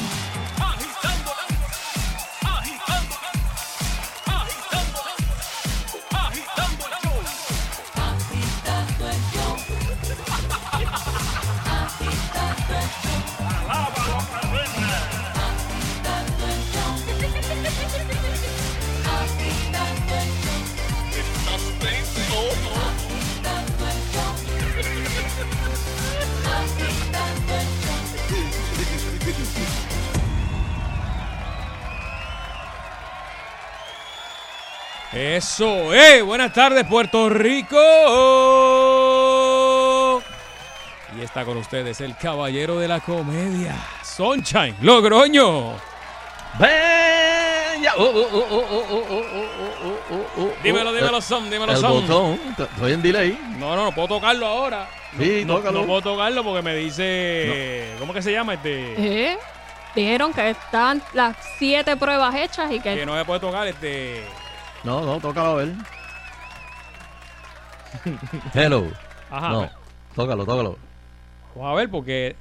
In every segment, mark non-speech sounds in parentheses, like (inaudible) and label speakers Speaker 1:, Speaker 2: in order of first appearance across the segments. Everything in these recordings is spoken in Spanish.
Speaker 1: Agitando, agitando, agitando, agitando el show. Alábalo, Carmena. Estás tenso.
Speaker 2: (laughs)
Speaker 3: Eso, eh. Buenas tardes, Puerto Rico. Y está con ustedes el caballero de la comedia, Sunshine Logroño.
Speaker 4: Bella. Oh, oh, oh, oh, oh, oh, oh, oh, oh, oh, oh.
Speaker 3: Dímelo,
Speaker 4: Eh,
Speaker 3: dímelo, Son, dímelo,
Speaker 4: El
Speaker 3: Son.
Speaker 4: botón. T- Estoy en delay.
Speaker 3: No, no, no puedo tocarlo ahora.
Speaker 4: Sí,
Speaker 3: No,
Speaker 4: tócalo.
Speaker 3: no puedo tocarlo porque me dice. ¿Cómo que se llama este?
Speaker 5: ¿Eh? Dijeron que están las siete pruebas hechas y que,
Speaker 3: Que no se puede tocar este.
Speaker 4: No, no, tócalo a ver. Hello.
Speaker 3: Ajá.
Speaker 4: No, tócalo, tócalo.
Speaker 3: Vamos a ver porque.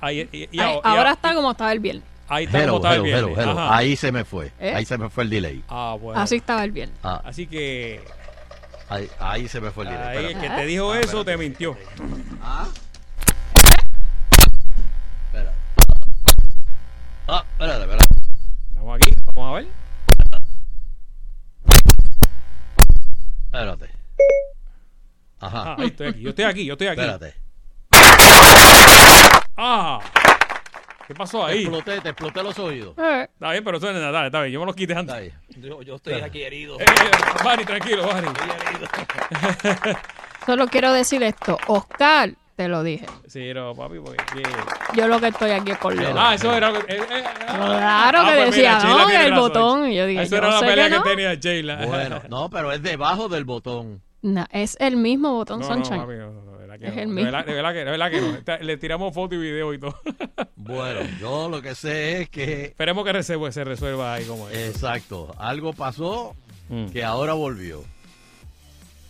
Speaker 3: Ahí, y- y- y-
Speaker 5: Ay,
Speaker 3: y-
Speaker 5: ahora está como estaba el viernes.
Speaker 3: Ahí está
Speaker 4: Hello,
Speaker 3: como está el
Speaker 4: hello, hello,
Speaker 3: viernes.
Speaker 4: hello.
Speaker 3: Ajá.
Speaker 4: Ahí se me fue.
Speaker 5: ¿Eh?
Speaker 4: Ahí se me fue el delay.
Speaker 3: Ah, bueno.
Speaker 5: Así estaba el viernes.
Speaker 4: Ah,
Speaker 3: Así que.
Speaker 4: ahí, ahí se me fue el delay.
Speaker 3: Ahí, el
Speaker 4: Espérate.
Speaker 3: que te dijo
Speaker 4: Ah,
Speaker 3: eso te
Speaker 4: espérate.
Speaker 3: mintió.
Speaker 4: Ah. Espera. Ah, espérate, espérate.
Speaker 3: Estamos aquí, vamos a ver.
Speaker 4: Espérate. Ajá.
Speaker 3: Ah, ahí estoy aquí, yo estoy aquí, yo estoy aquí.
Speaker 4: Espérate.
Speaker 3: Ah, ¿qué pasó
Speaker 4: Te
Speaker 3: ahí?
Speaker 4: exploté, te exploté los oídos.
Speaker 5: Eh,
Speaker 3: Está bien, pero eso es nada, está bien, yo me los quité antes.
Speaker 4: Está ahí.
Speaker 6: Yo, yo estoy aquí herido.
Speaker 3: Eh, eh, Barry, tranquilo, Barry.
Speaker 5: solo quiero decir esto. Oscar, te lo dije.
Speaker 3: (laughs) Sí, no, papi, porque. que-
Speaker 5: Yo lo que estoy aquí es con Leo.
Speaker 3: Ah, eso era lo que. eh, eh, ah,
Speaker 5: Claro que
Speaker 3: pues mira,
Speaker 5: decía,
Speaker 3: Sheila
Speaker 5: no,
Speaker 3: tiene
Speaker 5: el
Speaker 3: razón.
Speaker 5: botón. Y yo dije,
Speaker 3: Eso
Speaker 5: yo
Speaker 3: era la
Speaker 5: sé
Speaker 3: pelea
Speaker 5: que
Speaker 3: que
Speaker 5: no.
Speaker 3: tenía Sheila.
Speaker 4: Bueno, no, pero es debajo del botón.
Speaker 5: No, es el mismo botón
Speaker 3: No, no,
Speaker 5: Sunshine.
Speaker 3: papi, no, no, de verdad que
Speaker 5: Es
Speaker 3: no,
Speaker 5: el
Speaker 3: de
Speaker 5: mismo.
Speaker 3: verdad- De verdad que, de verdad que no. Está- Le tiramos foto y video y todo.
Speaker 4: Bueno, yo lo que sé es que,
Speaker 3: Esperemos que resuelva- se resuelva ahí como es.
Speaker 4: exacto, algo pasó
Speaker 3: Mm.
Speaker 4: que ahora volvió.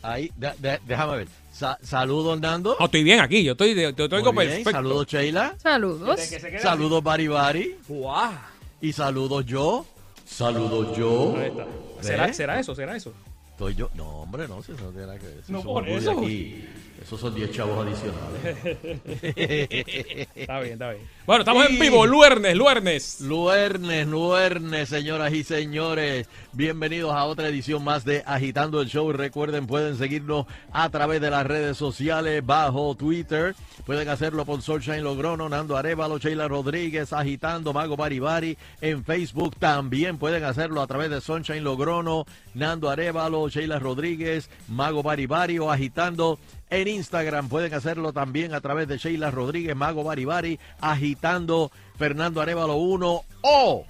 Speaker 4: Ahí, de- de- déjame ver. Sa- saludos, Nando.
Speaker 3: No, estoy bien aquí, yo estoy, yo estoy
Speaker 4: Muy bien,
Speaker 3: perfecto.
Speaker 4: Saludos, Sheila.
Speaker 5: Saludos.
Speaker 4: Saludos, Bari Bari.
Speaker 6: ¡Guau!
Speaker 4: Y saludos yo. Saludos yo.
Speaker 3: Ahí está.
Speaker 4: ¿Ve?
Speaker 3: ¿Será, será eso? ¿Será eso?
Speaker 4: Estoy yo. No, hombre, no, si eso no tiene nada que ver. Si
Speaker 3: No,
Speaker 4: somos
Speaker 3: por
Speaker 4: muy de
Speaker 3: eso.
Speaker 4: aquí. Esos son 10 chavos adicionales.
Speaker 3: (laughs) (laughs) Está bien, está bien. Bueno, estamos
Speaker 4: Sí.
Speaker 3: en vivo, luernes, luernes.
Speaker 4: Luernes, luernes, señoras y señores. Bienvenidos a otra edición más de Agitando el Show. Recuerden, pueden seguirnos a través de las redes sociales, bajo Twitter. Pueden hacerlo por Sunshine Logrono, Nando Arevalo, Sheila Rodríguez, Agitando, Mago Baribari. En Facebook también pueden hacerlo a través de Sunshine Logrono, Nando Arevalo, Sheila Rodríguez, Mago Baribari o Agitando. En Instagram pueden hacerlo también a través de Sheila Rodríguez, Mago Baribari, agitando Fernando Arevalo 1 o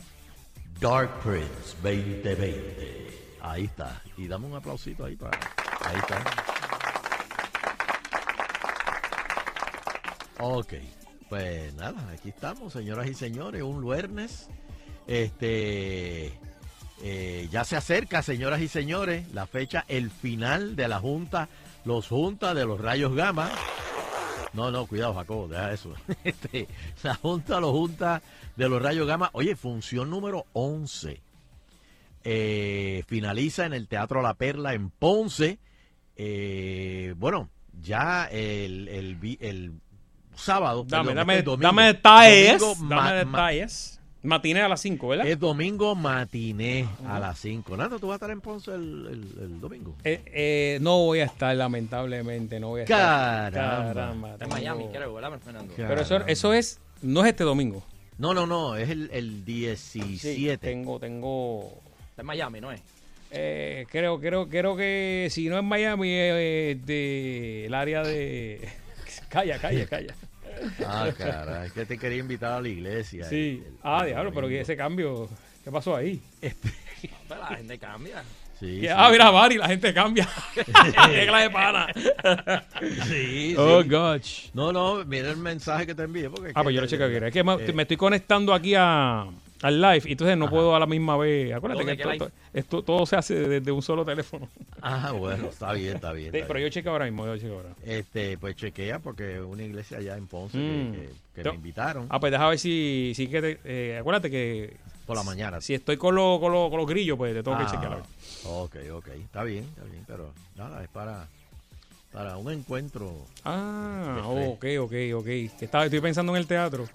Speaker 4: Dark Prince 2020. Ahí está. Y dame un aplausito ahí para. Ahí está. Ok. Pues nada, aquí estamos, señoras y señores, un lunes. Este. eh, ya se acerca, señoras y señores, la fecha, el final de la Junta, los Juntas de los Rayos Gamma. No, no, cuidado, Jacobo, deja eso. (laughs) Este, la Junta, los Juntas de los Rayos Gama. Oye, función número 11. Eh, finaliza en el Teatro La Perla en Ponce. Eh, bueno, ya el, el vi- el sábado.
Speaker 3: Dame,
Speaker 4: perdón,
Speaker 3: dame,
Speaker 4: este domingo-
Speaker 3: dame detalles.
Speaker 4: domingo ma-
Speaker 3: dame
Speaker 4: ma-
Speaker 3: detalles. Matiné a las 5, ¿verdad?
Speaker 4: es domingo matiné a las 5. Nando, tú vas a estar en Ponce el, el- el domingo.
Speaker 3: Eh, eh, no voy a estar, lamentablemente, no voy a estar.
Speaker 4: Caramba.
Speaker 6: De
Speaker 3: tengo-
Speaker 6: Miami, creo, ¿verdad, Fernando?
Speaker 4: Claro.
Speaker 3: Pero eso, eso es, no es este domingo.
Speaker 4: No, no, no, es el, el
Speaker 3: Sí,
Speaker 4: 17.
Speaker 3: Tengo, tengo.
Speaker 6: De Miami, ¿no es?
Speaker 3: eh, creo, creo, creo que si no es Miami, eh, de, el área de. (laughs) calla, calla, calla.
Speaker 4: Ah, caray, es que te quería invitar a la iglesia.
Speaker 3: Sí.
Speaker 4: El- Este, el
Speaker 3: Ah, diablo, pero que
Speaker 4: domingo.
Speaker 3: ese cambio, ¿qué pasó ahí?
Speaker 6: Pero la Pues gente cambia.
Speaker 4: Sí,
Speaker 3: Que,
Speaker 4: sí.
Speaker 3: Ah, mira, Mari, la
Speaker 4: (laughs)
Speaker 3: gente cambia. Regla de pana.
Speaker 4: Sí,
Speaker 3: Oh,
Speaker 4: sí.
Speaker 3: gosh.
Speaker 4: No, no, mira el mensaje que te envié. Porque es
Speaker 3: Ah,
Speaker 4: que-
Speaker 3: pues yo lo chequeé. Es que me,
Speaker 4: Eh,
Speaker 3: me estoy conectando aquí a, al live y entonces no puedo a la misma vez. Acuérdate que
Speaker 6: ¿Dónde? ¿Qué live?
Speaker 3: esto, to- esto todo se hace desde un solo teléfono.
Speaker 4: Ah, bueno, está bien, está bien.
Speaker 3: Sí,
Speaker 4: está
Speaker 3: pero
Speaker 4: bien.
Speaker 3: yo chequeo ahora mismo, yo chequeo ahora.
Speaker 4: Este, pues chequea porque una iglesia allá en Ponce
Speaker 3: Mm.
Speaker 4: que, que- que
Speaker 3: Yo-
Speaker 4: me invitaron
Speaker 3: Ah, pues déjame ver si, si que te- eh, acuérdate que
Speaker 4: por la mañana.
Speaker 3: si estoy con, los con, los- con los grillos, pues te tengo
Speaker 4: Ah,
Speaker 3: que chequear. a ver.
Speaker 4: Ok, ok, está bien, está bien, pero nada, es para, para un encuentro.
Speaker 3: Ah,
Speaker 4: De
Speaker 3: ok, ok, ok. Que estaba, estoy pensando en el teatro.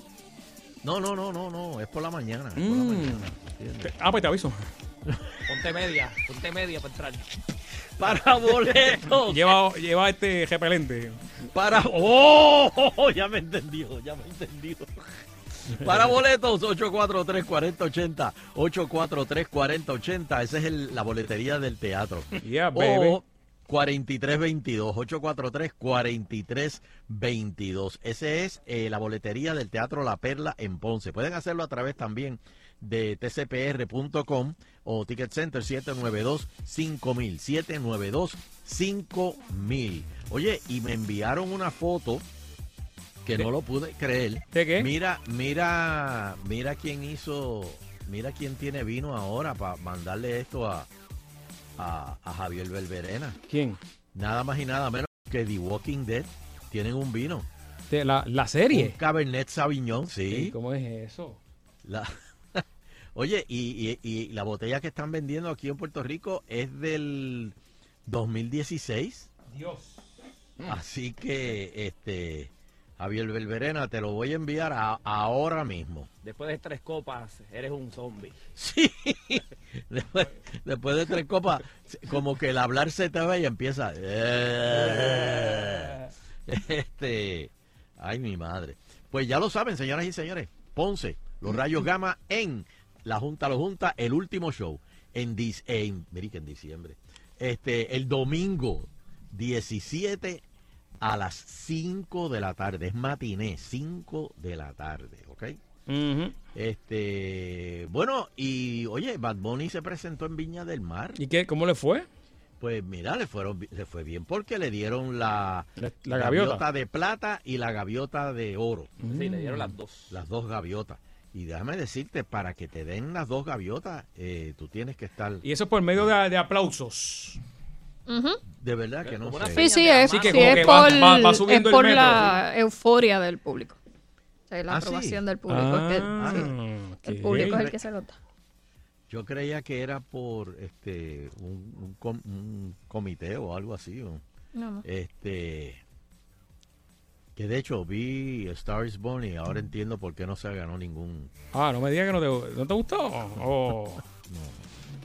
Speaker 4: No, no, no, no, no, es por la mañana. es por la
Speaker 3: Mm.
Speaker 4: mañana ¿entiendes?
Speaker 3: Te- Ah, pues te aviso.
Speaker 6: Ponte media, ponte media para entrar.
Speaker 4: Para boletos,
Speaker 3: (laughs) Lleva, lleva este repelente.
Speaker 4: para... ¡Oh! (laughs) Ya me entendió, ya me entendió. Para boletos, 843-4080. 843-4080. Esa es el- la boletería del teatro.
Speaker 3: Yeah, baby.
Speaker 4: o 4322. 843-4322. Ese es eh, la boletería del Teatro La Perla en Ponce. Pueden hacerlo a través también de tcpr.com o Ticket Center 792-5000. 792-5000. Oye, y me enviaron una foto que no lo pude creer.
Speaker 3: ¿De qué?
Speaker 4: Mira, mira, mira quién hizo, mira quién tiene vino ahora para mandarle esto a, a, a Javier Belverena.
Speaker 3: ¿Quién?
Speaker 4: Nada más y nada menos que The Walking Dead tienen un vino.
Speaker 3: De la, la
Speaker 4: Un
Speaker 3: serie.
Speaker 4: Cabernet Sauvignon, sí.
Speaker 3: ¿Cómo es eso?
Speaker 4: La- (laughs) Oye, y, y- y la botella que están vendiendo aquí en Puerto Rico es del 2016.
Speaker 3: Dios. Mm.
Speaker 4: Así que, este, Javier Belverena, te lo voy a enviar a- ahora mismo.
Speaker 6: Después de tres copas, eres un zombie.
Speaker 4: Sí. Después, después de tres copas, como que el hablar se te ve y empieza. "Eh". Este. Ay, mi madre. Pues ya lo saben, señoras y señores. Ponce, los rayos gama en La Junta Lo Junta, el último show. En, dis- en, mire que en diciembre. Este, el domingo 17 a las 5 de la tarde. Es matiné, 5 de la tarde, ¿ok? Este, bueno, y oye, Bad Bunny se presentó en Viña del Mar.
Speaker 3: ¿Y qué? ¿Cómo le fue?
Speaker 4: Pues mira, le fueron bi- le fue bien porque le dieron la,
Speaker 3: La- la gaviota. Mm.
Speaker 4: de plata y la gaviota de oro,
Speaker 6: Sí, le dieron las dos.
Speaker 4: las dos gaviotas. Y déjame decirte, para que te den las dos gaviotas, eh, tú tienes que estar
Speaker 3: Y eso es por medio de, de aplausos.
Speaker 5: Ujú.
Speaker 4: de verdad que no
Speaker 6: Eh, Como una
Speaker 4: sé.
Speaker 5: Sí,
Speaker 6: Peña
Speaker 5: sí,
Speaker 6: de
Speaker 5: es,
Speaker 6: Amado.
Speaker 5: sí,
Speaker 3: Así que como
Speaker 5: es
Speaker 3: que va-
Speaker 5: por,
Speaker 3: va- va subiendo
Speaker 5: es por
Speaker 3: el metro,
Speaker 5: la euforia del público. O sea, la
Speaker 4: Ah, sí.
Speaker 5: aprobación del público. es que-
Speaker 3: Ah,
Speaker 5: sí,
Speaker 3: ok.
Speaker 5: El público es el que se nota.
Speaker 4: Yo creía que era por este un, un com- un comité o algo así. o-
Speaker 5: No, no.
Speaker 4: Este. Que de hecho vi Star is Born y ahora entiendo por qué no se ganó ningún.
Speaker 3: Ah, no me digas que no te, no te gustó. Oh.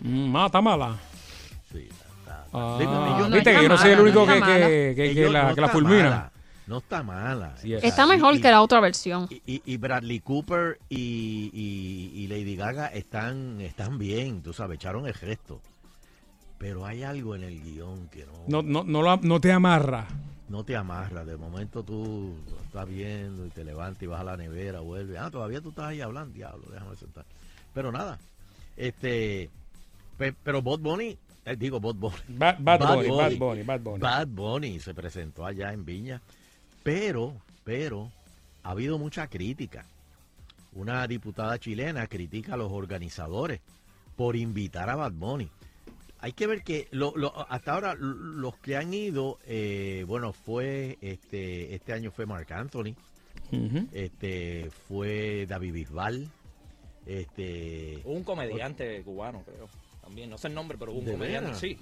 Speaker 3: Mm, ah, está mala.
Speaker 4: Sí, la- la-
Speaker 3: Ah,
Speaker 4: Digo, y
Speaker 5: no
Speaker 3: viste
Speaker 5: está
Speaker 3: que yo no soy el
Speaker 5: mala,
Speaker 3: único
Speaker 5: no
Speaker 3: que,
Speaker 5: está mala.
Speaker 3: que, que-
Speaker 4: y
Speaker 3: que
Speaker 4: yo-
Speaker 3: la,
Speaker 4: no
Speaker 3: que la
Speaker 4: está
Speaker 3: fulmina.
Speaker 4: mala, no está mala.
Speaker 3: Sí,
Speaker 4: O sea,
Speaker 5: Está
Speaker 4: y-
Speaker 5: mejor
Speaker 4: y-
Speaker 5: que la otra versión.
Speaker 4: Y, y- y Bradley Cooper y, y- y Lady Gaga están, están bien, tú sabes, echaron el gesto. Pero hay algo en el guión que no,
Speaker 3: No, no, no, la- no te amarra.
Speaker 4: no te amarra. De momento tú lo estás viendo y te levantas y vas a la nevera, vuelves. Ah, todavía tú estás ahí hablando, diablo, déjame sentar. Pero nada, este. pe- pero Bad Bunny, eh, digo Bad Bunny.
Speaker 3: Bad, Bad Bunny, Bad Bunny, Bad Bunny.
Speaker 4: Bad Bunny se presentó allá en Viña. Pero, pero, ha habido mucha crítica. Una diputada chilena critica a los organizadores por invitar a Bad Bunny. Hay que ver que lo- lo- hasta ahora l- los que han ido, eh, bueno, fue este, este año fue Marc Anthony,
Speaker 3: Ujú.
Speaker 4: este fue David Bisbal, este
Speaker 6: Hubo un comediante cubano, creo. También, no sé el nombre, pero hubo un
Speaker 4: ¿De
Speaker 6: comediante,
Speaker 4: veras?
Speaker 6: sí.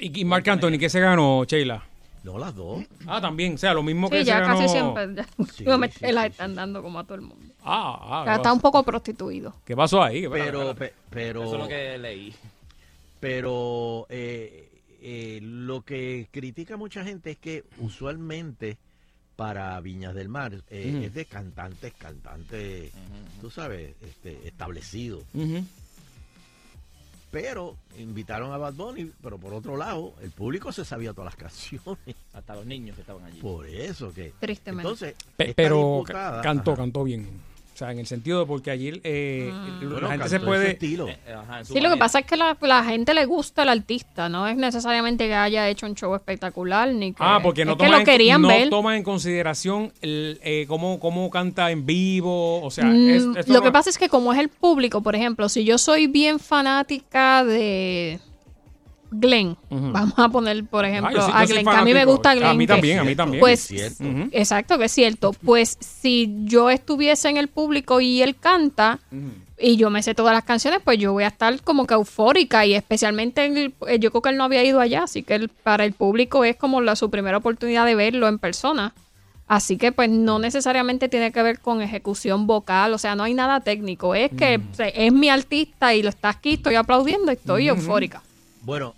Speaker 3: Y, y Marc Anthony, ¿qué se ganó, Sheila?
Speaker 4: no las dos.
Speaker 3: Ah, también, o sea, lo mismo que
Speaker 5: Sí, ya
Speaker 3: se ganó...
Speaker 5: casi siempre (laughs) ya,
Speaker 4: Sí,
Speaker 5: me-
Speaker 4: sí,
Speaker 5: la
Speaker 4: sí,
Speaker 5: están
Speaker 4: sí.
Speaker 5: dando como a todo el mundo.
Speaker 3: Ah,
Speaker 5: O sea,
Speaker 3: ah.
Speaker 5: está un poco prostituido.
Speaker 3: ¿Qué pasó ahí?
Speaker 4: Pero, pe- pero
Speaker 6: Eso es lo que leí.
Speaker 4: Pero eh, eh, lo que critica mucha gente es que usualmente para Viñas del Mar eh,
Speaker 3: Ujú.
Speaker 4: es de cantantes, cantantes, tú sabes, este, establecidos.
Speaker 3: Ujú.
Speaker 4: Pero invitaron a Bad Bunny, pero por otro lado, el público se sabía todas las (laughs) canciones.
Speaker 6: Hasta los niños que estaban allí.
Speaker 4: Por eso que...
Speaker 5: Tristemente.
Speaker 4: Entonces,
Speaker 3: Pe-
Speaker 4: esta
Speaker 3: pero
Speaker 4: diputada-
Speaker 3: ca- cantó,
Speaker 4: Ajá.
Speaker 3: cantó bien. O sea, en el sentido de porque allí eh,
Speaker 4: Bueno,
Speaker 3: la gente
Speaker 4: cantó
Speaker 3: se
Speaker 4: en su
Speaker 3: puede...
Speaker 4: estilo.
Speaker 6: Eh, ajá, en su
Speaker 5: Ah. Sí, lo que
Speaker 6: manera.
Speaker 5: pasa es que la, la gente le gusta al artista, no es necesariamente que haya hecho un show espectacular ni que,
Speaker 3: Ah, porque no,
Speaker 5: es que lo
Speaker 3: toman, en,
Speaker 5: querían
Speaker 3: no
Speaker 5: ver.
Speaker 3: toman en consideración el, eh, cómo, cómo canta en vivo, o sea... es-
Speaker 5: Mm,
Speaker 3: esto
Speaker 5: lo
Speaker 3: no-
Speaker 5: que pasa es que como es el público, por ejemplo, si yo soy bien fanática de Glenn, vamos a poner, por
Speaker 3: Ah, yo
Speaker 5: ejemplo,
Speaker 3: sí- yo
Speaker 5: a
Speaker 3: soy
Speaker 5: Glenn, que a mí me
Speaker 3: fanático.
Speaker 5: gusta Glenn.
Speaker 3: A mí
Speaker 5: que-
Speaker 3: también, a mí también.
Speaker 5: Pues,
Speaker 4: Cierto.
Speaker 3: Ujú.
Speaker 5: exacto, que es cierto. Pues si yo estuviese en el público y él canta y yo me sé todas las canciones, pues yo voy a estar como que eufórica y especialmente en el- eh, yo creo que él no había ido allá, así que él- para el público es como la, su primera oportunidad de verlo en persona. Así que pues no necesariamente tiene que ver con ejecución vocal, o sea, no hay nada técnico, es que o sea, es mi artista y lo está aquí, estoy aplaudiendo, estoy eufórica.
Speaker 4: Bueno,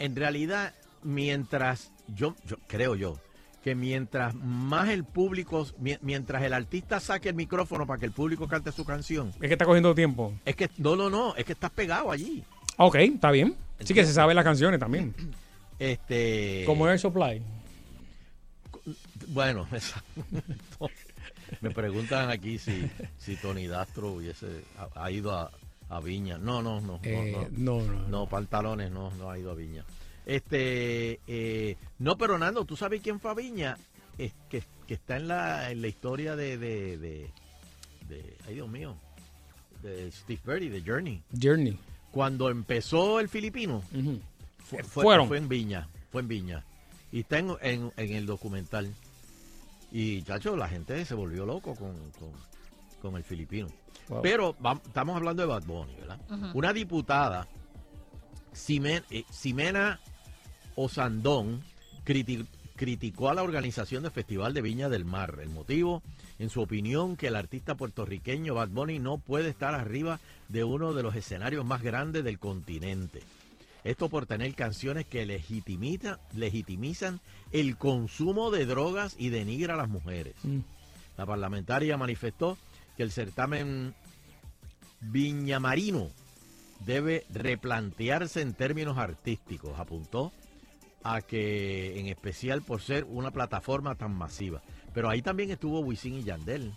Speaker 4: en realidad, mientras yo, yo creo yo que mientras más el público, mi- mientras el artista saque el micrófono para que el público cante su canción,
Speaker 3: Es que está cogiendo tiempo.
Speaker 4: es que no, no, no, es que estás pegado allí.
Speaker 3: Ah, Ok, está bien. Sí que se saben las canciones también.
Speaker 4: Este,
Speaker 3: Como Air Supply.
Speaker 4: bueno, (laughs) exacto. me preguntan aquí si, si Tony Dastro hubiese ha, ha ido a, a Viña. No, no, no, no, no.
Speaker 3: Eh, no,
Speaker 4: No, pantalones, no, no ha ido a Viña. Este, eh, no, pero Nando, ¿tú sabes quién fue a Viña? Es que, que está en la, en la historia de, de, de, de- ay Dios mío, de Steve Perry, de Journey.
Speaker 3: Journey.
Speaker 4: Cuando empezó el filipino,
Speaker 3: Ujú.
Speaker 4: fue,
Speaker 3: Eh,
Speaker 4: fue-
Speaker 3: fueron.
Speaker 4: fue en Viña, fue en Viña. Y está en, en- en el documental. Y, chacho, la gente se volvió loco con, con, con el filipino.
Speaker 3: Wow.
Speaker 4: Pero vam- estamos hablando de Bad Bunny, ¿verdad? Una diputada, Simen- eh, Ximena Osandón, criti- criticó a la organización del Festival de Viña del Mar. El motivo, en su opinión, que el artista puertorriqueño Bad Bunny no puede estar arriba de uno de los escenarios más grandes del continente. Esto por tener canciones que legitimita- legitimizan el consumo de drogas y denigra a las mujeres.
Speaker 3: Mm.
Speaker 4: La parlamentaria manifestó que el certamen viñamarino debe replantearse en términos artísticos, apuntó a que en especial por ser una plataforma tan masiva. Pero ahí también estuvo Wisin y Yandel.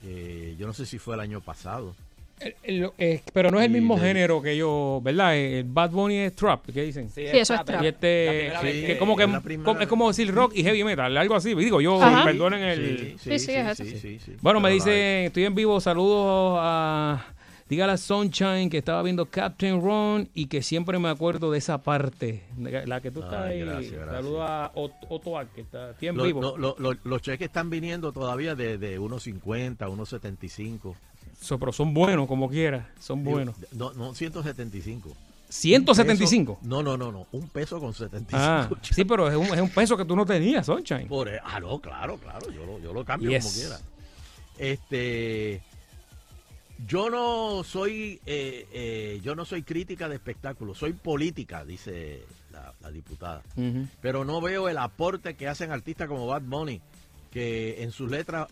Speaker 4: que yo no sé si fue el año pasado.
Speaker 3: El- el- eh, pero no es el
Speaker 4: Y
Speaker 3: mismo
Speaker 4: de-
Speaker 3: género que yo, ¿verdad? Eh, El Bad Bunny es trap, ¿qué dicen?
Speaker 6: Sí,
Speaker 5: Sí, eso es trap.
Speaker 3: Y
Speaker 6: La
Speaker 3: este,
Speaker 6: primera
Speaker 4: sí,
Speaker 6: vez
Speaker 3: que es como que
Speaker 4: es la primera
Speaker 3: como- es
Speaker 4: vez.
Speaker 3: como decir rock y heavy metal, algo así. Digo, yo
Speaker 5: Ajá.
Speaker 3: perdonen el.
Speaker 5: Sí, sí, es eso.
Speaker 4: sí.
Speaker 3: Bueno,
Speaker 4: Pero la-
Speaker 3: me dice, estoy en vivo, saludos a. Dígale a Sunshine que estaba viendo Captain Ron y que siempre me acuerdo de esa parte, de la que tú
Speaker 4: Ay,
Speaker 3: estás ahí.
Speaker 4: gracias, gracias.
Speaker 3: Saludos a Ot- Otto Ar, que está, estoy en
Speaker 4: Lo-
Speaker 3: vivo.
Speaker 4: lo- lo- lo- los cheques están viniendo todavía de, de 1.50, 1.75.
Speaker 3: So, pero son buenos, como quiera, son buenos.
Speaker 4: No, no, 175.
Speaker 3: ¿175?
Speaker 4: Peso- no, no, no, no. Un peso con 75.
Speaker 3: Ah, sí, pero es un, es un peso que tú no tenías, Sunshine.
Speaker 4: Por, e- ah, no, claro, claro. Yo lo, yo lo cambio
Speaker 3: Yes.
Speaker 4: como quiera. Este. Yo no soy eh, eh, yo no soy crítica de espectáculos, soy política, dice la, la diputada.
Speaker 3: Ujú.
Speaker 4: Pero no veo el aporte que hacen artistas como Bad Bunny, que en sus letras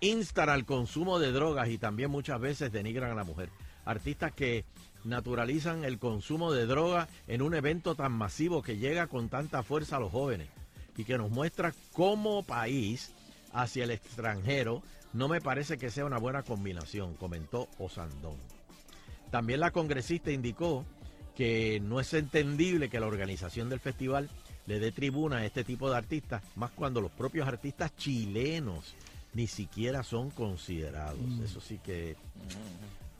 Speaker 4: instan al consumo de drogas y también muchas veces denigran a la mujer. Artistas que naturalizan el consumo de drogas en un evento tan masivo que llega con tanta fuerza a los jóvenes y que nos muestra como país hacia el extranjero no me parece que sea una buena combinación, comentó Osandón. También la congresista indicó que no es entendible que la organización del festival le dé tribuna a este tipo de artistas, más cuando los propios artistas chilenos ni siquiera son considerados. Eso sí que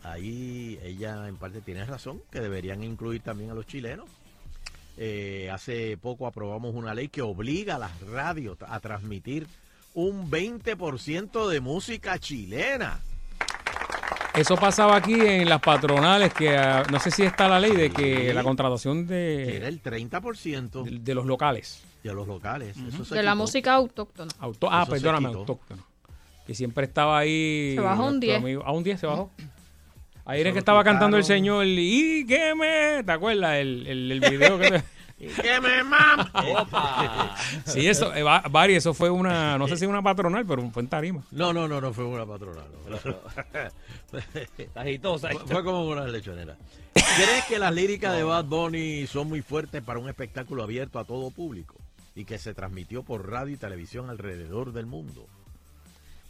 Speaker 4: ahí ella en parte tiene razón, que deberían incluir también a los chilenos. Eh, hace poco aprobamos una ley que obliga a las radios a transmitir un 20% de música chilena.
Speaker 3: Eso pasaba aquí en las patronales, que ah, no sé si está la ley de que
Speaker 4: Sí.
Speaker 3: la contratación
Speaker 4: que era
Speaker 3: de,
Speaker 4: el 30%
Speaker 3: de, de los locales,
Speaker 4: de los locales. Eso se
Speaker 5: De la
Speaker 4: quitó.
Speaker 5: música autóctona.
Speaker 3: auto, ah,
Speaker 4: Eso se
Speaker 3: perdóname,
Speaker 4: quitó.
Speaker 3: autóctono, que siempre estaba ahí.
Speaker 5: Se bajó un
Speaker 3: nuestro
Speaker 5: 10.
Speaker 3: amigo- a un 10 se bajó. Ayer
Speaker 4: Eso
Speaker 3: es que
Speaker 4: lo
Speaker 3: estaba cantando el
Speaker 4: quitaron.
Speaker 3: señor y que me, ¿te acuerdas? El, el, el video
Speaker 4: (laughs)
Speaker 3: que te-
Speaker 4: Y ¡Que me mam-
Speaker 6: Opa.
Speaker 3: Sí, eso, eh, va- Bari, eso fue una, no sé si una patronal, pero fue en tarima.
Speaker 4: No, no, no, no fue una patrona. no.
Speaker 6: Está agitosa.
Speaker 4: Fue- Fue como una lechonera. ¿Crees que las líricas de Bad Bunny son muy fuertes para un espectáculo abierto a todo público y que se transmitió por radio y televisión alrededor del mundo?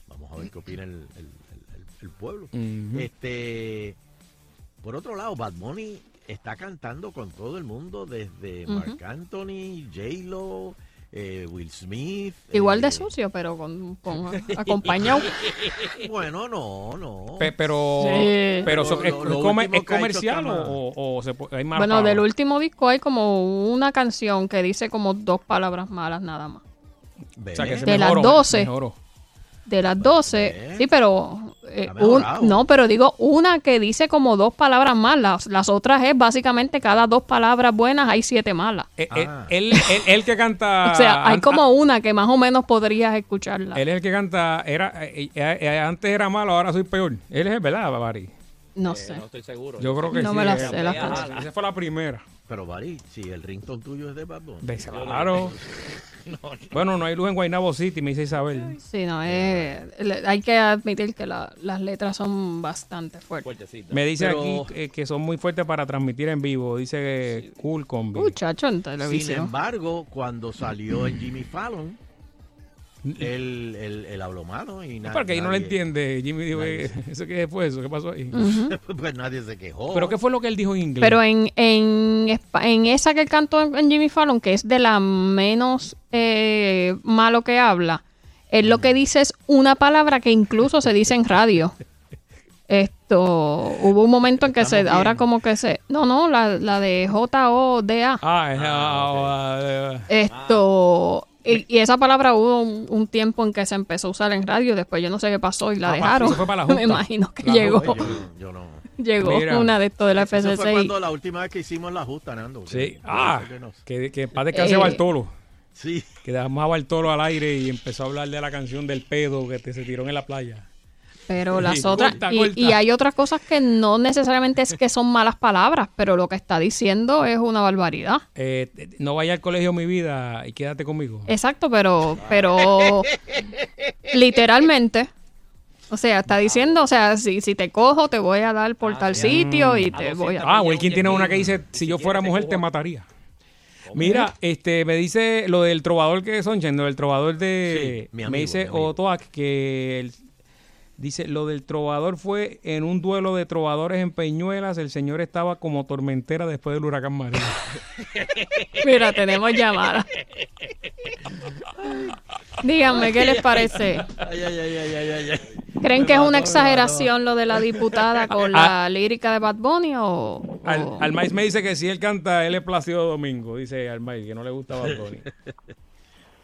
Speaker 4: Vamos a ver qué opina el, el- el- el- el pueblo.
Speaker 3: Ujú.
Speaker 4: Este, por otro lado, Bad Bunny está cantando con todo el mundo, desde
Speaker 5: Ujú.
Speaker 4: Marc Anthony, J Lo, Will Smith.
Speaker 5: Igual
Speaker 4: eh,
Speaker 5: de sucio, pero con, con- (laughs) acompañado.
Speaker 4: Bueno, no, no.
Speaker 3: Pe- pero
Speaker 5: Sí.
Speaker 3: pero so-
Speaker 4: Lo-
Speaker 3: es,
Speaker 4: lo- lo
Speaker 3: es
Speaker 4: último
Speaker 3: comer- es
Speaker 4: que ha hecho
Speaker 3: comercial
Speaker 4: está
Speaker 3: o,
Speaker 4: mal.
Speaker 3: o- o se pu- hay más
Speaker 5: bueno, del último disco hay como una canción que dice como dos palabras malas nada más.
Speaker 4: Ve,
Speaker 3: o sea, que se
Speaker 5: De las
Speaker 3: mejoró,
Speaker 5: 12.
Speaker 3: mejoró.
Speaker 5: De las 12,
Speaker 6: Pues
Speaker 4: bien.
Speaker 5: sí, pero... eh,
Speaker 4: Ha mejorado.
Speaker 5: un- no, pero digo una que dice como dos palabras malas. Las otras es básicamente cada dos palabras buenas hay siete malas.
Speaker 3: Eh,
Speaker 4: Ah.
Speaker 3: eh, él, él- él que canta
Speaker 5: (laughs) O sea, hay
Speaker 3: an-
Speaker 5: como una que más o menos podrías escucharla.
Speaker 3: Él es el que canta, era eh, eh, eh, antes era malo, ahora soy peor. Él es el, ¿verdad, Bari?
Speaker 5: No
Speaker 6: Eh,
Speaker 5: sé.
Speaker 6: no estoy seguro.
Speaker 3: Yo creo que
Speaker 5: No
Speaker 3: sí.
Speaker 5: me la
Speaker 3: eh,
Speaker 5: sé, la
Speaker 3: esa-
Speaker 6: canción.
Speaker 3: Esa fue la primera.
Speaker 4: Pero, Bari, si el rington tuyo es de Bad Bunny.
Speaker 3: De- claro. Bueno, no hay luz en Guaynabo City, me dice Isabel.
Speaker 5: Sí, no,
Speaker 6: Eh,
Speaker 5: es- le- hay que admitir que la- las letras son bastante fuertes.
Speaker 6: Fuertecita.
Speaker 3: Me dice
Speaker 4: Pero-
Speaker 3: aquí eh, que son muy fuertes para transmitir en vivo. Dice que cool combi.
Speaker 5: Muchacho en
Speaker 4: Sin
Speaker 5: televisión.
Speaker 4: embargo, cuando salió en Jimmy Fallon, él, él- él habló malo y nada.
Speaker 3: Mm. Porque ahí no le entiende. Jimmy dijo, eh, (laughs) ¿eso qué fue eso? ¿Qué pasó ahí? (laughs)
Speaker 4: pues nadie se quejó.
Speaker 3: ¿Pero qué fue lo que él dijo en inglés?
Speaker 5: Pero en, en, Espa- en esa que cantó en, en Jimmy Fallon, que es de la menos eh, malo que habla, él lo que dice es una palabra que incluso se dice en radio. Esto, hubo un momento en que se,
Speaker 4: Estamos bien.
Speaker 5: ahora como que se, no, no, la, la de J-O-D-A.
Speaker 3: Ah, es- ah, ah,
Speaker 5: Esto. Y, y esa palabra hubo un, un tiempo en que se empezó a usar en radio, después yo no sé qué pasó y la
Speaker 3: Ah,
Speaker 5: dejaron.
Speaker 3: eso fue para la
Speaker 5: (laughs)
Speaker 3: junta.
Speaker 5: Me imagino que
Speaker 3: La
Speaker 5: llegó
Speaker 4: Oye, yo, yo no.
Speaker 5: llegó
Speaker 3: Mira.
Speaker 5: una de esto de la
Speaker 4: Eso fue
Speaker 5: FCC.
Speaker 4: cuando la última vez que hicimos la justa, Nando.
Speaker 3: sí.
Speaker 4: Que-
Speaker 3: Ah,
Speaker 4: que no sé.
Speaker 3: que, que para descansar
Speaker 5: Eh.
Speaker 3: Bartolo.
Speaker 4: Sí.
Speaker 3: Que dejamos a Bartolo al aire y empezó a hablar de la canción del pedo que te se tiró en la playa.
Speaker 5: Pero
Speaker 3: Sí,
Speaker 5: las otras.
Speaker 3: (laughs) corta,
Speaker 5: y,
Speaker 3: corta.
Speaker 5: y hay otras cosas que no necesariamente es que son malas palabras, pero lo que está diciendo es una barbaridad.
Speaker 3: Eh, eh, no vaya al colegio mi vida y quédate conmigo.
Speaker 5: Exacto, pero.
Speaker 3: (laughs)
Speaker 5: Pero. literalmente. O sea, está diciendo, o sea, si, si te cojo, te voy a dar por tal sitio y te
Speaker 6: Ah,
Speaker 5: voy a.
Speaker 6: doscientas.
Speaker 3: Ah, Wilkin tiene una que dice,
Speaker 6: Ni
Speaker 3: si yo
Speaker 6: siquiera
Speaker 3: fuera
Speaker 6: se
Speaker 3: mujer te
Speaker 6: coja.
Speaker 3: mataría. Mira, este, me dice lo del trovador que son Sonchen, lo del trovador de...
Speaker 4: Sí, mi
Speaker 3: me
Speaker 4: amigo, mi
Speaker 3: dice
Speaker 4: amigo.
Speaker 3: Otoak que él- dice, lo del trovador fue en un duelo de trovadores en Peñuelas, el señor estaba como tormentera después del huracán
Speaker 5: (laughs)
Speaker 3: María.
Speaker 5: Mira, (laughs)
Speaker 2: (laughs)
Speaker 5: tenemos llamada. Díganme, ¿qué les parece?
Speaker 4: Ay, ay, ay, ay, ay, ay, ay.
Speaker 5: ¿Creen que es
Speaker 4: Me
Speaker 5: una
Speaker 4: mató, me mató.
Speaker 5: exageración lo de la diputada con la lírica de Bad Bunny o...? o-
Speaker 3: Al, Almais me dice que si él canta, él es Plácido Domingo, dice Almais, que no le gusta Bad Bunny.
Speaker 4: (laughs)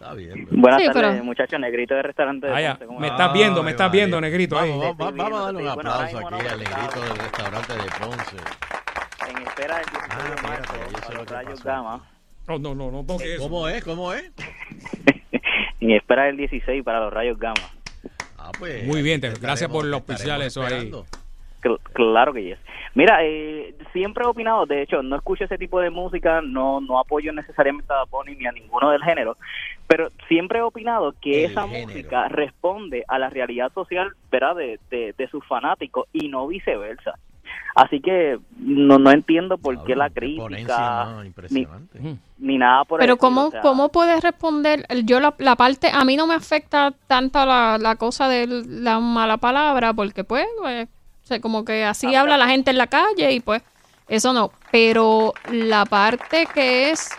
Speaker 4: Está bien. pero-
Speaker 7: Buenas
Speaker 5: Sí,
Speaker 7: tardes,
Speaker 5: pero-
Speaker 7: muchachos, negrito de restaurante. de
Speaker 3: Ah, ya,
Speaker 7: Ponce, ¿cómo
Speaker 3: me
Speaker 7: va?
Speaker 3: estás viendo, me
Speaker 4: Ay,
Speaker 3: estás viendo,
Speaker 4: María.
Speaker 3: negrito. ahí.
Speaker 4: Vamos, vamos, vamos, vamos a darle un
Speaker 7: Sí, bueno, ahora
Speaker 4: aplauso
Speaker 7: mismo
Speaker 4: aquí
Speaker 7: no,
Speaker 4: al
Speaker 7: porque
Speaker 4: negrito
Speaker 7: estaba-
Speaker 4: del restaurante de Ponce.
Speaker 7: En espera del 16
Speaker 4: Ah,
Speaker 7: de
Speaker 4: mira,
Speaker 7: marzo,
Speaker 4: pero yo sé
Speaker 7: a
Speaker 4: lo
Speaker 7: los
Speaker 4: que
Speaker 7: Rayos
Speaker 4: pasó. Eh,
Speaker 7: Gama.
Speaker 3: Oh, No, no, no, no toques eso.
Speaker 4: ¿Cómo es? ¿Cómo es?
Speaker 7: En espera del 16 para los Rayos Gama.
Speaker 4: Ah, pues.
Speaker 3: Muy bien, te-
Speaker 4: estaremos-
Speaker 3: gracias por los
Speaker 4: estaremos
Speaker 3: oficiales, eso ahí.
Speaker 4: esperando.
Speaker 7: Cl- claro que yes. Mira, eh, siempre he opinado, de hecho, no escucho ese tipo de música, no no apoyo necesariamente a Bad Bunny ni a ninguno del género, pero siempre he opinado que
Speaker 4: El
Speaker 7: esa
Speaker 4: género.
Speaker 7: música responde a la realidad social ¿verdad? De, de- de sus fanáticos y no viceversa. Así que no, no entiendo por qué
Speaker 4: Cabrón,
Speaker 7: la
Speaker 4: qué ponencia
Speaker 7: crítica
Speaker 4: más impresionante.
Speaker 3: Ujú.
Speaker 7: ni nada por el
Speaker 5: Pero
Speaker 7: estilo,
Speaker 5: ¿cómo,
Speaker 7: o sea,
Speaker 5: ¿cómo puedes responder? El- Yo la, la parte, a mí no me afecta tanto la, la cosa de la mala palabra, porque pues, eh, o sea, como que así habla la gente en la calle y pues, eso no. Pero la parte que es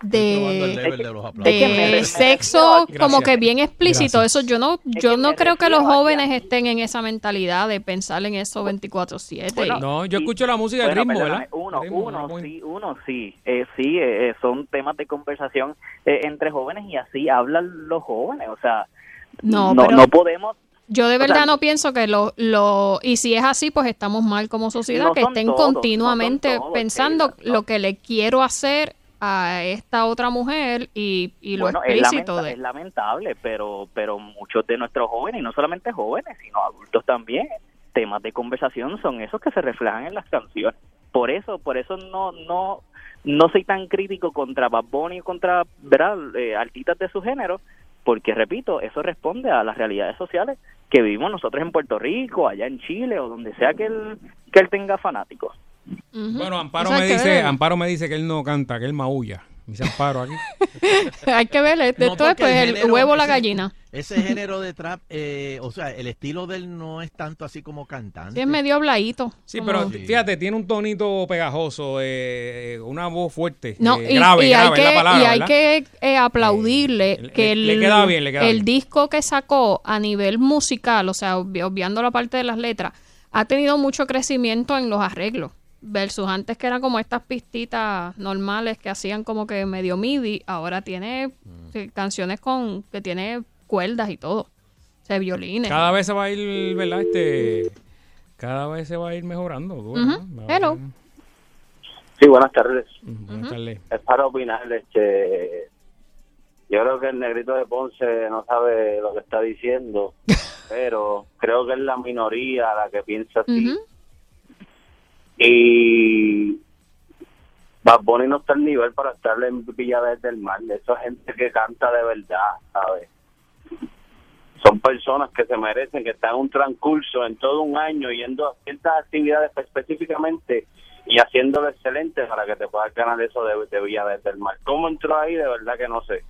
Speaker 4: Estoy probando el
Speaker 5: de...
Speaker 4: level de los aplausos.
Speaker 7: Es que me-
Speaker 5: de
Speaker 7: me
Speaker 5: Eh, sexo
Speaker 7: refiero
Speaker 3: a-
Speaker 5: como
Speaker 3: Gracias.
Speaker 5: que bien explícito.
Speaker 3: Gracias.
Speaker 5: Eso yo no, yo
Speaker 7: que
Speaker 5: no
Speaker 7: me
Speaker 5: creo que los
Speaker 7: refiero a que
Speaker 5: jóvenes
Speaker 7: aquí-
Speaker 5: estén en esa mentalidad de pensar en eso 24/7.
Speaker 7: Bueno,
Speaker 3: No, yo
Speaker 7: y-
Speaker 3: escucho la música del
Speaker 7: bueno,
Speaker 3: ritmo,
Speaker 7: perdóname,
Speaker 3: ¿verdad?
Speaker 7: Uno,
Speaker 3: Ritmo,
Speaker 7: uno,
Speaker 3: Ramón.
Speaker 7: sí, uno, sí, eh, sí, eh, eh, son temas de conversación eh, entre jóvenes y así hablan los jóvenes, o sea,
Speaker 5: No,
Speaker 7: no,
Speaker 5: pero-
Speaker 7: no podemos
Speaker 5: yo de
Speaker 7: o sea,
Speaker 5: verdad no pienso que lo, lo y si es así pues estamos mal como sociedad
Speaker 7: No
Speaker 5: que
Speaker 7: son
Speaker 5: estén
Speaker 7: todos, no
Speaker 5: continuamente
Speaker 7: son todos,
Speaker 5: pensando
Speaker 7: Sheila, no.
Speaker 5: lo que le quiero hacer a esta otra mujer y, y lo
Speaker 7: Bueno, es,
Speaker 5: explícito
Speaker 7: lamenta-
Speaker 5: de
Speaker 7: es lamentable, pero, pero muchos de nuestros jóvenes, y no solamente jóvenes, sino adultos también, temas de conversación son esos que se reflejan en las canciones. Por eso, por eso no, no, no soy tan crítico contra Bad Bunny, contra ¿verdad? Eh, artistas de su género, porque repito, eso responde a las realidades sociales que vivimos nosotros en Puerto Rico, allá en Chile o donde sea que él, que él tenga fanáticos.
Speaker 5: Ujú.
Speaker 3: Bueno, Amparo
Speaker 5: Eso hay
Speaker 3: me
Speaker 5: que
Speaker 3: dice,
Speaker 5: ver.
Speaker 3: Amparo me dice que él no
Speaker 5: (laughs)
Speaker 3: canta, que él maulla. Me dice Amparo aquí.
Speaker 5: hay que ver esto
Speaker 4: No,
Speaker 5: es
Speaker 4: porque el
Speaker 5: pues el
Speaker 4: género
Speaker 5: huevo la
Speaker 4: ese-
Speaker 5: gallina
Speaker 4: Ese género de trap, eh, o sea, el estilo de él no es tanto así como
Speaker 5: Sí,
Speaker 4: cantante.
Speaker 5: es medio habladito.
Speaker 3: Sí,
Speaker 5: como-
Speaker 3: pero
Speaker 4: Sí.
Speaker 3: fíjate, tiene un tonito pegajoso, eh, una voz fuerte,
Speaker 5: No,
Speaker 3: eh,
Speaker 5: y,
Speaker 3: grave,
Speaker 5: y
Speaker 3: grave
Speaker 5: hay que,
Speaker 3: es la palabra,
Speaker 5: y hay
Speaker 3: ¿verdad?
Speaker 5: que eh, aplaudirle
Speaker 3: Eh,
Speaker 5: que
Speaker 3: le- le
Speaker 5: el,
Speaker 3: queda bien, le queda
Speaker 5: el
Speaker 3: bien.
Speaker 5: disco que sacó a nivel musical, o sea, obvi- obviando la parte de las letras, ha tenido mucho crecimiento en los arreglos. Versus antes que eran como estas pistitas normales que hacían como que medio MIDI, ahora tiene
Speaker 3: Mm.
Speaker 5: sí, canciones con que tiene cuerdas y todo. O sea, violines.
Speaker 3: Cada vez se va a ir, ¿verdad? Este, cada vez se va a ir mejorando. tú, ¿verdad?
Speaker 5: Ujú.
Speaker 3: Va-
Speaker 5: Hello.
Speaker 3: Mm,
Speaker 8: Sí, buenas tardes.
Speaker 3: Buenas tardes.
Speaker 8: Es para opinar, este, yo creo que el negrito de Ponce no sabe lo que está diciendo, pero creo que es la minoría la que piensa así.
Speaker 5: Ujú.
Speaker 8: Y Bad Bunny no está al nivel para estar en Villa Verde del Mar. Esa gente que canta de verdad, ¿sabes? Son personas que se merecen, que están en un transcurso en todo un año yendo a ciertas actividades específicamente y haciéndolo excelente para que te puedas ganar eso de, de Villa Verde del Mar. ¿Cómo entró ahí? De verdad que no sé.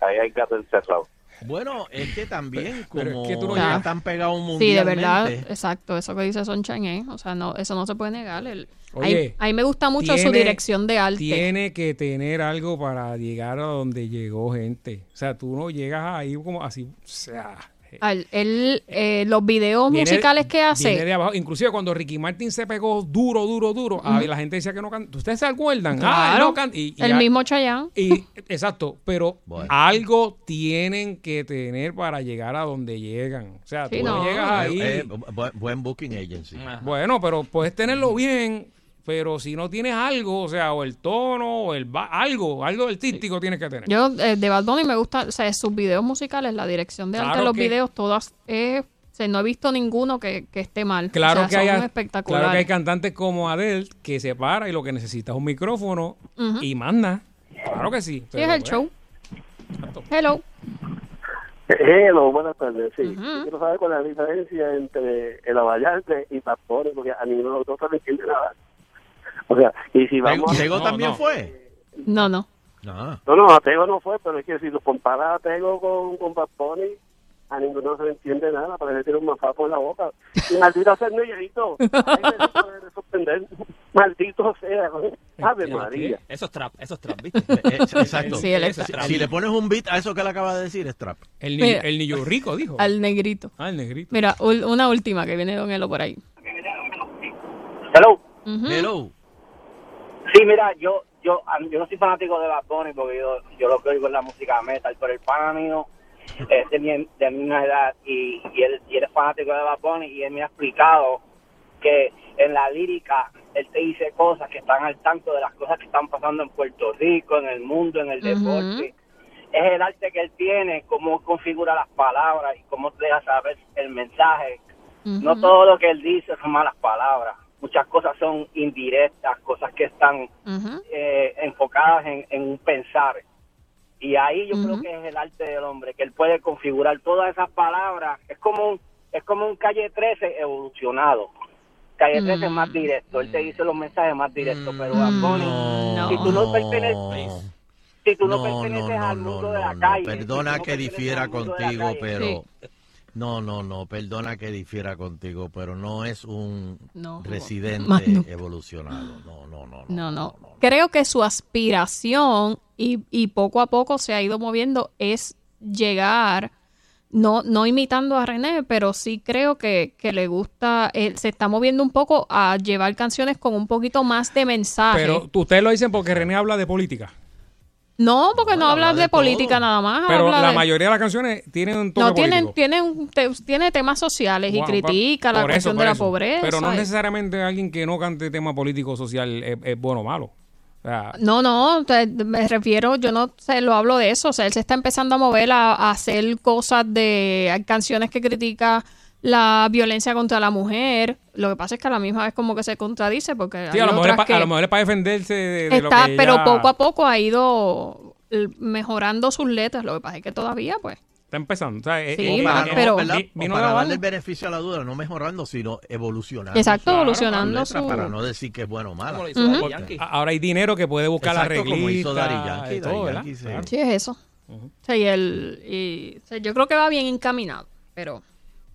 Speaker 8: Ahí hay gato encerrado.
Speaker 4: Bueno, es que también
Speaker 3: (laughs) Pero es
Speaker 4: como
Speaker 3: que tú no
Speaker 4: ya
Speaker 5: llegas-
Speaker 4: están pegados
Speaker 5: Sí, de
Speaker 4: mundialmente.
Speaker 5: verdad, exacto, eso que dice Son Chan, ¿eh? o sea, no, eso no se puede negar. El,
Speaker 3: Oye,
Speaker 5: a mí me gusta mucho su
Speaker 3: tiene-
Speaker 5: dirección de arte.
Speaker 3: Tiene que tener algo para llegar a donde llegó gente. O sea, tú no llegas ahí como así. O sea, eh,
Speaker 5: Al- él, eh, los videos
Speaker 3: viene-
Speaker 5: musicales que
Speaker 3: viene
Speaker 5: hace.
Speaker 3: de abajo. Inclusive cuando Ricky Martin se pegó duro, duro, duro, ah, y la gente decía que no canta. ¿Ustedes se acuerdan? Ah, él
Speaker 5: claro,
Speaker 3: no canta. Y- y
Speaker 5: el
Speaker 3: ya-
Speaker 5: mismo Chayanne.
Speaker 3: Y, exacto, pero
Speaker 4: Bueno.
Speaker 3: algo tienen que tener para llegar a donde llegan. O sea,
Speaker 5: Sí,
Speaker 3: tú no,
Speaker 5: no.
Speaker 3: llegas
Speaker 4: Eh,
Speaker 3: ahí.
Speaker 4: eh, bu- buen booking agency.
Speaker 6: Ah,
Speaker 3: Bueno, pero puedes tenerlo bien, pero si no tienes algo, o sea, o el tono, o el ba- algo, algo artístico tienes que tener.
Speaker 5: Yo eh, de Bad Bunny me gusta, o sea, sus videos musicales, la dirección de arte
Speaker 3: Claro
Speaker 5: de los
Speaker 3: que-
Speaker 5: videos, todas, eh, o sea, no he visto ninguno que, que esté mal.
Speaker 3: Claro,
Speaker 5: O sea,
Speaker 3: que
Speaker 5: son
Speaker 3: hay,
Speaker 5: espectaculares.
Speaker 3: claro que hay cantantes como Adele que se para y lo que necesita es un micrófono
Speaker 5: Ujú.
Speaker 3: y manda. Claro que sí.
Speaker 5: Sí, es el show. Hello.
Speaker 8: Hello, Eh, buenas tardes. Sí,
Speaker 5: Ujú.
Speaker 8: Yo quiero saber cuál es la diferencia entre el avallante y Bad Bunny, porque a ninguno de los dos se le entiende nada. O sea, y si
Speaker 4: Tego,
Speaker 8: vamos a-
Speaker 4: Tego
Speaker 3: No,
Speaker 4: también
Speaker 3: no.
Speaker 4: fue. Ah.
Speaker 5: No, no.
Speaker 4: No.
Speaker 8: No, no, a Tego no fue, pero es que si lo comparas a Tego con, con Bad Bunny, a ninguno se le entiende nada, parece que tiene un mafapo en la boca. Y maldito sea el negrito, Ay, me puede sorprender. Maldito sea, Ave María.
Speaker 6: Eso es trap, eso es trap, ¿viste?
Speaker 4: (laughs) Eh, eh, Exacto.
Speaker 5: Sí, él
Speaker 4: Si,
Speaker 5: está.
Speaker 4: si le pones un beat a eso que él acaba de decir, es trap.
Speaker 3: El, ni-
Speaker 5: Mira.
Speaker 3: el niño rico dijo.
Speaker 5: Al negrito.
Speaker 3: Ah, el negrito.
Speaker 5: Mira, ul- una última que viene Don Elo por ahí.
Speaker 8: Hello.
Speaker 5: Ujú.
Speaker 4: Hello.
Speaker 8: Sí, mira, yo yo a mí- yo no soy fanático de Bad Bunny porque yo, yo lo que oigo es la música metal, pero el pana mío Este es de mi, de mi misma edad y, y, él, y él es fanático de Bad Bunny y él me ha explicado que en la lírica él te dice cosas que están al tanto de las cosas que están pasando en Puerto Rico, en el mundo, en el
Speaker 5: Ujú.
Speaker 8: deporte. Es el arte que él tiene, cómo configura las palabras y cómo te deja saber el mensaje
Speaker 5: Ujú.
Speaker 8: no todo lo que él dice son malas palabras. Muchas cosas son indirectas, cosas que están
Speaker 5: Ujú.
Speaker 8: eh, enfocadas en, en un pensar. Y ahí yo
Speaker 5: Ujú.
Speaker 8: creo que es el arte del hombre, que él puede configurar todas esas palabras. Es como un, es como un calle 13 evolucionado. Calle 13 es más directo, él te dice los mensajes más directos, pero
Speaker 5: Mm.
Speaker 8: Bad Bunny,
Speaker 5: no.
Speaker 8: si tú no perteneces, si tú no, perteneces al mundo de la
Speaker 4: no,
Speaker 8: calle, si tú
Speaker 4: Perdona
Speaker 8: no
Speaker 4: que
Speaker 8: perteneces
Speaker 4: difiera
Speaker 8: al mundo de la
Speaker 4: contigo,
Speaker 8: calle,
Speaker 4: pero...
Speaker 5: Sí.
Speaker 4: No, no, no, perdona que difiera contigo, pero no es un
Speaker 5: No.
Speaker 4: residente
Speaker 5: Más nunca.
Speaker 4: evolucionado. No, no, no.
Speaker 5: No, no. Creo que su aspiración y, y poco a poco se ha ido moviendo es llegar, no, no imitando a René, pero sí creo que, que le gusta, él se está moviendo un poco a llevar canciones con un poquito más de mensaje.
Speaker 3: Pero tú- ustedes lo dicen porque René habla de política.
Speaker 5: no, porque no, habla de, política nada más.
Speaker 3: Pero
Speaker 5: Ah, habla
Speaker 3: la
Speaker 5: de-
Speaker 3: mayoría de las canciones tienen un toque
Speaker 5: No, tienen,
Speaker 3: político.
Speaker 5: tienen, te- tiene temas sociales y
Speaker 3: Wow,
Speaker 5: critica
Speaker 3: pa-
Speaker 5: la
Speaker 3: por eso,
Speaker 5: cuestión
Speaker 3: por
Speaker 5: de la
Speaker 3: eso.
Speaker 5: pobreza.
Speaker 3: Pero no
Speaker 5: y-
Speaker 3: necesariamente alguien que no cante tema político social es, es bueno o malo. O sea,
Speaker 5: No, no, te- me refiero, yo no se lo hablo de eso, o sea, él se está empezando a mover a, a hacer cosas de hay canciones que critica la violencia contra la mujer. Lo que pasa es que a la misma vez como que se contradice porque
Speaker 3: sí,
Speaker 5: hay
Speaker 3: a, lo mejor es
Speaker 5: otras
Speaker 3: pa-
Speaker 5: que
Speaker 3: a lo mejor es para defenderse de, de lo
Speaker 5: está,
Speaker 3: que
Speaker 5: pero
Speaker 3: ya-
Speaker 5: poco a poco ha ido eh, mejorando sus letras. Lo que pasa es que todavía, pues,
Speaker 3: Está empezando. o sea, eh, es-
Speaker 5: Sí,
Speaker 3: es-
Speaker 5: va,
Speaker 3: es-
Speaker 5: pero-
Speaker 3: vi-
Speaker 4: ¿verdad?
Speaker 3: vino de
Speaker 4: para
Speaker 3: abajo.
Speaker 4: darle el beneficio a la duda, no mejorando, sino evolucionando.
Speaker 5: exacto,
Speaker 4: su-
Speaker 5: evolucionando
Speaker 4: letra
Speaker 5: su.
Speaker 4: Para no decir que es bueno o
Speaker 6: Como
Speaker 4: malo.
Speaker 6: lo hizo Daddy Yankee.
Speaker 3: A- Ahora hay dinero que puede buscar la
Speaker 4: Exacto,
Speaker 3: reglista.
Speaker 4: como hizo Daddy Yankee,
Speaker 3: y todo,
Speaker 4: Daddy
Speaker 3: ¿verdad?
Speaker 4: Yankee se-
Speaker 3: Claro.
Speaker 5: Sí, es eso. O sea, y el, y- o sea, yo creo que va bien encaminado, pero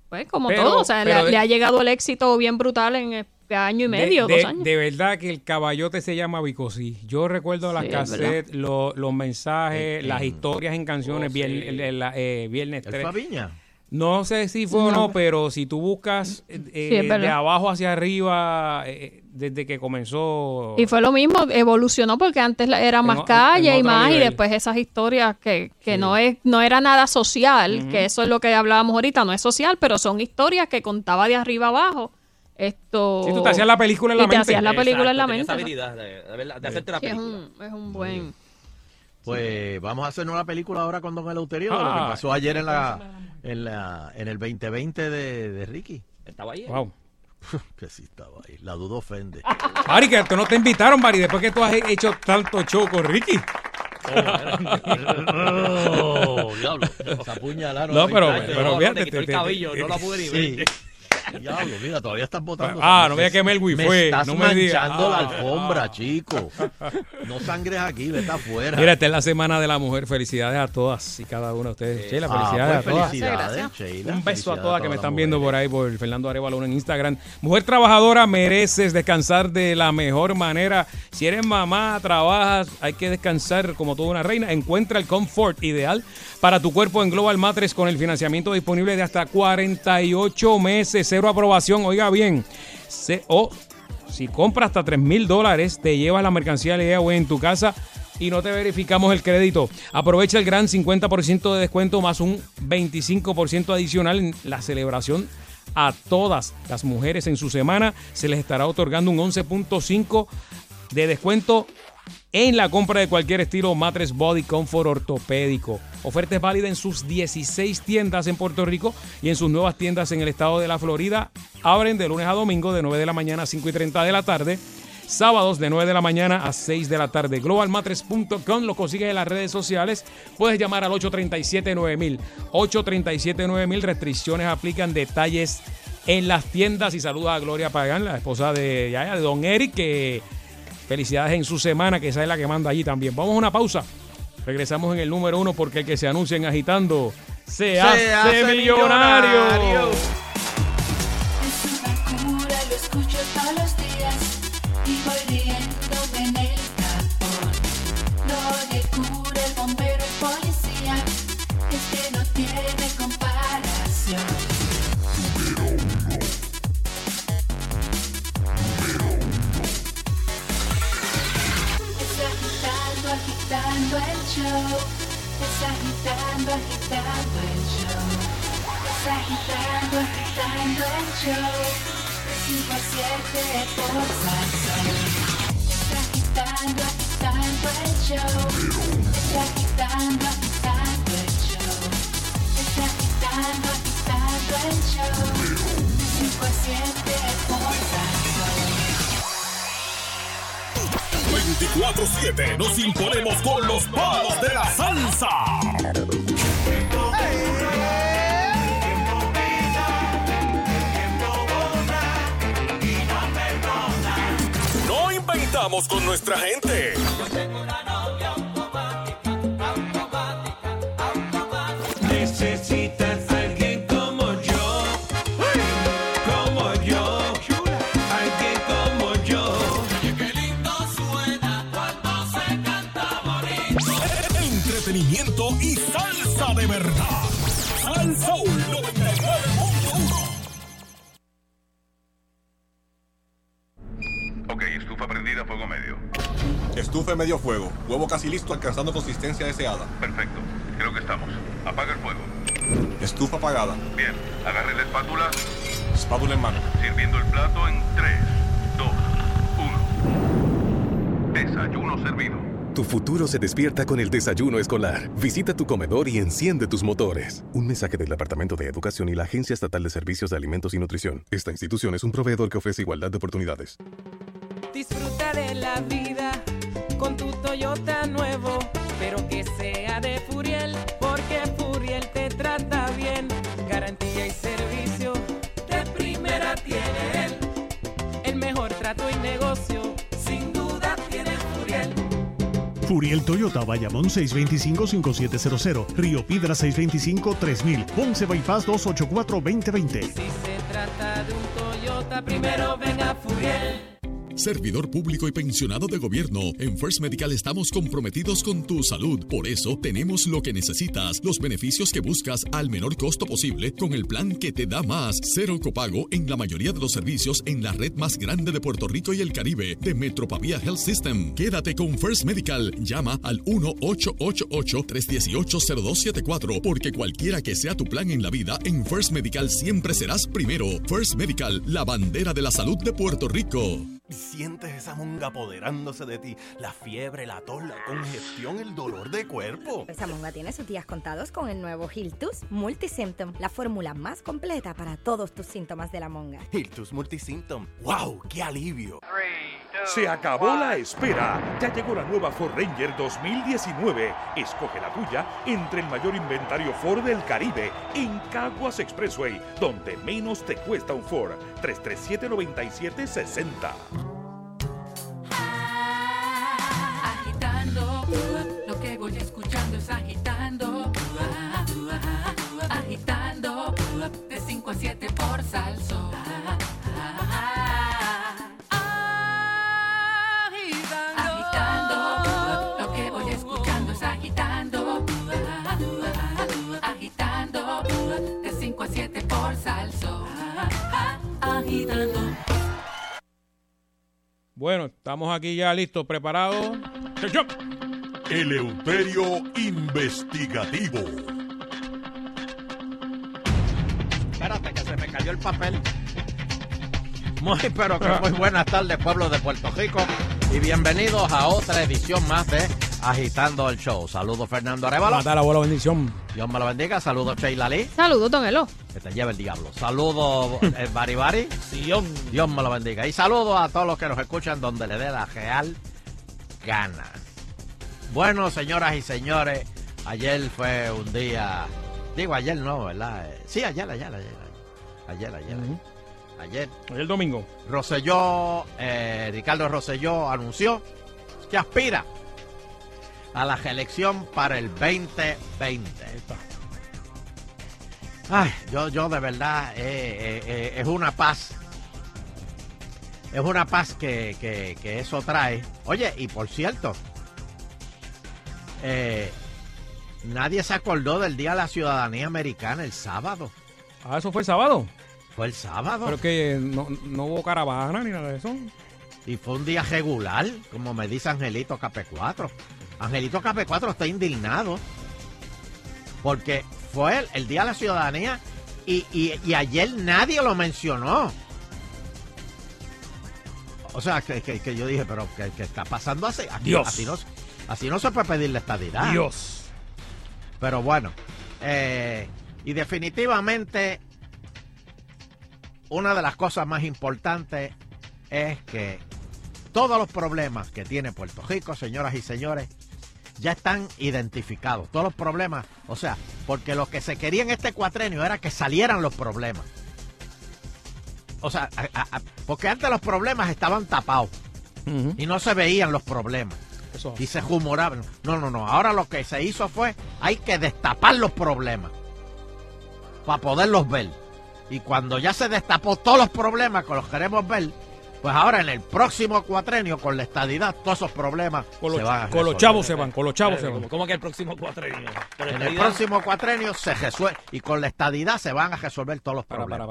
Speaker 5: pues como
Speaker 3: Pero-
Speaker 5: todo, o sea, le,
Speaker 3: pero de-
Speaker 5: le ha llegado el éxito bien brutal en este año y medio,
Speaker 3: de,
Speaker 5: dos
Speaker 3: de-
Speaker 5: años.
Speaker 3: de verdad que el caballote se llama Bicosí. Yo recuerdo las
Speaker 5: Sí, es
Speaker 3: cassettes, lo- los mensajes,
Speaker 6: En-
Speaker 3: las
Speaker 6: en-
Speaker 3: historias en canciones,
Speaker 6: Oh,
Speaker 3: vier-
Speaker 6: sí.
Speaker 3: el- el- la- eh, viernes
Speaker 4: Él fue
Speaker 3: 3.
Speaker 4: a Viña.
Speaker 3: No sé si fue o
Speaker 5: No.
Speaker 3: no, pero si tú buscas eh, eh, de
Speaker 5: verdad.
Speaker 3: abajo hacia arriba, eh, eh, desde que comenzó.
Speaker 5: Y fue lo mismo, evolucionó porque antes la- era más
Speaker 3: o- en
Speaker 5: calle y
Speaker 3: otro
Speaker 5: más, y
Speaker 3: nivel.
Speaker 5: después esas historias que, que no es no era nada social, que eso es lo que hablábamos ahorita, no es social, pero son historias que contaba de arriba abajo. Esto.
Speaker 3: Sí, tú te hacías la película en la
Speaker 5: y te
Speaker 3: mente.
Speaker 5: hacías la película en la
Speaker 6: Exacto,
Speaker 5: mente.
Speaker 6: tenía Esa habilidad de, de verla- de hacerte la
Speaker 5: Sí, es
Speaker 6: película.
Speaker 5: un, es un buen.
Speaker 4: Pues vamos a hacer una película ahora con Don Eleuterio de lo
Speaker 3: Ah,
Speaker 4: que pasó ayer en la en la en el 2020 de, de Ricky.
Speaker 6: Estaba ahí. ¿eh?
Speaker 3: Wow.
Speaker 4: (laughs) Que sí estaba ahí. La duda ofende.
Speaker 3: (laughs) Mari, que tú no te invitaron, Mari, después que tú has hecho tanto show con Ricky.
Speaker 2: (laughs)
Speaker 4: oh, diablo. Se apuñalaron.
Speaker 3: No, pero-
Speaker 4: Ay,
Speaker 3: pero-
Speaker 6: no,
Speaker 3: fíjate,
Speaker 6: te quitó
Speaker 3: te-
Speaker 6: el
Speaker 3: te-
Speaker 6: cabello,
Speaker 3: te-
Speaker 6: no la pude ni ver.
Speaker 4: Sí. (laughs) Diablo, mira, todavía estás botando.
Speaker 3: Ah,
Speaker 4: sangre.
Speaker 3: no vea que Melwi
Speaker 4: me
Speaker 6: eh,
Speaker 3: fue,
Speaker 4: Estás
Speaker 3: no me digas.
Speaker 4: manchando la
Speaker 3: Ah,
Speaker 4: alfombra, chico. No sangres aquí, vete afuera.
Speaker 3: Mira, esta es la Semana de la Mujer. Felicidades a todas y cada una de ustedes. Sheila,
Speaker 4: Ah,
Speaker 3: felicidades a
Speaker 4: pues,
Speaker 3: todas.
Speaker 4: felicidades, Sheila.
Speaker 3: Un beso
Speaker 4: Felicidades
Speaker 3: a todas que
Speaker 4: las
Speaker 3: me están
Speaker 4: mujeres.
Speaker 3: viendo por ahí, por Fernando Arevalo en Instagram. Mujer trabajadora, mereces descansar de la mejor manera. Si eres mamá, trabajas, hay que descansar como toda una reina. Encuentra el confort ideal para tu cuerpo en Global Matres con el financiamiento disponible de hasta 48 meses. Cero aprobación, oiga bien. Se- o si compras hasta 3 mil dólares, te llevas la mercancía Leaway en tu casa y no te verificamos el crédito. Aprovecha el gran 50% de descuento más un 25% adicional en la celebración. A todas las mujeres en su semana se les estará otorgando un 11.5% de descuento en la compra de cualquier estilo Matres Body Comfort ortopédico. Oferta es válida en sus 16 tiendas en Puerto Rico y en sus nuevas tiendas en el estado de la Florida. Abren de lunes a domingo de 9 de la mañana a 5 y 30 de la tarde. Sábados de 9 de la mañana a 6 de la tarde. Globalmatres.com lo consigues en las redes sociales. Puedes llamar al 837-9000. 837-9000. Restricciones aplican detalles en las tiendas. Y saluda a Gloria Pagán, la esposa de, ya, de Don Eric, que Felicidades en su semana, que esa es la que manda allí también. Vamos a una pausa. Regresamos en el número uno porque el que se anuncien agitando se, hace,
Speaker 4: hace
Speaker 3: millonario.
Speaker 4: millonario.
Speaker 2: Es una cura, lo escucho todos los días y voy riéndome en el tapón. No le cura el bombero, el policía, este no tiene comparación. Es agitando, agitando el show. Es agitando, agitando el show. Es agitando, agitando el show. De cinco a siete por Salsón. Es agitando, agitando el show. Es agitando, agitando el show. Es agitando, agitando el show. De cinco a siete por Salsón.
Speaker 9: 24-7 nos imponemos con los palos de la salsa. No inventamos con nuestra gente.
Speaker 10: Necesitas alguien como yo, como yo, alguien como yo.
Speaker 9: Entretenimiento y salsa de verdad. Salsa 99.1.
Speaker 10: Ok, estufa prendida, fuego medio.
Speaker 11: Estufe medio fuego, huevo casi listo alcanzando consistencia deseada.
Speaker 10: Perfecto, creo que estamos. Apaga el fuego.
Speaker 11: Estufa apagada,
Speaker 10: Bien, agarre la espátula,
Speaker 11: espátula en mano.
Speaker 10: sirviendo el plato en 3, 2, 1. Desayuno servido.
Speaker 9: Tu futuro se despierta con el desayuno escolar. Visita tu comedor y enciende tus motores. Un mensaje del Departamento de Educación y la Agencia Estatal de Servicios de Alimentos y Nutrición. Esta institución es un proveedor que ofrece igualdad de oportunidades.
Speaker 2: Disfruta de la vida con tu Toyota nuevo, pero que sea de Furiel, porque Furiel te trata bien. Garantía y servicio de primera tiene él. El mejor trato y negocio, sin duda tiene Furiel.
Speaker 9: Furiel Toyota, Bayamón 625-5700, Río Piedra 625-3000, Ponce Bypass 284-2020.
Speaker 12: Se trata de un Toyota, primero venga Furiel.
Speaker 13: Servidor público y pensionado de gobierno, en First Medical estamos comprometidos con tu salud. Por eso tenemos lo que necesitas, los beneficios que buscas al menor costo posible con el plan que te da más. Cero copago en la mayoría de los servicios en la red más grande de Puerto Rico y el Caribe, de Metropavia Health System. Quédate con First Medical. Llama al 1-888-318-0274 porque cualquiera que sea tu plan en la vida, en First Medical siempre serás primero. First Medical, la bandera de la salud de Puerto Rico.
Speaker 14: Sientes esa monga apoderándose de ti. La fiebre, la tos, la congestión, el dolor de cuerpo.
Speaker 15: Esa monga tiene sus días contados con el nuevo Hiltus Multisymptom, la fórmula más completa para todos tus síntomas de la monga.
Speaker 14: Hiltus Multisymptom. ¡Wow! ¡Qué alivio!
Speaker 11: Oh, Se acabó la espera. Ya llegó la nueva Ford Ranger 2019. Escoge la tuya entre el mayor inventario Ford del Caribe en Caguas Expressway, donde menos te cuesta un Ford. 337-9760.
Speaker 12: Agitando, lo que voy escuchando es agitando. Agitando, de 5 a 7 por salso. Agitando, lo que voy escuchando es agitando. Agitando, de 5 a 7 por salso. Agitando.
Speaker 3: Bueno, estamos aquí ya listos, preparados.
Speaker 16: Eleuterio investigativo.
Speaker 6: Espérate, que se me cayó el papel.
Speaker 4: Muy, pero que muy buenas tardes, pueblo de Puerto Rico, y bienvenidos a otra edición más de Agitando el Show. Saludos, Fernando Arevalo.
Speaker 3: Matar abuelo, bendición.
Speaker 4: Dios me lo bendiga. Saludos, Sheila Lee.
Speaker 5: Saludos, Don Elo.
Speaker 4: Que te lleve el diablo. Saludos, eh, Bari Bari. Dios me lo bendiga. Y saludos a todos los que nos escuchan donde le dé la real gana. Bueno, señoras y señores, ayer fue un día. Digo, ayer no, ¿verdad? Eh, Sí, ayer, ayer, ayer. Ayer, ayer. Ayer. ayer.
Speaker 3: Ayer domingo.
Speaker 4: Rosselló, eh, Ricardo Rosselló anunció que aspira a la reelección para el 2020. Ay, yo, yo de verdad, eh, eh, eh, es una paz. Es una paz que, que- que eso trae. Oye, y por cierto, eh, nadie se acordó del Día de la Ciudadanía Americana el sábado.
Speaker 3: Ah, eso fue el sábado.
Speaker 4: Fue el sábado.
Speaker 3: Pero es que eh, no, no hubo caravana ni nada de eso.
Speaker 4: Y fue un día regular, como me dice Angelito Capecuatro. Angelito Capecuatro está indignado porque fue el, el Día de la Ciudadanía y, y- y ayer nadie lo mencionó. O sea, que, que- que yo dije, pero ¿qué, qué está pasando así? Aquí-
Speaker 3: Dios.
Speaker 4: Así no, así no se puede pedir la estadidad.
Speaker 3: Dios.
Speaker 4: Pero bueno, eh, y definitivamente una de las cosas más importantes es que todos los problemas que tiene Puerto Rico, señoras y señores, ya están identificados. Todos los problemas, o sea, porque lo que se quería en este cuatrenio era que salieran los problemas. O sea, a- a- a- porque antes los problemas estaban tapados y no se veían los problemas.
Speaker 3: Eso.
Speaker 4: Y se humoraban. No, no, no. Ahora lo que se hizo fue, hay que destapar los problemas para poderlos ver. Y cuando ya se destapó todos los problemas que los queremos ver, pues ahora en el próximo cuatrenio, con la estadidad, todos esos problemas
Speaker 3: Con los,
Speaker 4: se van a
Speaker 3: con los
Speaker 4: resolver.
Speaker 3: chavos se van, con los chavos se
Speaker 6: Espérate, ¿Cómo,
Speaker 3: van.
Speaker 6: cómo que el próximo cuatrenio? Por
Speaker 4: En el
Speaker 6: estadidad.
Speaker 4: próximo cuatrenio se resuelve y con la estadidad se van a resolver todos los problemas.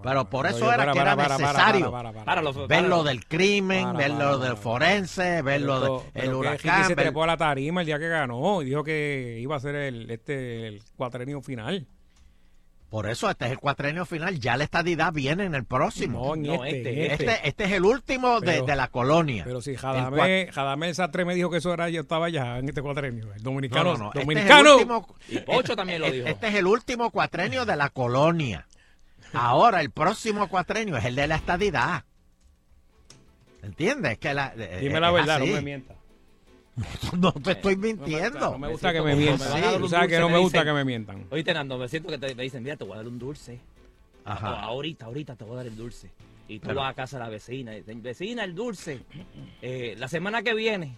Speaker 4: Pero por eso
Speaker 6: Oye,
Speaker 4: era
Speaker 6: para,
Speaker 4: que
Speaker 6: para,
Speaker 4: era
Speaker 6: para, para,
Speaker 4: necesario
Speaker 6: para, para, para, para.
Speaker 4: ver lo
Speaker 6: Para.
Speaker 4: del crimen,
Speaker 6: Para,
Speaker 4: ver
Speaker 6: para,
Speaker 4: lo del forense, ver lo del
Speaker 3: Pero que
Speaker 4: huracán.
Speaker 3: Ricky se
Speaker 4: ver-
Speaker 3: trepó a la tarima el día que ganó y dijo que iba a ser el, este, el cuatrenio final.
Speaker 4: Por eso este es el cuatrenio final, ya la estadidad viene en el próximo.
Speaker 3: No, en No, este, este,
Speaker 4: este,
Speaker 3: este.
Speaker 4: este es el último de,
Speaker 3: Pero-
Speaker 4: de la colonia.
Speaker 3: Pero si
Speaker 4: El cua-
Speaker 3: Jadamel, Jadamel Sastre me dijo que eso era, yo estaba ya en este cuatrenio. El dominicano,
Speaker 4: No, no, no, este es el
Speaker 3: dominicano.
Speaker 4: último- este- Este es el último cuatrenio de la colonia. Ahora el próximo cuatrenio es el de la estadidad. ¿Entiendes? Que la, eh,
Speaker 3: Dime la
Speaker 4: es
Speaker 3: verdad,
Speaker 4: así.
Speaker 3: no me mientas.
Speaker 4: No te estoy mintiendo.
Speaker 3: No me gusta que me mientan. Tú sabes que no me gusta que me mientan.
Speaker 6: Oíste, Nando, me siento que te, me dicen, mira, te voy a dar un dulce.
Speaker 4: Ajá.
Speaker 6: O ahorita, ahorita te voy a dar el dulce. Y tú
Speaker 4: Pero-
Speaker 6: vas a casa de la vecina y dicen, vecina, el dulce. Eh, la semana que viene.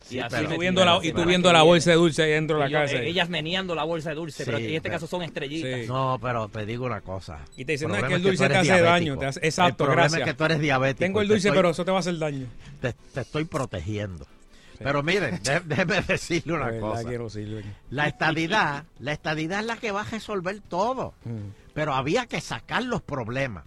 Speaker 6: Sí,
Speaker 3: y
Speaker 6: así
Speaker 3: tú
Speaker 6: me
Speaker 3: viendo
Speaker 6: tiran
Speaker 3: la,
Speaker 6: la
Speaker 3: y tú
Speaker 6: semana
Speaker 3: viendo
Speaker 6: que
Speaker 3: la
Speaker 6: viene.
Speaker 3: bolsa de dulce ahí dentro de la
Speaker 6: Ellos-
Speaker 3: casa.
Speaker 6: eh, Ellas meneando la bolsa de dulce, pero
Speaker 4: Sí,
Speaker 6: en este
Speaker 4: pero-
Speaker 6: caso son estrellitas.
Speaker 4: No, pero te digo una cosa.
Speaker 3: Y te dicen,
Speaker 4: El
Speaker 3: no, es
Speaker 4: problema
Speaker 3: que el
Speaker 4: tú
Speaker 3: dulce te
Speaker 4: eres
Speaker 3: hace daño,
Speaker 4: diabético.
Speaker 3: te hace- exacto,
Speaker 4: el problema
Speaker 3: gracias.
Speaker 4: es que tú eres diabético.
Speaker 3: Tengo el
Speaker 4: y te
Speaker 3: dulce,
Speaker 4: estoy-
Speaker 3: pero eso te va a hacer daño.
Speaker 4: Te, te estoy protegiendo. Pero miren, dé- déjeme decirle una cosa. La estadidad, la estadidad es la que va a resolver todo. Pero había que sacar los problemas.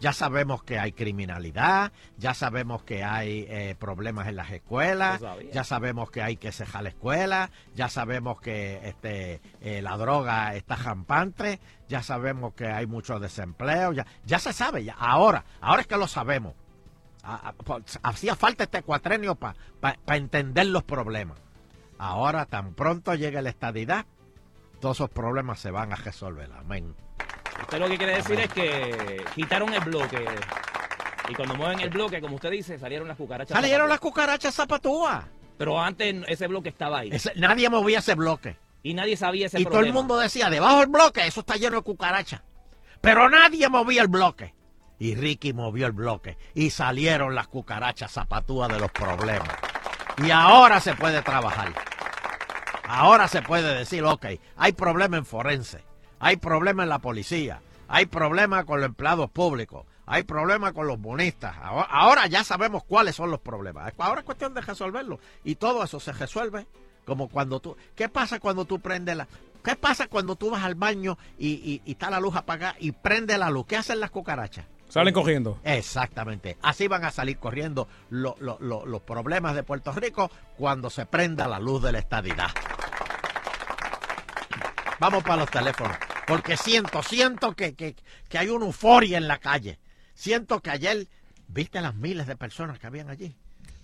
Speaker 4: Ya sabemos que hay criminalidad, ya sabemos que hay eh, problemas en las escuelas,
Speaker 6: Lo sabía.
Speaker 4: ya sabemos que hay que cejar la escuela, ya sabemos que este eh, la droga está jampante, ya sabemos que hay mucho desempleo, ya, ya se sabe, ya, ahora, ahora es que lo sabemos. A- a- por- Hacía falta este cuatrenio para entender los problemas. Ahora, tan pronto llegue la estadidad, todos esos problemas se van a resolver. Amén.
Speaker 6: Usted lo que quiere decir es que quitaron el bloque. Y cuando mueven el bloque, como usted dice, salieron las cucarachas.
Speaker 4: Salieron Ah, las cucarachas zapatúas.
Speaker 6: Pero antes ese bloque estaba ahí.
Speaker 4: Ese- nadie movía ese bloque.
Speaker 6: Y nadie sabía ese
Speaker 4: y todo el
Speaker 6: problema.
Speaker 4: mundo decía, debajo del bloque, eso está lleno de cucarachas. Pero nadie movía el bloque. Y Ricky movió el bloque. Y salieron las cucarachas zapatúas de los problemas. Y ahora se puede trabajar. Ahora se puede decir, ok, hay problema en forense, hay problema en la policía, hay problema con los empleados públicos, hay problema con los bonistas. Ahora, ahora ya sabemos cuáles son los problemas. Ahora es cuestión de resolverlo. Y todo eso se resuelve como cuando tú... ¿Qué pasa cuando tú prendes la... ¿Qué pasa cuando tú vas al baño y, y- y está la luz apagada y prende la luz? ¿Qué hacen las cucarachas?
Speaker 3: Salen cogiendo.
Speaker 4: Exactamente. Así van a salir corriendo lo- lo- lo- los problemas de Puerto Rico cuando se prenda la luz de la estadidad. Vamos para los teléfonos. Porque siento, siento que, que, que hay una euforia en la calle. Siento que ayer, viste las miles de personas que habían allí.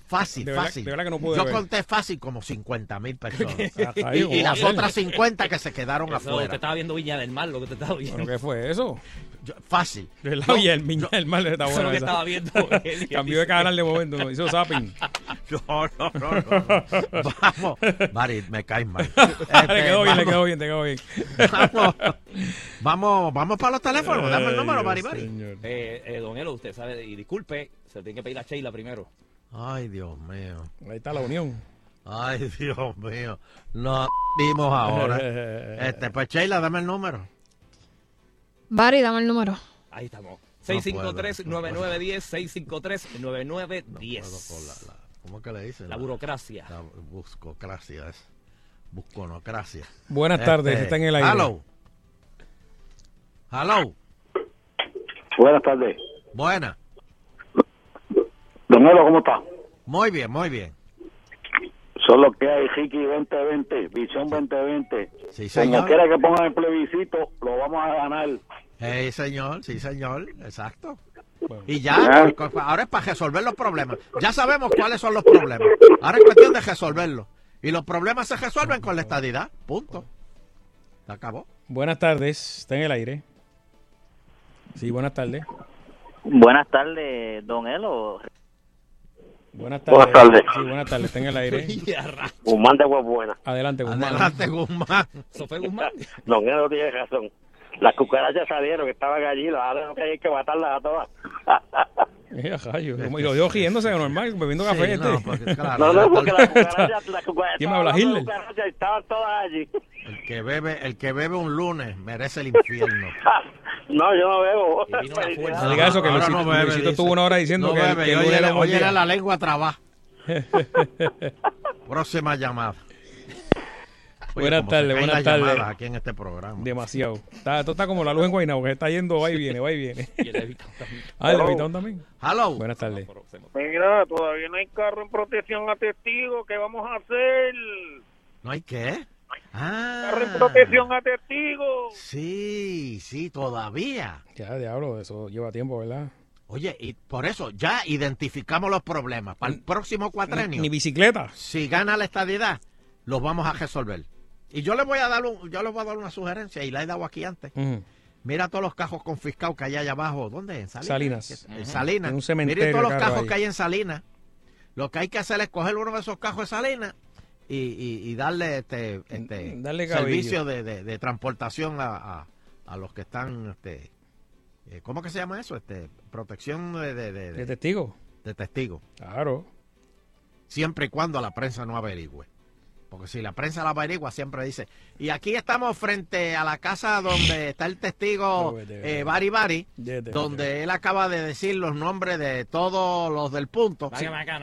Speaker 4: Fácil,
Speaker 3: De verdad-
Speaker 4: fácil.
Speaker 3: de verdad que no pude
Speaker 4: Yo
Speaker 3: ver.
Speaker 4: conté fácil como 50 mil (laughs) personas.
Speaker 3: (laughs) Hasta ahí,
Speaker 4: y, y las
Speaker 3: wow.
Speaker 4: otras 50 que se quedaron
Speaker 6: Eso,
Speaker 4: afuera.
Speaker 6: Usted estaba viendo Viña del Mar, lo que te estaba viendo.
Speaker 3: ¿Pero qué fue eso?
Speaker 4: Yo- fácil.
Speaker 3: Yo- y el miñal, el mal está
Speaker 6: Eso es
Speaker 3: bueno.
Speaker 6: lo que
Speaker 3: esa.
Speaker 6: estaba viendo.
Speaker 3: (laughs) Cambió de canal de momento, hizo zapping.
Speaker 4: (laughs) No, no, no, no, no. Vamos. Mari, me caes
Speaker 3: (laughs)
Speaker 4: mal.
Speaker 3: le
Speaker 4: Este,
Speaker 3: quedó bien,
Speaker 4: vamos.
Speaker 3: le quedó bien, te quedó bien.
Speaker 4: Vamos, vamos, vamos para los teléfonos. Dame el número,
Speaker 6: Ay,
Speaker 4: Mari
Speaker 6: Dios
Speaker 4: Mari.
Speaker 6: señor. Eh, eh, don Elo, usted sabe, y disculpe, se lo tiene que pedir a Sheila primero.
Speaker 4: Ay, Dios mío.
Speaker 3: Ahí está la unión.
Speaker 4: Ay, Dios mío. Nos vimos
Speaker 3: (laughs)
Speaker 4: ahora. Este, pues Sheila, dame el número.
Speaker 5: Bari, dame el número.
Speaker 6: Ahí estamos.
Speaker 4: puedo,
Speaker 6: 653-9910, 653-9910.
Speaker 4: ¿Cómo que le dice?
Speaker 6: La burocracia.
Speaker 4: La buscocracia es. Busconocracia. Este,
Speaker 3: Buenas tardes, está en el aire.
Speaker 4: Hello. Hello.
Speaker 17: Buenas tardes.
Speaker 4: Buena.
Speaker 17: Don Elo, ¿cómo está?
Speaker 4: Muy bien, muy bien.
Speaker 17: Solo que hay Ricky 2020, Visión 2020.
Speaker 4: Sí, señor.
Speaker 17: Como quiera que pongan el plebiscito, lo vamos a ganar.
Speaker 4: Sí, Eh, señor, sí, señor, exacto.
Speaker 17: Bueno.
Speaker 4: Y
Speaker 17: Ah.
Speaker 4: ya, co- co- ahora es para resolver los problemas. Ya sabemos cuáles son los problemas. Ahora es cuestión de resolverlos. Y los problemas se resuelven con la estadidad. Punto. Se acabó.
Speaker 3: Buenas tardes, está en el aire. Sí, buenas tardes.
Speaker 7: Buenas tardes, don Elo.
Speaker 3: Buenas tardes.
Speaker 17: Buenas tardes.
Speaker 3: Sí, buenas tardes, está en el aire.
Speaker 17: Guzmán de (laughs) Buena.
Speaker 3: Adelante, Guzmán.
Speaker 4: Adelante, Guzmán.
Speaker 17: (laughs)
Speaker 6: Sofía Guzmán.
Speaker 17: Don Elo tiene razón. Las cucarachas salieron, que estaban allí. Ahora lo que hay es que matarlas a todas.
Speaker 3: Eh, rayo, como yo, yo riéndose normal, bebiendo
Speaker 4: Sí,
Speaker 3: café. este.
Speaker 4: no, porque, claro,
Speaker 17: No, no, porque las
Speaker 4: (laughs)
Speaker 3: Está-
Speaker 17: cucarachas, las cucarachas,
Speaker 3: ¿Quién me habla,
Speaker 17: las
Speaker 3: Hitler?
Speaker 17: cucarachas estaban todas allí.
Speaker 4: El que bebe, el que bebe un lunes merece el infierno.
Speaker 17: No, yo no veo.
Speaker 3: (laughs)
Speaker 17: (laughs)
Speaker 3: No diga eso, que
Speaker 4: Ahora
Speaker 3: Luisito-
Speaker 4: no bebe,
Speaker 3: Luisito
Speaker 4: dice.
Speaker 3: estuvo una hora diciendo
Speaker 4: No
Speaker 3: que-
Speaker 4: bebe,
Speaker 3: que
Speaker 4: y
Speaker 3: el
Speaker 4: hoy
Speaker 3: lunes
Speaker 4: era-
Speaker 3: era un
Speaker 4: hoy
Speaker 3: día.
Speaker 4: era la lengua trabá.
Speaker 3: (laughs)
Speaker 4: Próxima llamada. Oye,
Speaker 3: Buenas
Speaker 4: como se
Speaker 3: tardes,
Speaker 4: caen
Speaker 3: buenas
Speaker 4: las
Speaker 3: tardes.
Speaker 4: llamadas Aquí en este programa.
Speaker 3: (laughs) Demasiado. Está, esto está como la luz en Guaynabo, que está yendo, va y viene, va y viene. Ah, el
Speaker 17: Hello.
Speaker 3: levitón también.
Speaker 4: Hello.
Speaker 3: Buenas tardes.
Speaker 17: Mira, todavía no hay carro en protección a testigos. ¿Qué vamos a hacer?
Speaker 4: ¿No hay qué?
Speaker 17: Carro en
Speaker 4: Ah,
Speaker 17: protección a testigos.
Speaker 4: sí, sí, todavía.
Speaker 3: Ya, diablo, eso lleva tiempo, ¿verdad?
Speaker 4: Oye, y por eso ya identificamos los problemas. Para el próximo cuatrenio,
Speaker 3: Ni bicicleta.
Speaker 4: si gana la estadidad, los vamos a resolver. Y yo les voy a dar un- yo les voy a dar una sugerencia y la he dado aquí antes.
Speaker 3: Ujú.
Speaker 4: Mira todos los cajos confiscados que hay allá abajo. ¿Dónde? En Salinas.
Speaker 3: Salinas.
Speaker 4: En
Speaker 3: Ujú.
Speaker 4: Salinas.
Speaker 3: En un cementerio
Speaker 4: Miren todos
Speaker 3: de
Speaker 4: los
Speaker 3: carros
Speaker 4: cajos
Speaker 3: ahí.
Speaker 4: que hay en Salinas. Lo que hay que hacer es coger uno de esos cajos de Salinas y, y- y darle este, este
Speaker 3: Darle cabillo.
Speaker 4: servicio de, de- de transportación a, a- a los que están... Este, eh, ¿Cómo que se llama eso? Este, protección de, de, de- de-
Speaker 3: De testigo.
Speaker 4: de testigo.
Speaker 3: Claro.
Speaker 4: siempre y cuando la prensa no averigüe. Porque si la prensa la averigua, siempre dice, y aquí estamos frente a la casa
Speaker 3: (laughs)
Speaker 4: donde está el testigo eh, Bari Bari, donde él acaba de decir los nombres de todos los del punto.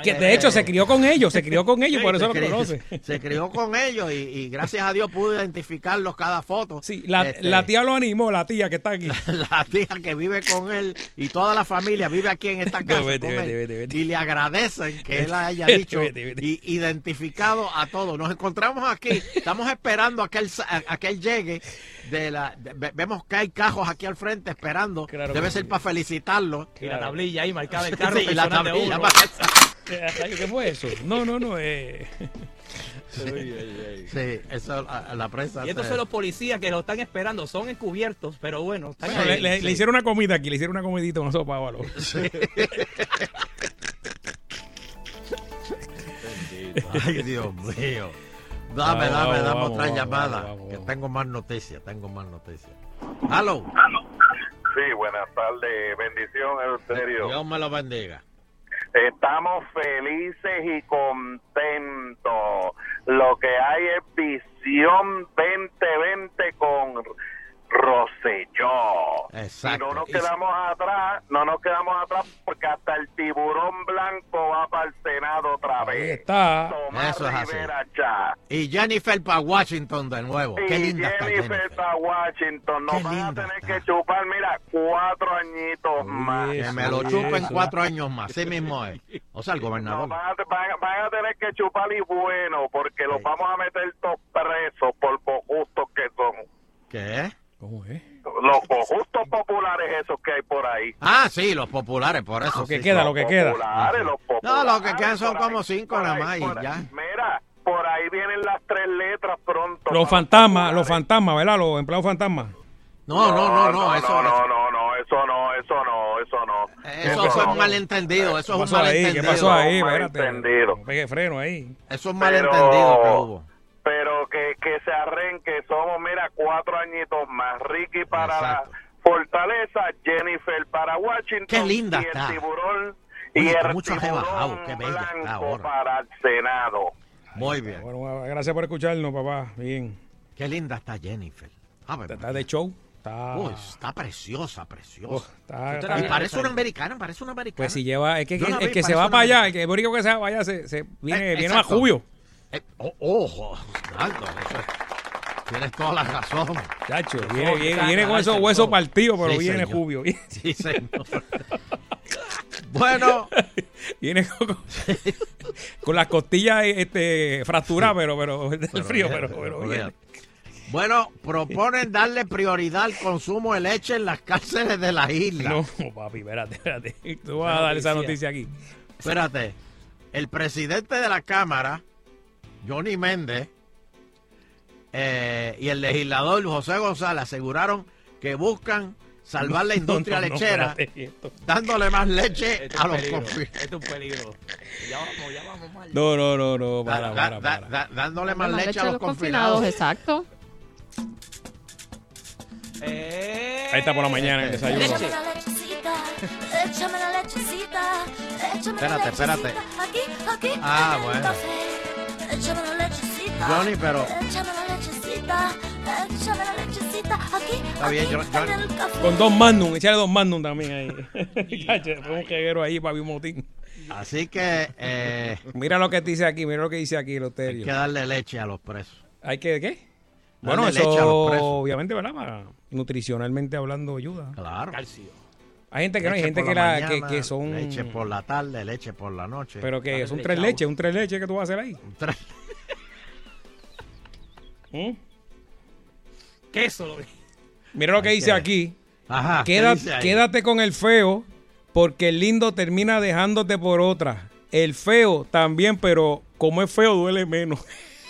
Speaker 3: Que de hecho se crió con ellos, se crió con ellos, por eso
Speaker 4: se
Speaker 3: lo
Speaker 4: crió-
Speaker 3: conoce.
Speaker 4: (laughs) Se crió con ellos y, y gracias a Dios pude identificarlos cada foto. Sí,
Speaker 3: La, la tía lo animó, la tía que está aquí.
Speaker 4: (laughs) la tía que vive con él y toda la familia vive aquí en
Speaker 3: (laughs)
Speaker 4: esta casa.
Speaker 3: Vete,
Speaker 4: con
Speaker 3: vete,
Speaker 4: él.
Speaker 3: vete, vete.
Speaker 4: Y le agradecen que él haya
Speaker 3: Vete,
Speaker 4: dicho
Speaker 3: vete, vete.
Speaker 4: y identificado a todos. Nos encontramos aquí, estamos esperando a que él, sa- a que él llegue. De la, de- ve- vemos que hay cajos aquí al frente esperando. Debe
Speaker 6: que
Speaker 4: ser para felicitarlo.
Speaker 6: Y la tablilla ahí marcada el carro
Speaker 4: Sí, y la
Speaker 6: personal de
Speaker 4: tablilla
Speaker 6: uno.
Speaker 4: marcada.
Speaker 3: ¿Qué fue eso? No, no, no. eh.
Speaker 4: Sí, eso a- a la prensa.
Speaker 6: Y estos
Speaker 4: se-
Speaker 6: son los policías que lo están esperando, son encubiertos, pero bueno, están
Speaker 3: Bueno, le, le- le hicieron una comida aquí, le hicieron una comidita, una sopa o algo. (laughs)
Speaker 4: (laughs) Ay, Dios mío. Dame, dame,
Speaker 6: Vamos, vamos,
Speaker 4: dame
Speaker 6: vamos,
Speaker 4: otra
Speaker 6: vamos,
Speaker 4: llamada.
Speaker 6: vamos, vamos,
Speaker 4: que tengo más noticias, tengo más noticias. Halo.
Speaker 10: Sí, buenas tardes. Bendición, Euterio.
Speaker 4: Dios me lo bendiga.
Speaker 10: Estamos felices y contentos. Lo que hay es visión 2020 con Rosselló.
Speaker 4: Exacto.
Speaker 10: Y no nos quedamos atrás, no nos quedamos atrás porque hasta el tiburón blanco va para el Senado otra vez.
Speaker 3: está.
Speaker 10: Tomás
Speaker 4: Eso es así.
Speaker 10: Rivera Chá.
Speaker 4: Y Jennifer para Washington de nuevo.
Speaker 10: Y
Speaker 4: Qué linda está Jennifer.
Speaker 10: Jennifer para Washington. Nos van a tener que chupar, mira, cuatro añitos más.
Speaker 4: Que me lo chupen cuatro años más. Así mismo es. O sea, el gobernador.
Speaker 10: Van a, van a- van a tener que chupar y bueno, porque los vamos a meter todos presos por cojustos que son.
Speaker 4: ¿Qué?
Speaker 10: Los cojustos populares esos que hay por ahí.
Speaker 4: Ah, sí, los populares, por eso.
Speaker 10: Lo que
Speaker 4: sí,
Speaker 10: queda,
Speaker 4: son.
Speaker 10: lo que queda. Populares, los
Speaker 4: No, lo que
Speaker 10: populares,
Speaker 4: quedan son
Speaker 10: por ahí,
Speaker 4: como cinco nada más y ya.
Speaker 10: Mira, por ahí vienen las tres letras pronto.
Speaker 3: Los fantasmas, los fantasmas, ¿verdad? Los empleados fantasmas.
Speaker 4: No, no, no, no, eso
Speaker 10: no, no, no, no, eso no, eso no, eso no.
Speaker 4: Eso fue un malentendido, eso
Speaker 3: ¿Qué
Speaker 4: es un malentendido.
Speaker 3: pasó ahí? ¿Qué pasó ahí?
Speaker 10: Un
Speaker 3: Espérate.
Speaker 10: malentendido.
Speaker 3: No Pegue freno ahí.
Speaker 4: Eso es un
Speaker 10: Pero-
Speaker 4: malentendido que hubo.
Speaker 10: Pero que, que se arrenque, somos, mira, cuatro añitos más. Ricky para la Fortaleza, Jennifer para Washington.
Speaker 4: Qué linda
Speaker 10: y el
Speaker 4: está.
Speaker 10: tiburón, y
Speaker 4: Oye, está
Speaker 10: el
Speaker 4: mucho
Speaker 10: tiburón
Speaker 4: rebajado, qué bella está ahora.
Speaker 10: para el Senado.
Speaker 4: Muy bien.
Speaker 3: Bueno, gracias por escucharnos, papá. Bien.
Speaker 4: Qué linda está Jennifer. Está,
Speaker 3: está de show. Está,
Speaker 4: Uy, está preciosa, preciosa.
Speaker 3: Oh, está-
Speaker 4: y
Speaker 3: está-
Speaker 4: parece
Speaker 3: está-
Speaker 4: una americana, parece una americana.
Speaker 3: Pues si lleva, es que,
Speaker 4: Yo la
Speaker 3: el
Speaker 4: vi,
Speaker 3: que
Speaker 4: parece
Speaker 3: se va
Speaker 4: una
Speaker 3: para allá, el que el boricua que se va para allá, se, se viene,
Speaker 4: Eh,
Speaker 3: viene más
Speaker 4: exacto.
Speaker 3: jubio.
Speaker 4: Eh, o- ojo, Aldo, eso es- tienes toda la razón.
Speaker 3: Chacho, Viene, viene- viene con esos huesos partidos, pero viene jubio.
Speaker 4: (laughs) Sí, Bueno.
Speaker 3: (laughs) viene con, con- con las costillas este, fracturadas, pero, pero, del frío,
Speaker 4: bien,
Speaker 3: pero,
Speaker 4: pero
Speaker 3: pero
Speaker 4: bien.
Speaker 3: bien.
Speaker 4: Bueno, proponen darle prioridad al consumo de leche en las cárceles de la isla.
Speaker 3: No, papi, espérate, espérate. Tú vas a dar esa noticia aquí.
Speaker 4: Espérate. El presidente de la Cámara, Johnny Méndez, eh, y el legislador José González aseguraron que buscan salvar
Speaker 3: (laughs)
Speaker 4: la industria
Speaker 6: No, no, no,
Speaker 4: lechera
Speaker 6: espérate, esto-
Speaker 4: dándole más leche
Speaker 6: Esto es
Speaker 4: a los
Speaker 6: peligro,
Speaker 4: confi-
Speaker 6: Esto es un peligro. Ya vamos, ya vamos mal.
Speaker 3: No, no, no, no,
Speaker 4: Da-
Speaker 3: para,
Speaker 4: da-
Speaker 3: para,
Speaker 4: da-
Speaker 3: para.
Speaker 4: da- dándole más
Speaker 5: Más
Speaker 4: leche, a los confinados.
Speaker 5: confinados, exacto.
Speaker 3: Ahí está por la mañana el desayuno.
Speaker 2: Échame la lechecita, échame la lechecita, échame la
Speaker 4: Espérate,
Speaker 2: lechecita.
Speaker 4: espérate.
Speaker 2: Aquí, aquí,
Speaker 4: Ah,
Speaker 2: en el
Speaker 4: bueno.
Speaker 2: café. Échame la lechecita.
Speaker 4: Johnny, pero-
Speaker 2: Échame la lechecita, échame la lechecita. Aquí,
Speaker 3: Está bien,
Speaker 2: aquí,
Speaker 3: Johnny, Johnny.
Speaker 2: en el café.
Speaker 3: Con dos mandum, echarle dos mandum también ahí. (laughs) Chacho, fue un jeguero ahí, papi, un motín.
Speaker 4: Así que eh,
Speaker 3: Mira lo que dice aquí, mira lo que dice aquí, Loterio.
Speaker 4: hay que darle leche a los presos.
Speaker 3: ¿Hay que qué?
Speaker 4: Darle
Speaker 3: Bueno,
Speaker 4: leche a los presos.
Speaker 3: eso obviamente, ¿verdad? Para- nutricionalmente hablando, ayuda.
Speaker 4: Claro.
Speaker 3: Hay gente que no, hay
Speaker 4: Leche
Speaker 3: gente
Speaker 4: por
Speaker 3: que,
Speaker 4: la
Speaker 3: la- que,
Speaker 4: mañana,
Speaker 3: que son...
Speaker 4: Leche por la tarde, leche por la noche.
Speaker 3: Pero que son tres leches, un tres leches que tú vas a hacer ahí. ¿Mm?
Speaker 6: Queso. lo- (laughs)
Speaker 3: Mira lo que
Speaker 6: Ay,
Speaker 3: dice
Speaker 6: qué-
Speaker 3: aquí.
Speaker 4: Ajá, ¿qué
Speaker 3: Queda-
Speaker 4: dice ahí?
Speaker 3: quédate con el feo, porque el lindo termina dejándote por otra. El feo también, pero como es feo, duele menos. (laughs)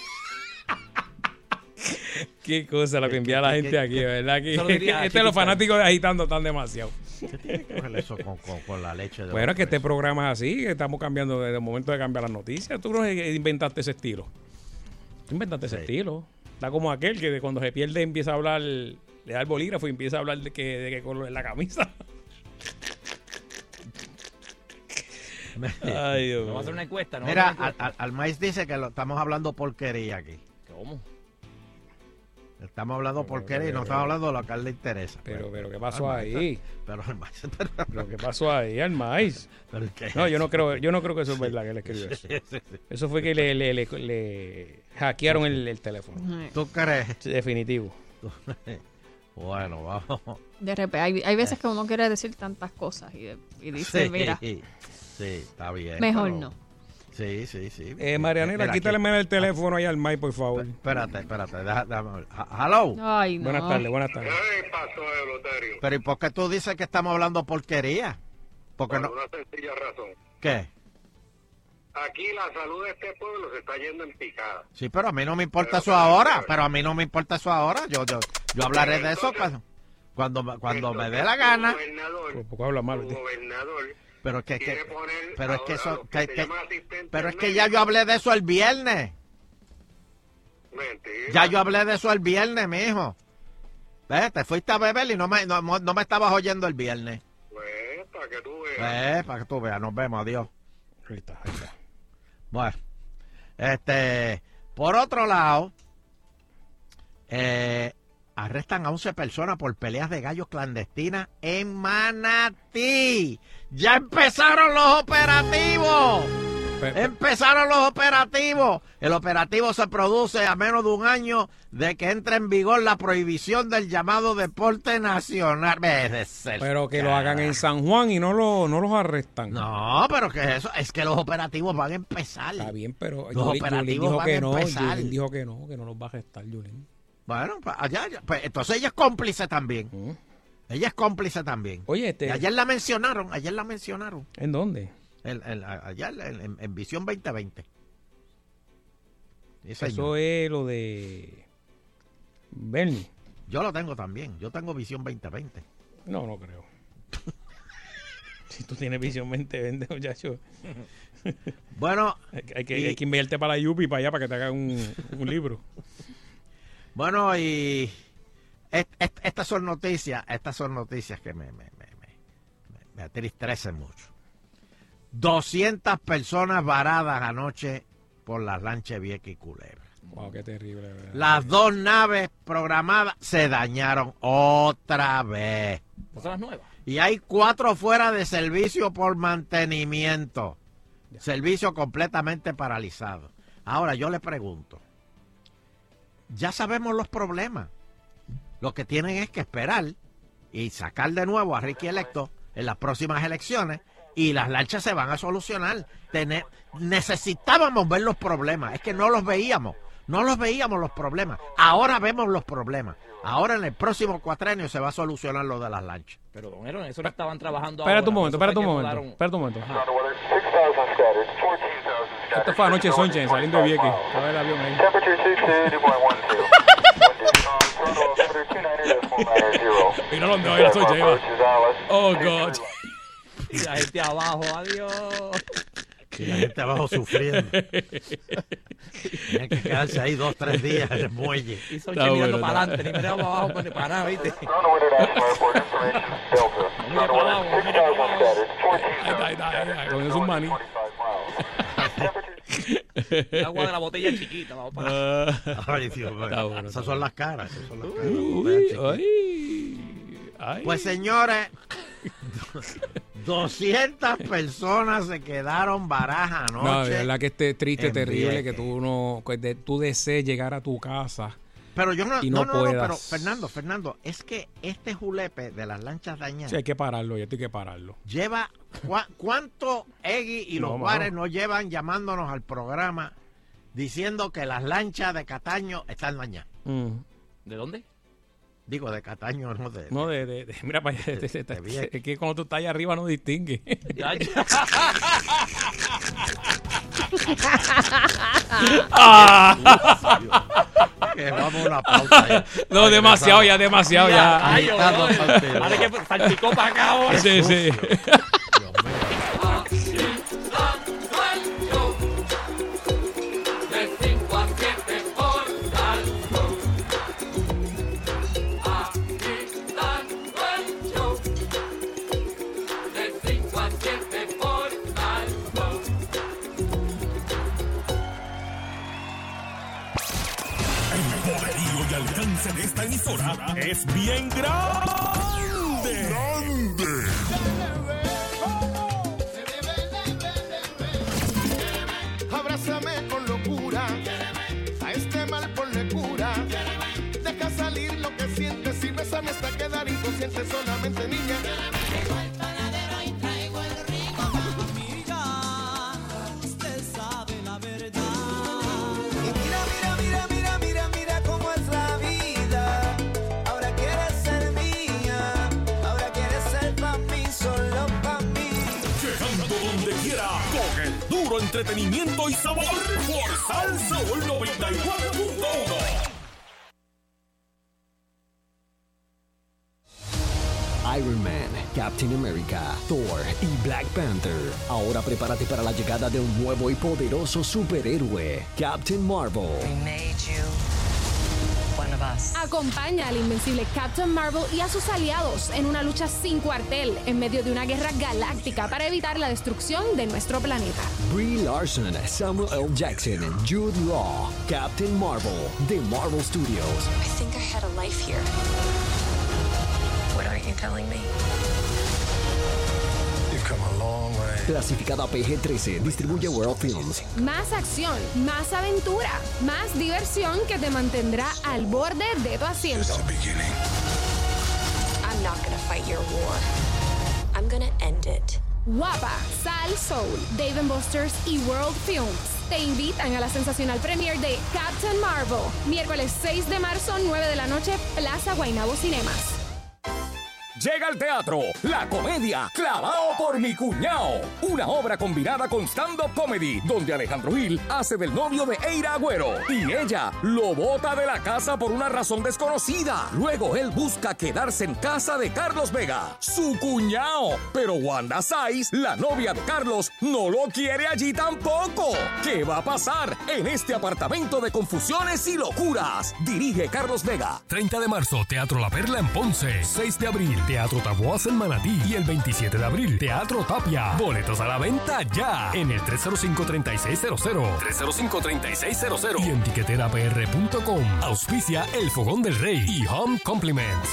Speaker 3: Qué cosa lo que envía la gente aquí, ¿verdad? Que-
Speaker 6: Solo diría,
Speaker 3: (laughs) este es los
Speaker 6: chiquita.
Speaker 3: fanáticos de agitando tan demasiado.
Speaker 4: Cógele eso con, con- con la leche de
Speaker 3: Bueno,
Speaker 4: los
Speaker 3: que este programa es así, que estamos cambiando desde el momento de cambiar las noticias. Tú no inventaste ese estilo. Tú inventaste ese estilo. Está como aquel que de cuando se pierde empieza a hablar, le da el bolígrafo y empieza a hablar de que, de que color es la camisa.
Speaker 4: presos.
Speaker 2: Ay, Dios Vamos a hacer una encuesta, ¿no?
Speaker 4: Mira,
Speaker 2: Vamos a hacer una
Speaker 4: al, al maíz dice que lo, estamos hablando porquería aquí.
Speaker 2: ¿Cómo?
Speaker 4: Estamos hablando porquería y no estamos hablando de lo que a él le interesa.
Speaker 3: Pero, pero, ¿qué (laughs) pasó
Speaker 4: al maíz,
Speaker 3: ahí?
Speaker 4: Pero el maíz
Speaker 3: Pero ¿qué pasó ahí al maíz?
Speaker 4: (laughs) Pero, ¿qué es
Speaker 3: No, yo no
Speaker 4: eso?
Speaker 3: creo, yo no creo que eso es verdad que él escribió eso. Eso fue que le, le, le, le hackearon el, el teléfono.
Speaker 4: ¿Tú crees?
Speaker 2: (laughs)
Speaker 3: Sí, Definitivo.
Speaker 4: (laughs) Bueno, vamos.
Speaker 5: De repente, hay, hay veces que uno quiere decir tantas cosas y, de- y dice, mira,
Speaker 4: Sí, está bien.
Speaker 5: mejor
Speaker 4: pero-
Speaker 5: no.
Speaker 4: Sí, sí, sí.
Speaker 3: Eh, Marianela,
Speaker 4: Mira, aquí-
Speaker 3: quítale el teléfono ahí al Mike, por favor.
Speaker 4: Espérate, espérate. deja- déjame ver. Ha- Hello.
Speaker 5: Ay, no.
Speaker 3: Buenas tardes, buenas tardes.
Speaker 4: Pero ¿y por qué tú dices que estamos hablando porquería? Porque
Speaker 18: Por
Speaker 4: no.
Speaker 18: una sencilla razón.
Speaker 4: ¿Qué?
Speaker 18: Aquí la salud de este pueblo se está yendo en picada.
Speaker 4: Sí, pero a mí no me importa eso ahora. Pero a mí no me importa eso ahora. Yo, yo, yo hablaré de eso cuando, cuando, me- cuando me dé la gana.
Speaker 3: Por poco habla mal. ¿viste?
Speaker 4: Pero es que, que- pero es que eso, que- que- pero es que ya yo hablé de eso el viernes. Ya yo hablé de eso el viernes, mijo. Ve, te fuiste a beber y no me, no, no me estabas oyendo el viernes. Pues, para que tú veas, nos vemos, adiós.
Speaker 3: Ahí está, ahí está.
Speaker 4: Bueno, este, por otro lado, eh, arrestan a 11 personas por peleas de gallos clandestinas en Manatí. Ya empezaron los operativos. Empezaron los operativos. El operativo se produce a menos de un año de que entre en vigor la prohibición del llamado deporte nacional. Ve, de ser-
Speaker 3: Pero que lo hagan en San Juan y no, lo, no los arrestan.
Speaker 4: No, pero que eso es que los operativos van a empezar.
Speaker 3: Está bien, pero
Speaker 4: Los
Speaker 3: Yulín-
Speaker 4: operativos
Speaker 3: Yulín dijo
Speaker 4: van
Speaker 3: que
Speaker 4: a
Speaker 3: no.
Speaker 4: empezar.
Speaker 3: Yulín dijo que no, que no los va a arrestar, Yulín.
Speaker 4: Bueno, pues, allá, allá, pues, entonces ella es cómplice también. Ella es cómplice también.
Speaker 3: Mm. Oye,
Speaker 4: Y
Speaker 3: este,
Speaker 4: ayer la mencionaron, ayer la mencionaron.
Speaker 3: ¿en dónde?
Speaker 4: El- el- a- allá en, en- en Visión 2020. Sí,
Speaker 3: Eso
Speaker 4: señor.
Speaker 3: es lo de Bernie.
Speaker 4: Yo lo tengo también. Yo tengo Visión 2020.
Speaker 3: No, no creo. (laughs) si tú tienes visión 20, vende, muchacho.
Speaker 4: Bueno,
Speaker 3: hay, que- hay que,
Speaker 4: y-
Speaker 3: hay que invertirte para la Yupi para allá para que te hagan un, un libro.
Speaker 4: Bueno, y est- est- estas son noticias, estas son noticias que me, me, me, me, me- me entristecen mucho. 200 personas varadas anoche por las lanchas Vieques y Culebra.
Speaker 3: Wow, qué terrible. de verdad.
Speaker 4: Las dos naves programadas se dañaron otra vez.
Speaker 2: ¿No son las nuevas?
Speaker 4: Y hay cuatro fuera de servicio por mantenimiento. Servicio completamente paralizado. Ahora yo le pregunto, ya sabemos los problemas. Lo que tienen es que esperar y sacar de nuevo a Ricky Electo en las próximas elecciones y las lanchas se van a solucionar. Tene- necesitábamos ver los problemas, es que no los veíamos. No los veíamos los problemas. Ahora vemos los problemas. Ahora en el próximo cuatrenio se va a solucionar lo de las lanchas.
Speaker 2: Pero, don Elon, eso lo estaban trabajando
Speaker 3: Espérate un
Speaker 2: ahora,
Speaker 3: momento,
Speaker 2: por
Speaker 3: espérate
Speaker 2: eso
Speaker 3: un
Speaker 2: fue que
Speaker 3: momento.
Speaker 2: mudaron-
Speaker 3: Espérate un momento. ajá. Esto fue anoche en Sunshine, saliendo de Vieques. A ver el avión ahí. Mira dónde va el Sunshine. ahí va. Oh, God.
Speaker 2: Y la gente abajo, adiós.
Speaker 4: Y la gente abajo sufriendo. Tienen que quedarse ahí dos, tres días en el muelle.
Speaker 2: Y son que mirando para adelante, ni mirando para abajo, pues, ni para nada, ¿viste? No mire para abajo, no mire para abajo.
Speaker 3: Con eso es un maní.
Speaker 2: El agua de la botella
Speaker 4: (laughs)
Speaker 2: es chiquita, vamos para
Speaker 4: Ay, Dios mío.
Speaker 3: Está bueno,
Speaker 4: Esas son las caras. esas son las caras.
Speaker 3: Uy, ay, ay.
Speaker 4: Pues señores, 200 personas se quedaron barajas
Speaker 3: No, de
Speaker 4: anoche.
Speaker 3: verdad que este triste,
Speaker 4: en
Speaker 3: terrible, que
Speaker 4: Vieques.
Speaker 3: tú no, que de- tú desees llegar a tu casa.
Speaker 4: pero yo no,
Speaker 3: y
Speaker 4: no,
Speaker 3: no
Speaker 4: no, no, pero
Speaker 3: puedas.
Speaker 4: Fernando, Fernando, es que este julepe de las lanchas dañadas
Speaker 3: Sí, hay que pararlo, yo tengo que pararlo.
Speaker 4: lleva cua- cuánto Eggy y los
Speaker 3: No,
Speaker 4: bares
Speaker 3: mano.
Speaker 4: nos llevan llamándonos al programa diciendo que las lanchas de Cataño están dañadas.
Speaker 2: Mm. ¿De dónde?
Speaker 4: Digo, de Cataño, no de...
Speaker 3: No, de, de- de- mira para allá. (laughs) de- de- de- es que cuando tú estás allá arriba no distingue.
Speaker 2: É,
Speaker 4: Que vamos a una pausa ya.
Speaker 3: No, demasiado ya, demasiado ya.
Speaker 2: Ay,
Speaker 4: Agitando
Speaker 2: ay,
Speaker 4: partido.
Speaker 2: Ahora que salpicó para acá ahora.
Speaker 3: Sí, sí.
Speaker 2: assim,
Speaker 19: De 5 a 7 por Salsón. Agitando el show. De 5 a 7 por Salsón.
Speaker 9: es bien grande. ¡Grande!
Speaker 2: Abrázame con locura. A este mal ponle cura. Deja salir lo que sientes y bésame hasta quedar inconsciente solamente, niña.
Speaker 20: Usted sabe la verdad.
Speaker 2: Mira, mira, mira, mira, mira cómo es la vida. Ahora quieres ser mía, ahora quieres ser para mí, solo para mí.
Speaker 9: Llegando donde quiera con el duro entretenimiento y sabor por Salsa 94.1.
Speaker 21: Iron Man, Captain America, Thor y Black Panther. Ahora prepárate para la llegada de un nuevo y poderoso superhéroe, Captain Marvel.
Speaker 22: Acompaña al invencible Captain Marvel y a sus aliados en una lucha sin cuartel en medio de una guerra galáctica para evitar la destrucción de nuestro planeta.
Speaker 21: Brie Larson, Samuel L. Jackson, Jude Law, Captain Marvel, de Marvel Studios.
Speaker 22: I think I had a life here.
Speaker 21: What are you telling me? Clasificada PG-13, distribuye World Films.
Speaker 22: Más acción, más aventura, más diversión que te mantendrá al borde de tu asiento.
Speaker 23: I'm not gonna fight your war. I'm gonna end it.
Speaker 22: Guapa, Sal Soul, Dave and Buster's y World Films te invitan a la sensacional premiere de Captain Marvel, miércoles 6 de marzo, 9 de la noche, Plaza Guaynabo Cinemas.
Speaker 11: Llega al teatro la comedia Clavado por mi cuñado. Una obra combinada con stand-up comedy, donde Alejandro Gil hace del novio de Eira Agüero y ella lo bota de la casa por una razón desconocida. Luego él busca quedarse en casa de Carlos Vega, Ah, su cuñado. Pero Wanda Saiz, la novia de Carlos, no lo quiere allí tampoco. ¿Qué va a pasar en este apartamento de confusiones y locuras? Dirige Carlos Vega.
Speaker 24: 30 de marzo, Teatro La Perla en Ponce. 6 de abril, Teatro Taboas en Manatí. Y el 27 de abril, Teatro Tapia. Boletos a la venta ya en el 305-3600. 305-3600. Y en tiqueterapr.com. Auspicia El Fogón del Rey y Home Compliments.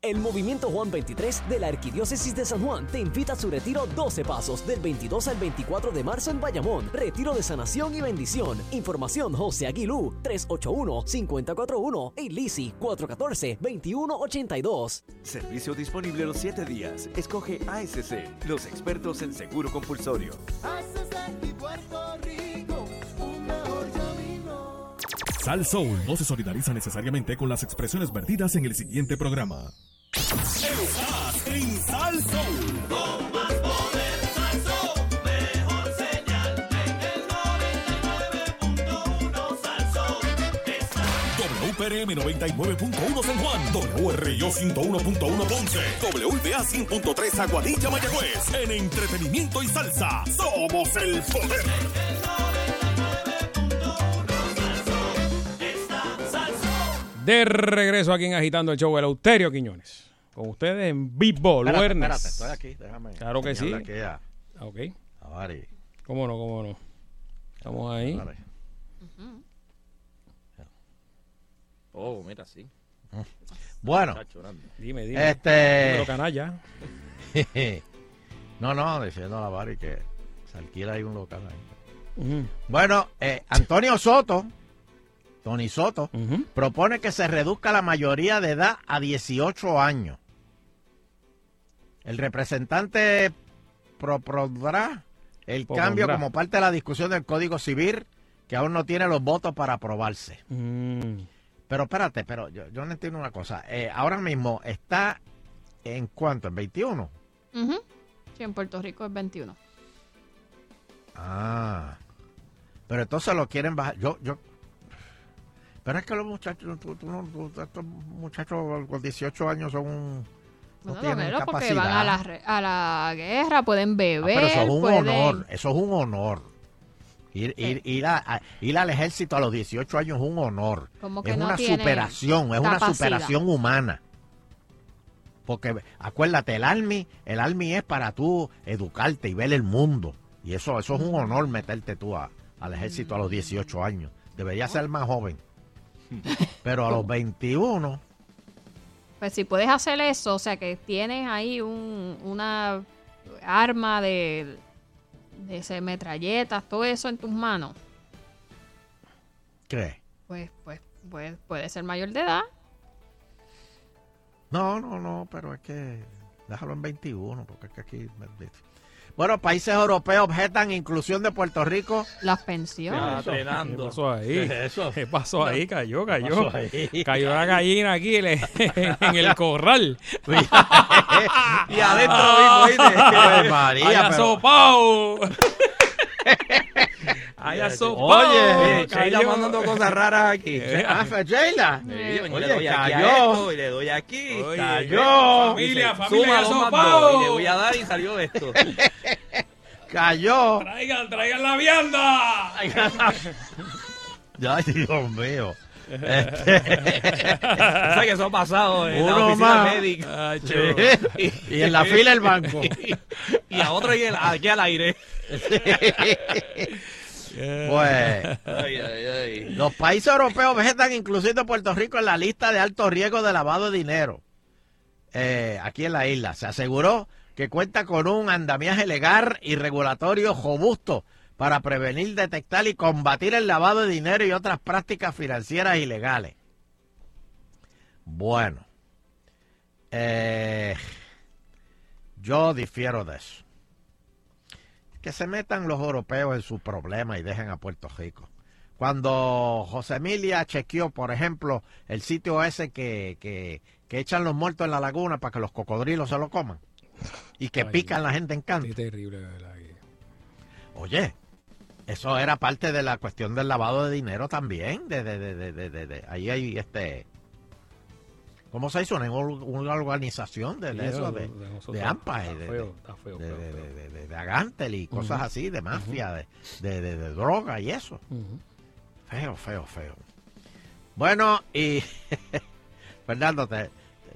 Speaker 6: El Movimiento Juan 23 de la Arquidiócesis de San Juan te invita a su retiro 12 pasos del 22 al 24 de marzo en Bayamón. Retiro de sanación y bendición. Información José Aguilú 381-5041 y Lisi 414-2182.
Speaker 25: Servicio disponible los 7 días. Escoge ASC, los expertos en seguro compulsorio.
Speaker 20: Haces Puerto Rico un mejor camino.
Speaker 9: Sal Soul no se solidariza necesariamente con las expresiones vertidas en el siguiente programa.
Speaker 20: Estás en Sal Soul. Con más poder, Sal Soul. Mejor señal en el 99.1 Sal Soul. Está
Speaker 9: WPRM 99.1 San Juan, WRIO 101.1 Ponce, WPA 100.3 Aguadilla Mayagüez. En entretenimiento y salsa, somos el poder.
Speaker 3: De regreso aquí en Agitando el Show, el Auterio Quiñones. Con ustedes en Vivo,
Speaker 4: Espérate,
Speaker 3: Luernes.
Speaker 4: espérate, estoy aquí, déjame
Speaker 3: Claro que sí.
Speaker 4: señalarle aquí a-
Speaker 3: Ah, Ok.
Speaker 4: a Mari.
Speaker 3: ¿Cómo no, cómo no? Estamos ahí.
Speaker 4: Dale.
Speaker 26: Oh, mira, sí.
Speaker 4: (laughs) Bueno.
Speaker 26: Está chorando.
Speaker 3: Dime, dime.
Speaker 4: Este.
Speaker 3: Pero canalla.
Speaker 4: (laughs) no, no, diciendo a la Bari que se alquila ahí un local ahí.
Speaker 3: Ujú.
Speaker 4: Bueno, eh, Antonio Soto, Tony Soto, propone que se reduzca la mayoría de edad a 18 años. El representante propondrá el
Speaker 3: Propondrá.
Speaker 4: cambio como parte de la discusión del Código Civil, que aún no tiene los votos para aprobarse. Pero espérate, pero yo, yo no entiendo una cosa. Eh, ahora mismo está en cuánto, en 21.
Speaker 5: Ujú. Sí, en Puerto Rico es 21.
Speaker 4: Ah. Pero entonces lo quieren bajar. Yo, yo. Pero es que los muchachos, tú- tú no- tú- estos muchachos con 18 años son un. No
Speaker 5: Bueno,
Speaker 4: tienen
Speaker 5: pero porque
Speaker 4: capacidad.
Speaker 5: van a la, re- a la guerra, pueden
Speaker 4: Ah,
Speaker 5: beber.
Speaker 4: pero eso es un
Speaker 5: pueden-
Speaker 4: honor. Eso es un honor. Ir, ir, ir, a- a- ir al ejército a los 18 años es un honor.
Speaker 5: Como que
Speaker 4: Es
Speaker 5: no
Speaker 4: una
Speaker 5: tiene
Speaker 4: superación, es una
Speaker 5: capacidad.
Speaker 4: superación humana. Porque acuérdate, el Army, el Army es para tú educarte y ver el mundo. Y eso, eso es un honor meterte tú a- al ejército a los
Speaker 5: (laughs)
Speaker 4: 18 años. Debería ser más joven. Pero a los 21,
Speaker 5: Pues si puedes hacer eso, o sea que tienes ahí un, una arma de, de ese, metralletas, todo eso en tus manos,
Speaker 4: ¿Qué?
Speaker 5: pues, pues, pues puede ser mayor de edad.
Speaker 4: No, no, no, pero es que déjalo en 21, porque es que aquí... bendito. Bueno, países europeos objetan inclusión de Puerto Rico.
Speaker 5: Las pensiones.
Speaker 3: Ah,
Speaker 5: Eso.
Speaker 3: ¿Qué pasó ahí?
Speaker 27: ¿Qué es eso?
Speaker 3: ¿Qué pasó ahí? Cayó, cayó.
Speaker 27: pasó ahí?
Speaker 3: Cayó la gallina aquí
Speaker 4: (laughs)
Speaker 3: en el- en el corral.
Speaker 27: y
Speaker 3: (laughs)
Speaker 27: adentro
Speaker 2: Pues,
Speaker 27: mismo, ¿oíste?
Speaker 4: Ah. (laughs) Ay, Pues, María,
Speaker 3: Allá
Speaker 4: pero- (laughs)
Speaker 3: sopao. Allá sopao.
Speaker 4: Oye,
Speaker 3: cayó.
Speaker 6: Sheila mandando cosas raras aquí.
Speaker 3: Eh,
Speaker 4: Ah, fue Sheila.
Speaker 6: Sí, yo le
Speaker 4: Oye,
Speaker 6: doy aquí a
Speaker 4: cayó.
Speaker 6: esto, y le doy aquí,
Speaker 3: Oye,
Speaker 6: cayó.
Speaker 3: familia,
Speaker 6: Dice,
Speaker 3: familia,
Speaker 6: suma dos más
Speaker 3: sopao.
Speaker 6: dos, y le voy a dar y salió esto.
Speaker 4: (laughs) Cayó.
Speaker 3: Traigan, traigan la vianda.
Speaker 4: Ay, Dios mío. Este,
Speaker 6: O sea que eso ha pasado en
Speaker 4: Uno
Speaker 6: la oficina
Speaker 4: más. Ah,
Speaker 6: médica.
Speaker 3: Ay,
Speaker 4: Sí. Y en la fila del banco.
Speaker 6: Y a otro y el- aquí al aire.
Speaker 4: (laughs)
Speaker 6: (laughs)
Speaker 4: Pues,
Speaker 6: Ay, ay, ay.
Speaker 4: los países europeos vegetan incluyendo Puerto Rico en la lista de alto riesgo de lavado de dinero. Eh, aquí en la isla. Se aseguró que cuenta con un andamiaje legal y regulatorio robusto para prevenir, detectar y combatir el lavado de dinero y otras prácticas financieras ilegales. Bueno, eh, yo difiero de eso. Que se metan los europeos en su problema y dejen a Puerto Rico. Cuando José Emilia chequeó, por ejemplo, el sitio ese que, que, que echan los muertos en la laguna para que los cocodrilos se lo coman y que
Speaker 3: Ay,
Speaker 4: pican la gente en canto.
Speaker 3: Qué terrible, de verdad. que-
Speaker 4: Oye, eso era parte de la cuestión del lavado de dinero también. De, de, de, de, de, de- de- Ahí hay este. ¿Cómo se hizo? Una, or- una organización de, de
Speaker 3: Sí,
Speaker 4: eso,
Speaker 3: de-
Speaker 4: de,
Speaker 3: de nosotros.
Speaker 4: de AMPA, y
Speaker 3: Está
Speaker 4: de,
Speaker 3: feo, está feo,
Speaker 4: de-
Speaker 3: feo,
Speaker 4: de- de-
Speaker 3: feo.
Speaker 4: de- de- de Agantel y cosas
Speaker 3: Ujú.
Speaker 4: así, de mafia, de, de, de- de droga y eso.
Speaker 3: Ujú.
Speaker 4: Feo, feo, feo. Bueno, y. (laughs) Fernando, te,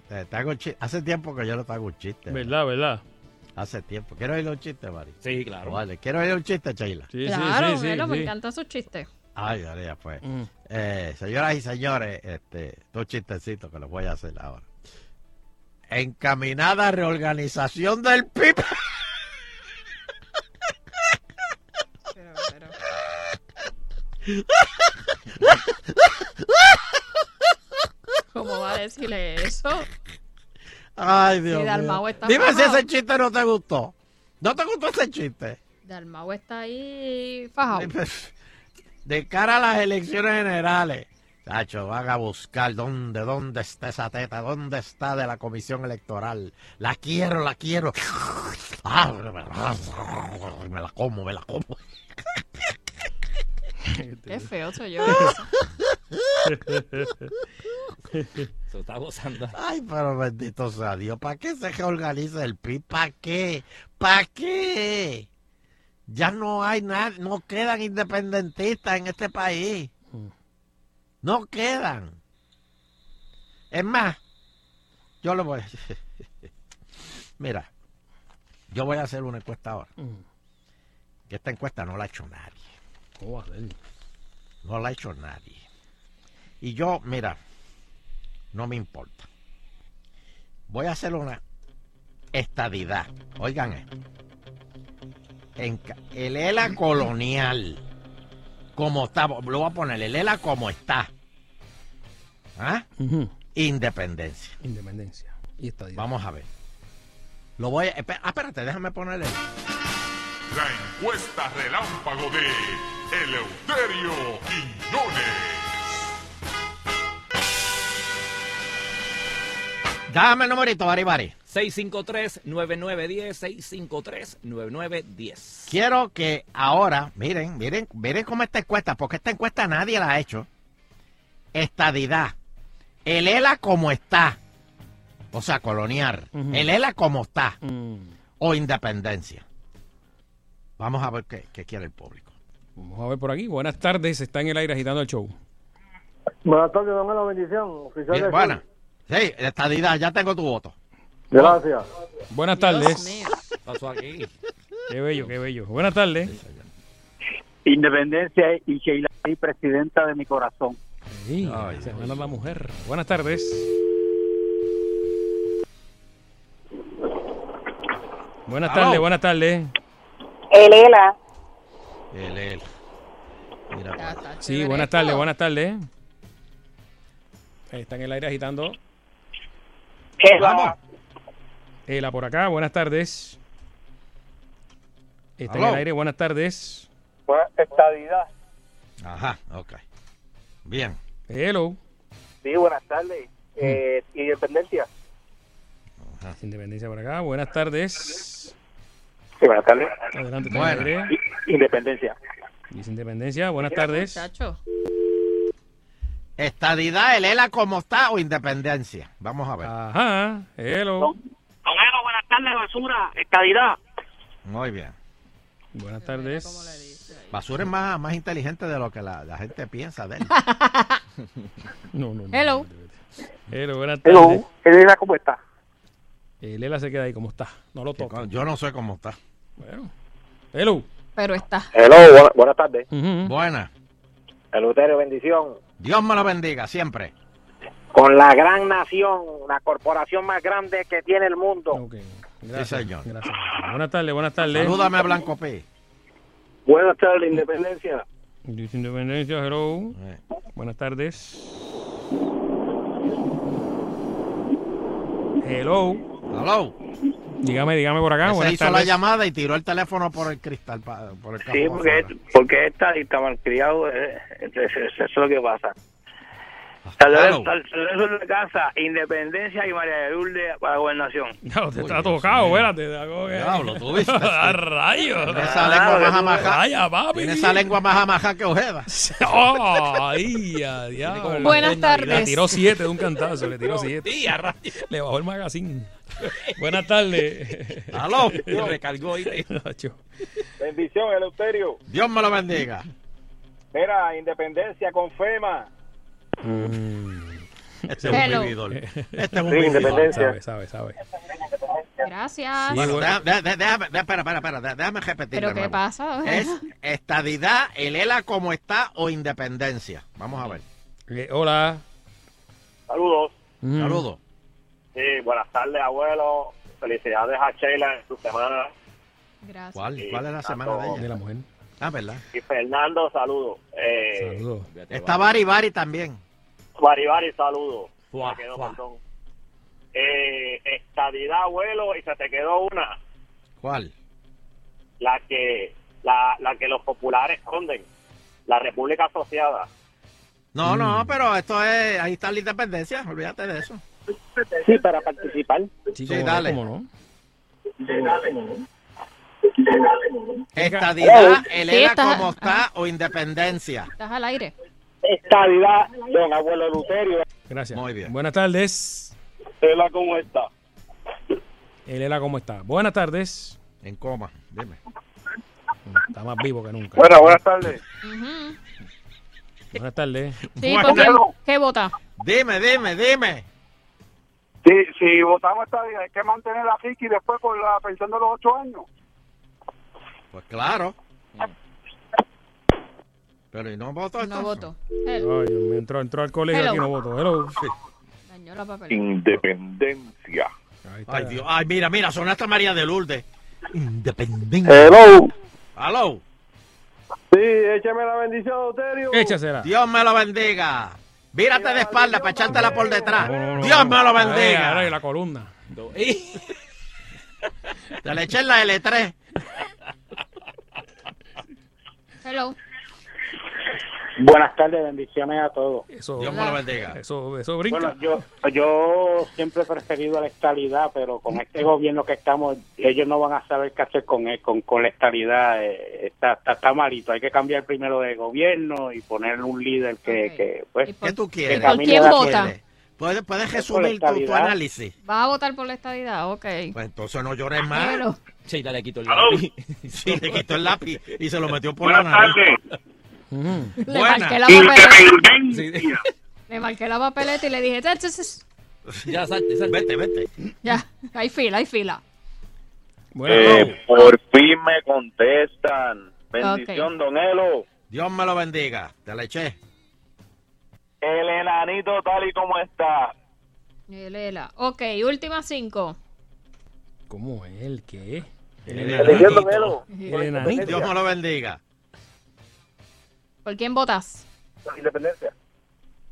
Speaker 4: te- te hago un chiste. Hace tiempo que yo no te hago un chiste.
Speaker 3: ¿Verdad, verdad?
Speaker 4: Hace tiempo. Quiero oír un chiste, Mari.
Speaker 6: Sí, claro.
Speaker 4: Vale, quiero oír un chiste, Sheila.
Speaker 3: Sí,
Speaker 5: claro,
Speaker 3: sí, sí,
Speaker 5: bueno,
Speaker 3: sí,
Speaker 5: me
Speaker 3: sí.
Speaker 5: encantan sus chistes.
Speaker 4: Ay, María, pues.
Speaker 3: Mm.
Speaker 4: Eh, señoras y señores, este, dos chistecitos que los voy a hacer ahora. Encaminada reorganización del PIB.
Speaker 5: Pero, pero... ¿Cómo va a decirle eso?
Speaker 4: Ay, Dios
Speaker 5: Sí, Dalmau
Speaker 4: mío.
Speaker 5: está
Speaker 4: Dime si
Speaker 5: fajado.
Speaker 4: ese chiste no te gustó. ¿No te gustó ese chiste?
Speaker 5: Dalmau está ahí
Speaker 4: (laughs)
Speaker 5: fajado.
Speaker 4: De cara a las elecciones generales. Tacho, van a buscar dónde, dónde está esa teta, dónde está de la comisión electoral. La quiero, la quiero. Ah, Me la como, me la como.
Speaker 5: Qué feo soy yo.
Speaker 6: (laughs) Se está gozando.
Speaker 4: Ay, pero bendito sea Dios, ¿para qué se reorganiza el PIB? ¿Para qué? ¿Para qué? Ya no hay nada, no quedan independentistas en este país. No quedan. Es más, yo lo voy a (laughs) decir. Mira, yo voy a hacer una encuesta ahora.
Speaker 6: Mm.
Speaker 4: Que esta encuesta no la ha hecho nadie.
Speaker 3: ¿Cómo va Oh, a ser?
Speaker 4: No la ha hecho nadie. Y yo, mira, no me importa. Voy a hacer una estadidad. Oigan esto. En ca- el ELA colonial, como está, lo voy a poner, el ELA como está. ¿Ah?
Speaker 3: Ujú.
Speaker 4: Independencia.
Speaker 3: Independencia. Y estadía.
Speaker 4: Vamos a ver. Lo voy a... espe- ah, espérate, déjame ponerle.
Speaker 2: La encuesta relámpago de Eleuterio Quiñones.
Speaker 4: Dame el numerito, Bari Bari.
Speaker 6: 653-9910, 653-9910.
Speaker 4: Quiero que ahora, miren, miren, miren cómo esta encuesta, porque esta encuesta nadie la ha hecho. Estadidad. El ELA como está. O sea, colonial.
Speaker 3: Ujú.
Speaker 4: El ELA como está.
Speaker 3: Mm.
Speaker 4: O independencia. Vamos a ver qué, qué quiere el público.
Speaker 3: Vamos a ver por aquí. Buenas tardes. Está en el aire agitando el show.
Speaker 10: Buenas tardes, don la bendición. Oficial
Speaker 4: Bien,
Speaker 10: de
Speaker 4: buena. Sí, estadidad, ya tengo tu voto.
Speaker 10: Gracias.
Speaker 3: Buenas
Speaker 5: Dios
Speaker 3: tardes.
Speaker 5: mío.
Speaker 6: Pasó aquí.
Speaker 3: Qué bello, qué bello. Buenas tardes.
Speaker 10: Independencia y Sheila Lee, presidenta de mi corazón.
Speaker 3: Sí, se manda la mujer. Buenas tardes. Buenas tardes, buenas tardes.
Speaker 12: Elela.
Speaker 28: El, el. Mira, pues.
Speaker 3: Sí, buenas tardes, buenas tardes. Ahí está en el aire agitando.
Speaker 12: Vamos.
Speaker 3: Ela por acá, buenas tardes. Está en
Speaker 28: Aló.
Speaker 3: el aire, buenas tardes.
Speaker 10: Estadidad.
Speaker 28: Ajá, ok. Bien.
Speaker 3: Hello.
Speaker 10: Sí, buenas tardes.
Speaker 4: Mm.
Speaker 10: Eh, independencia.
Speaker 3: Independencia por acá, buenas tardes.
Speaker 10: Sí, buenas tardes.
Speaker 3: Adelante, está en el
Speaker 10: Bueno.
Speaker 3: aire.
Speaker 10: Independencia.
Speaker 3: Dice Independencia, buenas tardes.
Speaker 4: Estadidad, el ELA como está o independencia. Vamos a ver.
Speaker 3: Ajá, hello.
Speaker 8: buenas tardes, basura. Estadidad.
Speaker 4: Muy bien.
Speaker 3: Buenas tardes.
Speaker 4: Basura es más, más inteligente de lo que la, la gente piensa de él.
Speaker 3: (laughs) No, no, no.
Speaker 5: Hello.
Speaker 3: Hello, buenas
Speaker 4: Hello.
Speaker 3: tardes.
Speaker 10: Elena, ¿cómo está?
Speaker 3: El Ela Eh, se queda ahí como está, no lo toca.
Speaker 28: Yo no sé cómo está.
Speaker 3: Bueno. Hello.
Speaker 5: Pero está.
Speaker 10: Hello, bu- buenas tardes.
Speaker 28: Buenas.
Speaker 10: Eleuterio, bendición.
Speaker 4: Dios me lo bendiga siempre.
Speaker 10: Con la gran nación, la corporación más grande que tiene el mundo.
Speaker 28: sí, señor.
Speaker 3: Gracias. Buenas tardes, buenas tardes.
Speaker 10: Salúdame a
Speaker 4: Blanco P.
Speaker 10: Buenas tardes, Independencia.
Speaker 3: Dice Independencia, hello. Buenas tardes. Hello.
Speaker 28: Hello.
Speaker 3: Dígame, dígame (laughs) por acá.
Speaker 4: Se
Speaker 3: buenas
Speaker 4: hizo la
Speaker 3: tardes.
Speaker 4: llamada y tiró el teléfono por el cristal, pa- por el
Speaker 8: Sí,
Speaker 4: campo
Speaker 8: porque,
Speaker 4: afuera.
Speaker 8: porque está y está malcriado. eh, entonces, Eso es lo que pasa. Saludos saludos de casa, Independencia y María de Lourdes para la gobernación.
Speaker 3: Ya, te está tocado, espérate.
Speaker 28: Diablo, tú
Speaker 3: (laughs) viste. ¡A rayos!
Speaker 4: Esa
Speaker 10: Ah,
Speaker 4: lengua más amajá.
Speaker 3: ¡Vaya, papi!
Speaker 4: Tiene esa lengua más amajá que
Speaker 3: (laughs)
Speaker 4: Ojeda.
Speaker 3: ¡Ay, a diablo!
Speaker 5: Buenas tardes.
Speaker 3: Le tiró siete de un cantazo, le tiró siete. Le bajó el magazine. Buenas tardes.
Speaker 28: Aló. Y recargó y
Speaker 3: (laughs) Nacho.
Speaker 10: (laughs) Bendición, Eleuterio.
Speaker 4: Dios me lo bendiga.
Speaker 10: Mira, Independencia con FEMA.
Speaker 3: Mm.
Speaker 28: Este es
Speaker 10: Hello.
Speaker 28: un vividor. Este es un
Speaker 10: Sí,
Speaker 28: vividor.
Speaker 10: Independencia.
Speaker 3: Eh. Sabe, sabe, sabe.
Speaker 5: Gracias.
Speaker 4: Bueno,
Speaker 28: bueno.
Speaker 4: deja- deja- déjame, deja- espera, espera, espera, deja- déjame repetir.
Speaker 5: ¿Pero
Speaker 4: de
Speaker 5: qué
Speaker 4: nuevo.
Speaker 5: pasa?
Speaker 4: Es estadidad, el ELA como está o independencia. Vamos a ver.
Speaker 3: Eh, hola.
Speaker 10: Saludos.
Speaker 4: Mm. Saludos.
Speaker 10: Sí, buenas tardes, abuelo. Felicidades a Sheila en su semana.
Speaker 5: Gracias.
Speaker 4: ¿Cuál, cuál es la semana de ella?
Speaker 3: De la mujer.
Speaker 4: Ah, ¿verdad?
Speaker 10: Y Fernando, saludos. Eh,
Speaker 3: Saludos.
Speaker 4: Está Bari Bari también.
Speaker 10: Baribari, saludos.
Speaker 4: Fuá,
Speaker 10: Me quedó
Speaker 4: fuá.
Speaker 10: perdón. Eh, estadidad, abuelo, y se te quedó una,
Speaker 4: ¿Cuál?
Speaker 10: la que, la, la que los populares esconden, la República Asociada.
Speaker 3: Mm.
Speaker 4: No, no, pero esto es. Ahí está la independencia, olvídate de eso.
Speaker 10: Sí, para participar.
Speaker 3: Sí,
Speaker 10: cómo no, cómo
Speaker 3: no.
Speaker 4: Estadidad, el
Speaker 5: Sí,
Speaker 4: ELA
Speaker 5: está-
Speaker 4: como está o independencia.
Speaker 5: Estás al aire.
Speaker 10: Estadidad, don abuelo Luterio.
Speaker 3: Gracias. Muy bien. Buenas tardes.
Speaker 10: Tela, ¿cómo está?
Speaker 3: El Ela, ¿cómo está? Buenas tardes.
Speaker 4: En coma, dime.
Speaker 3: Está más vivo que nunca.
Speaker 10: Bueno, buenas tardes.
Speaker 5: Ujú.
Speaker 3: Buenas tardes.
Speaker 5: Sí,
Speaker 3: Buenas
Speaker 5: porque,
Speaker 3: tardes.
Speaker 5: ¿qué vota?
Speaker 4: Dime, dime, dime.
Speaker 10: Si, si votamos estadidad, hay que mantener la FIC y después con la pensión de los ocho años.
Speaker 4: Pues claro. Pero y no voto
Speaker 5: No voto.
Speaker 3: Ay,
Speaker 5: Hello.
Speaker 3: Dios mío, entró, entró al colegio
Speaker 5: Hello.
Speaker 3: aquí no voto. Hello.
Speaker 5: Dañó la papelera.
Speaker 10: Independencia.
Speaker 4: Ay, Dios. Ay, mira, mira, sonó hasta María de Lourdes. Independencia.
Speaker 29: Hello.
Speaker 4: Hello.
Speaker 29: Sí, échame la bendición, Eleuterio.
Speaker 3: Échasela.
Speaker 4: Dios me lo bendiga. Vírate de espalda para echártela por detrás. Dios me lo
Speaker 3: Ay,
Speaker 4: bendiga.
Speaker 3: ahora la columna.
Speaker 4: (laughs) Te le eché en la L3.
Speaker 5: Hello.
Speaker 10: Buenas tardes, bendiciones a todos.
Speaker 3: Eso,
Speaker 4: Dios me lo bendiga.
Speaker 3: Eso, eso brinca.
Speaker 10: Bueno, yo, yo siempre he preferido la estabilidad, pero con este gobierno que estamos, ellos no van a saber qué hacer con él, con, con la estabilidad. eh, está, está, está malito. Hay que cambiar primero de gobierno y poner un líder que, que pues,
Speaker 4: ¿Qué tú
Speaker 10: que
Speaker 4: quieres?
Speaker 10: camine
Speaker 5: quién
Speaker 10: de
Speaker 5: vota?
Speaker 10: acuerdo.
Speaker 4: ¿Puedes, puedes
Speaker 10: Por
Speaker 4: resumir tu- tu,
Speaker 10: estabilidad.
Speaker 4: análisis?
Speaker 5: ¿Vas a votar por la estadidad? Ok.
Speaker 4: Pues entonces no llores más.
Speaker 5: Hello.
Speaker 6: Sheila le quitó el
Speaker 4: Hello.
Speaker 6: lápiz.
Speaker 4: (laughs) Sí, le quitó el lápiz y se lo metió por
Speaker 6: Buenas
Speaker 4: la nariz.
Speaker 5: Le
Speaker 4: Buena.
Speaker 5: marqué la papeleta. Le marqué la papeleta y le dije, "Ts, ts, ts".
Speaker 6: Ya, salte, salte.
Speaker 4: Vete, vete.
Speaker 5: ya, hay fila, hay fila.
Speaker 10: Eh,
Speaker 2: por fin me contestan. Bendición, don Elo.
Speaker 4: Dios me lo bendiga. Te la eché.
Speaker 2: El enanito tal y como está.
Speaker 5: Elela. Ok, última cinco.
Speaker 3: ¿Cómo él? ¿Qué? El
Speaker 7: Eligiendo
Speaker 3: enanito.
Speaker 7: Melo.
Speaker 3: El enanito.
Speaker 4: Dios me lo bendiga.
Speaker 5: ¿Por quién votas?
Speaker 7: La independencia.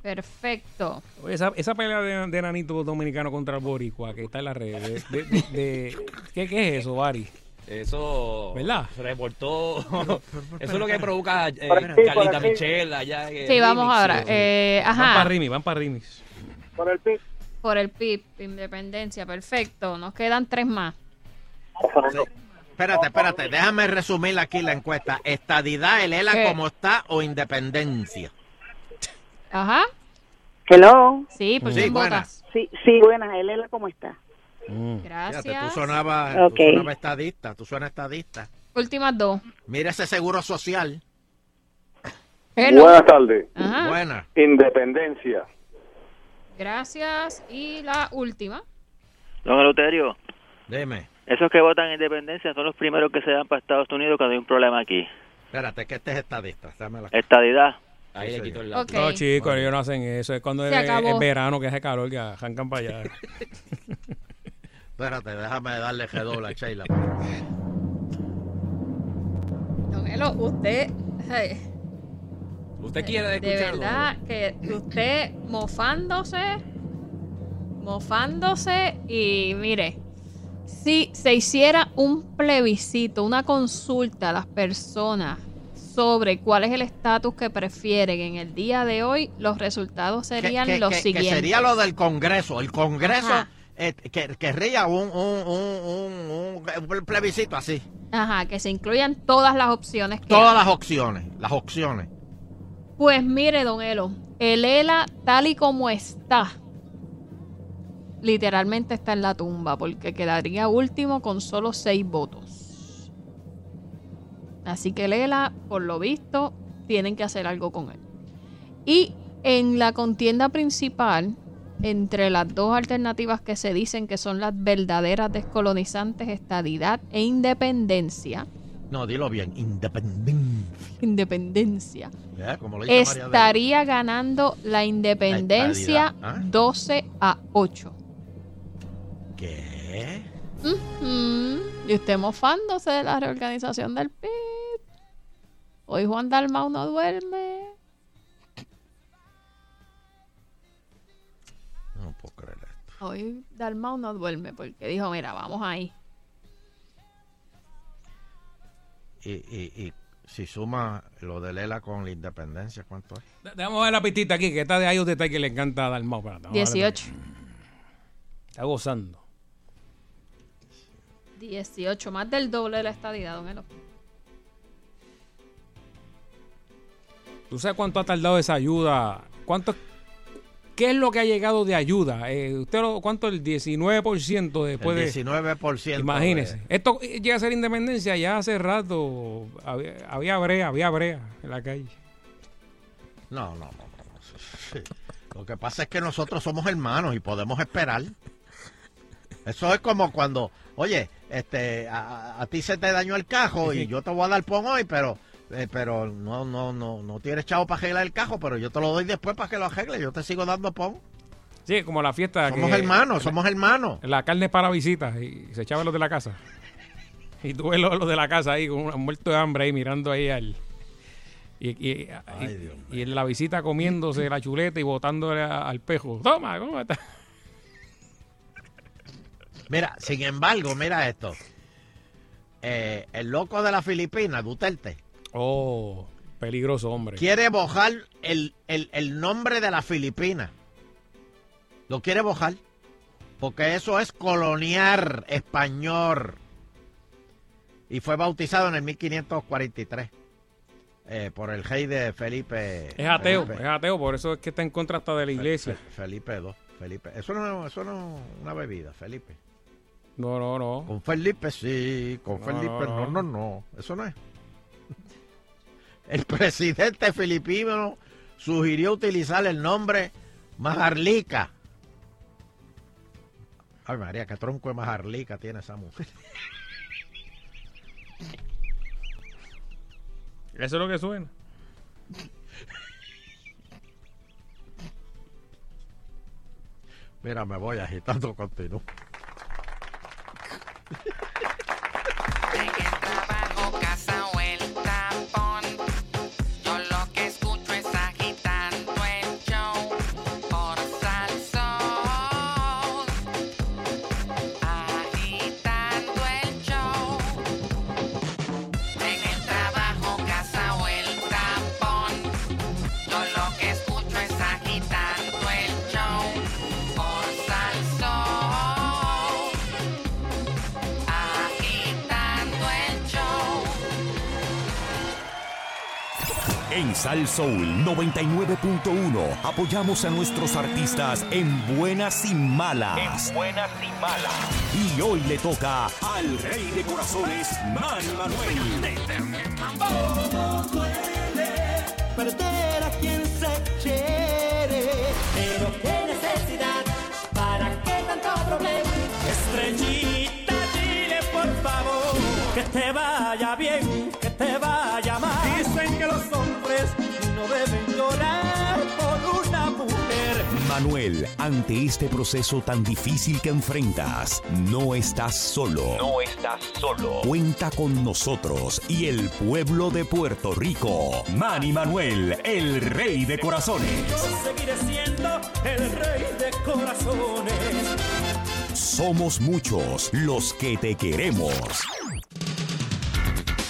Speaker 5: Perfecto.
Speaker 3: Oye, esa, esa pelea de, de enanito dominicano contra el boricua que está en las redes. de- de- de- ¿qué, qué es eso, Bari?
Speaker 6: Eso
Speaker 3: ¿Verdad?
Speaker 6: reportó. eso es lo que provoca eh,
Speaker 7: Por aquí, por
Speaker 6: Carlita
Speaker 7: aquí.
Speaker 6: Michelle allá. eh,
Speaker 5: Sí, vamos
Speaker 6: Remix,
Speaker 5: ahora.
Speaker 6: sí.
Speaker 5: Eh,
Speaker 3: Van para
Speaker 5: ajá.
Speaker 3: Rimis, van para Rimis.
Speaker 7: Por el PIB.
Speaker 5: Por el PIB, independencia, perfecto. Nos quedan tres más.
Speaker 4: Espérate, espérate, déjame resumir aquí la encuesta. ¿Estadidad, el ELA
Speaker 5: ¿Qué?
Speaker 4: como está o independencia?
Speaker 5: Ajá.
Speaker 12: Hello.
Speaker 5: Sí, pues ¿por
Speaker 4: Sí,
Speaker 5: quién
Speaker 4: buena.
Speaker 5: votas?
Speaker 12: Sí, sí, buenas, Elena, ¿cómo está?
Speaker 4: Fíjate, tú
Speaker 5: Gracias.
Speaker 4: sonabas,
Speaker 12: Ok.
Speaker 4: tú sonabas estadista, tú suenas estadista.
Speaker 5: Últimas dos.
Speaker 4: Mira ese seguro social.
Speaker 5: Eh, no.
Speaker 10: Buenas tardes.
Speaker 5: Ajá.
Speaker 4: Buena.
Speaker 10: Independencia.
Speaker 5: Gracias. Y la última.
Speaker 7: Don Eleuterio,
Speaker 4: Dime.
Speaker 7: esos que votan independencia son los primeros que se dan para Estados Unidos cuando hay un problema aquí.
Speaker 4: Espérate, que este es estadista. Dame la...
Speaker 7: Estadidad.
Speaker 6: Ahí le quitó el lápiz.
Speaker 5: Ok.
Speaker 3: No, chicos, ellos no hacen eso. Es cuando
Speaker 5: Se
Speaker 3: es, es
Speaker 5: acabó.
Speaker 3: verano que hace calor que arrancan
Speaker 5: (laughs)
Speaker 3: para allá.
Speaker 4: Espérate, déjame darle G a
Speaker 5: (laughs)
Speaker 4: Sheila.
Speaker 5: Don Elo, usted. ay,
Speaker 6: ¿Usted quiere
Speaker 5: de
Speaker 6: escucharlo?
Speaker 5: verdad que usted mofándose. Mofándose. Y mire, si se hiciera un plebiscito, una consulta a las personas sobre cuál es el estatus que prefieren en el día de hoy, los resultados serían
Speaker 4: Que- que-
Speaker 5: los
Speaker 4: que- que
Speaker 5: siguientes.
Speaker 4: sería lo del Congreso. El Congreso
Speaker 5: Ajá.
Speaker 4: eh, que- querría un, un, un, un, un plebiscito así.
Speaker 5: Ajá, que se incluyan todas las opciones que
Speaker 4: Todas
Speaker 5: hay.
Speaker 4: las opciones, las opciones.
Speaker 5: Pues mire, don Elo, el ELA tal y como está, literalmente está en la tumba, porque quedaría último con solo seis votos. Así que el ELA, por lo visto, tienen que hacer algo con él. Y en la contienda principal, entre las dos alternativas que se dicen que son las verdaderas descolonizantes, estadidad e independencia,
Speaker 4: No, dilo bien, independencia.
Speaker 5: independencia,
Speaker 4: ¿eh? Como lo dice María del-
Speaker 5: estaría ganando la independencia
Speaker 4: La estadidad, ¿ah?
Speaker 5: 12 a 8.
Speaker 4: ¿Qué?
Speaker 5: Ujú. Y usted mofándose de la reorganización del PIB. Hoy Juan Dalmau no duerme.
Speaker 4: No puedo creer esto.
Speaker 5: Hoy Dalmau no duerme porque dijo, mira, vamos ahí.
Speaker 4: Y, y, y si suma lo de Lela con la independencia, ¿cuánto es?
Speaker 3: Da- Vamos a ver la pistita aquí, que está de ahí un detalle que le encanta a Dalmau. Espérate, vamos a darle-
Speaker 5: 18.
Speaker 3: Está gozando.
Speaker 5: 18, más del doble de la estadidad, don Elo.
Speaker 3: ¿Tú sabes cuánto ha tardado esa ayuda? ¿Cuánto, ¿Qué es lo que ha llegado de ayuda? Eh, ¿Usted lo, cuánto? El 19% después de...
Speaker 4: El 19%.
Speaker 3: Imagínese.
Speaker 4: de-
Speaker 3: Esto llega a ser independencia ya hace rato. Había, había brea, había brea en la calle.
Speaker 4: No, no, no. no, no. Sí. Lo que pasa es que nosotros somos hermanos y podemos esperar. Eso es como cuando, oye, este, a, a- a ti se te dañó el cajo y yo te voy a dar pon hoy, pero, eh, pero no, no, no, no tienes chavo para arreglar el cajo, pero yo te lo doy después para que lo arregle. Yo te sigo dando pon.
Speaker 3: Sí, como la fiesta.
Speaker 4: Somos
Speaker 3: que-
Speaker 4: hermanos, somos hermanos.
Speaker 3: La carne es para visitas y se echaban los de la casa. Y tuve los, los de la casa ahí, con un muerto de hambre ahí, mirando ahí al... Y, y,
Speaker 4: Ay,
Speaker 3: y-
Speaker 4: Dios
Speaker 3: y en la visita comiéndose la chuleta y botándole a- al pejo. Toma, ¿cómo está?
Speaker 4: Mira, sin embargo, mira esto. Eh, el loco de la Filipina, Duterte,
Speaker 3: Oh, peligroso, hombre.
Speaker 4: quiere bojar el, el- el nombre de la Filipina. Lo quiere bojar. Porque eso es coloniar español. Y fue bautizado en el 1543 eh, por el rey de Felipe.
Speaker 3: Es ateo,
Speaker 4: Este, Felipe-
Speaker 3: es ateo, por eso es que está en contra hasta de la iglesia.
Speaker 4: Fe- Felipe II. Felipe. Eso no, eso no es una bebida, Felipe.
Speaker 3: No, no, no.
Speaker 4: Con Felipe sí, con
Speaker 3: No,
Speaker 4: Felipe
Speaker 3: no,
Speaker 4: no,
Speaker 3: no.
Speaker 4: no, no, eso no es. El presidente filipino sugirió utilizar el nombre Majarlica. Ay María, qué tronco de Majarlica tiene esa mujer. (laughs)
Speaker 3: Eso es lo que suena.
Speaker 4: Mira, me voy agitando, continúo.
Speaker 11: En Sal Soul 99.1 apoyamos a nuestros artistas en buenas y malas.
Speaker 30: En buenas y malas.
Speaker 11: Y hoy le toca al rey de corazones, Man Manuel.
Speaker 2: Todo duele perder a quien se quiere. Pero qué necesidad, para qué tanto problema. Estrellita, dile por favor que te vaya bien, que te vaya mal. Dicen que los hombres no deben llorar por una mujer.
Speaker 11: Manuel, ante este proceso tan difícil que enfrentas, no estás solo.
Speaker 30: No estás solo.
Speaker 11: Cuenta con nosotros y el pueblo de Puerto Rico. Manny Manuel, el rey de corazones.
Speaker 2: Yo seguiré siendo el rey de corazones.
Speaker 11: Somos muchos los que te queremos.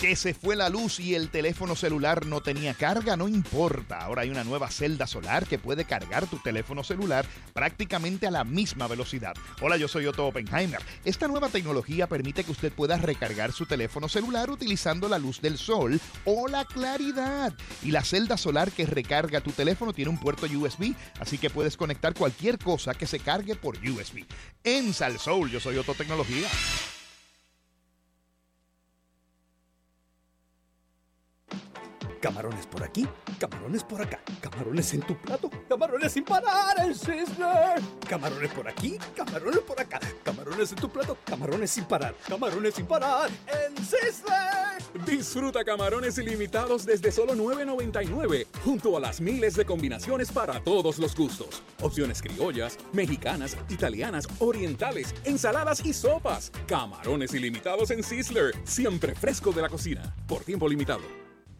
Speaker 31: Que se fue la luz y el teléfono celular no tenía carga, no importa. Ahora hay una nueva celda solar que puede cargar tu teléfono celular prácticamente a la misma velocidad. Hola, yo soy Otto Oppenheimer. Esta nueva tecnología permite que usted pueda recargar su teléfono celular utilizando la luz del sol o la claridad. Y la celda solar que recarga tu teléfono tiene un puerto USB, así que puedes conectar cualquier cosa que se cargue por USB. En Salsoul, yo soy Otto Tecnología.
Speaker 32: Camarones por aquí, camarones por acá, camarones en tu plato, camarones sin parar, el sister. Camarones por aquí, camarones por acá, camarones en tu plato, camarones sin parar, camarones sin parar, el sister.
Speaker 9: Disfruta camarones ilimitados desde solo $9.99, junto a las miles de combinaciones para todos los gustos. Opciones criollas, mexicanas, italianas, orientales, ensaladas y sopas. Camarones ilimitados en Sizzler, siempre fresco de la cocina, por tiempo limitado.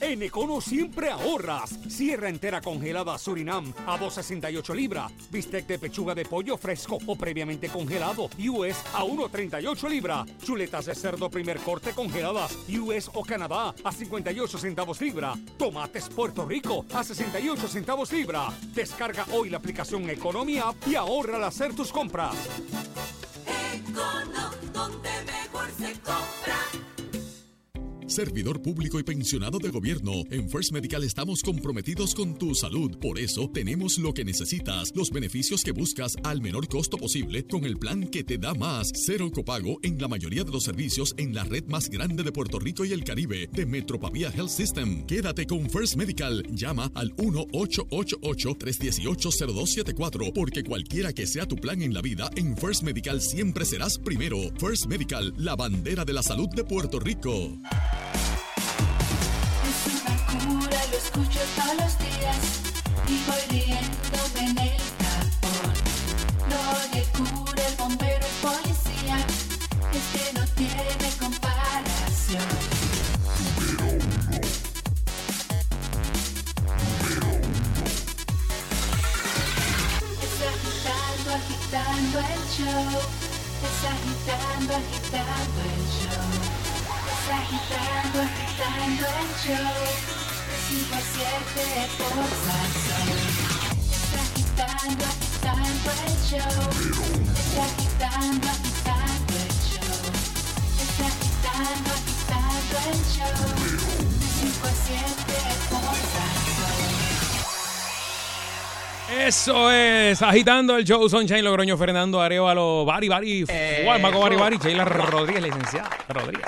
Speaker 33: En Econo siempre ahorras. Sierra entera congelada Surinam a 2.68 libra. Bistec de pechuga de pollo fresco o previamente congelado US a 1.38 libra. Chuletas de cerdo primer corte congeladas US o Canadá a 58 centavos libra. Tomates Puerto Rico a 68 centavos libra. Descarga hoy la aplicación Economía y ahorra al hacer tus compras.
Speaker 2: Econo, donde mejor se compra.
Speaker 13: Servidor público y pensionado de gobierno, en First Medical estamos comprometidos con tu salud. Por eso tenemos lo que necesitas, los beneficios que buscas al menor costo posible con el plan que te da más. Cero copago en la mayoría de los servicios en la red más grande de Puerto Rico y el Caribe, de Metropavia Health System. Quédate con First Medical. Llama al 1-888-318-0274 porque cualquiera que sea tu plan en la vida, en First Medical siempre serás primero. First Medical, la bandera de la salud de Puerto Rico.
Speaker 2: Es una cura, lo escucho todos los días y voy riéndome en el tapón. No le cura el bombero, el policía, es que no tiene comparación. Es agitando, agitando el show. Es agitando, agitando el show. Es agitando, agitando el show. 5 a 7 por Salsón. Está agitando, agitando el show. Está agitando, agitando el show. Está agitando, agitando el show. 5 a 7 por Salsón.
Speaker 3: Eso es, agitando el show Sunshine Logroño Fernando Arevalo, Bari Bari, Gualmaco Bari Bari, Sheila Rodríguez, licenciada Rodríguez.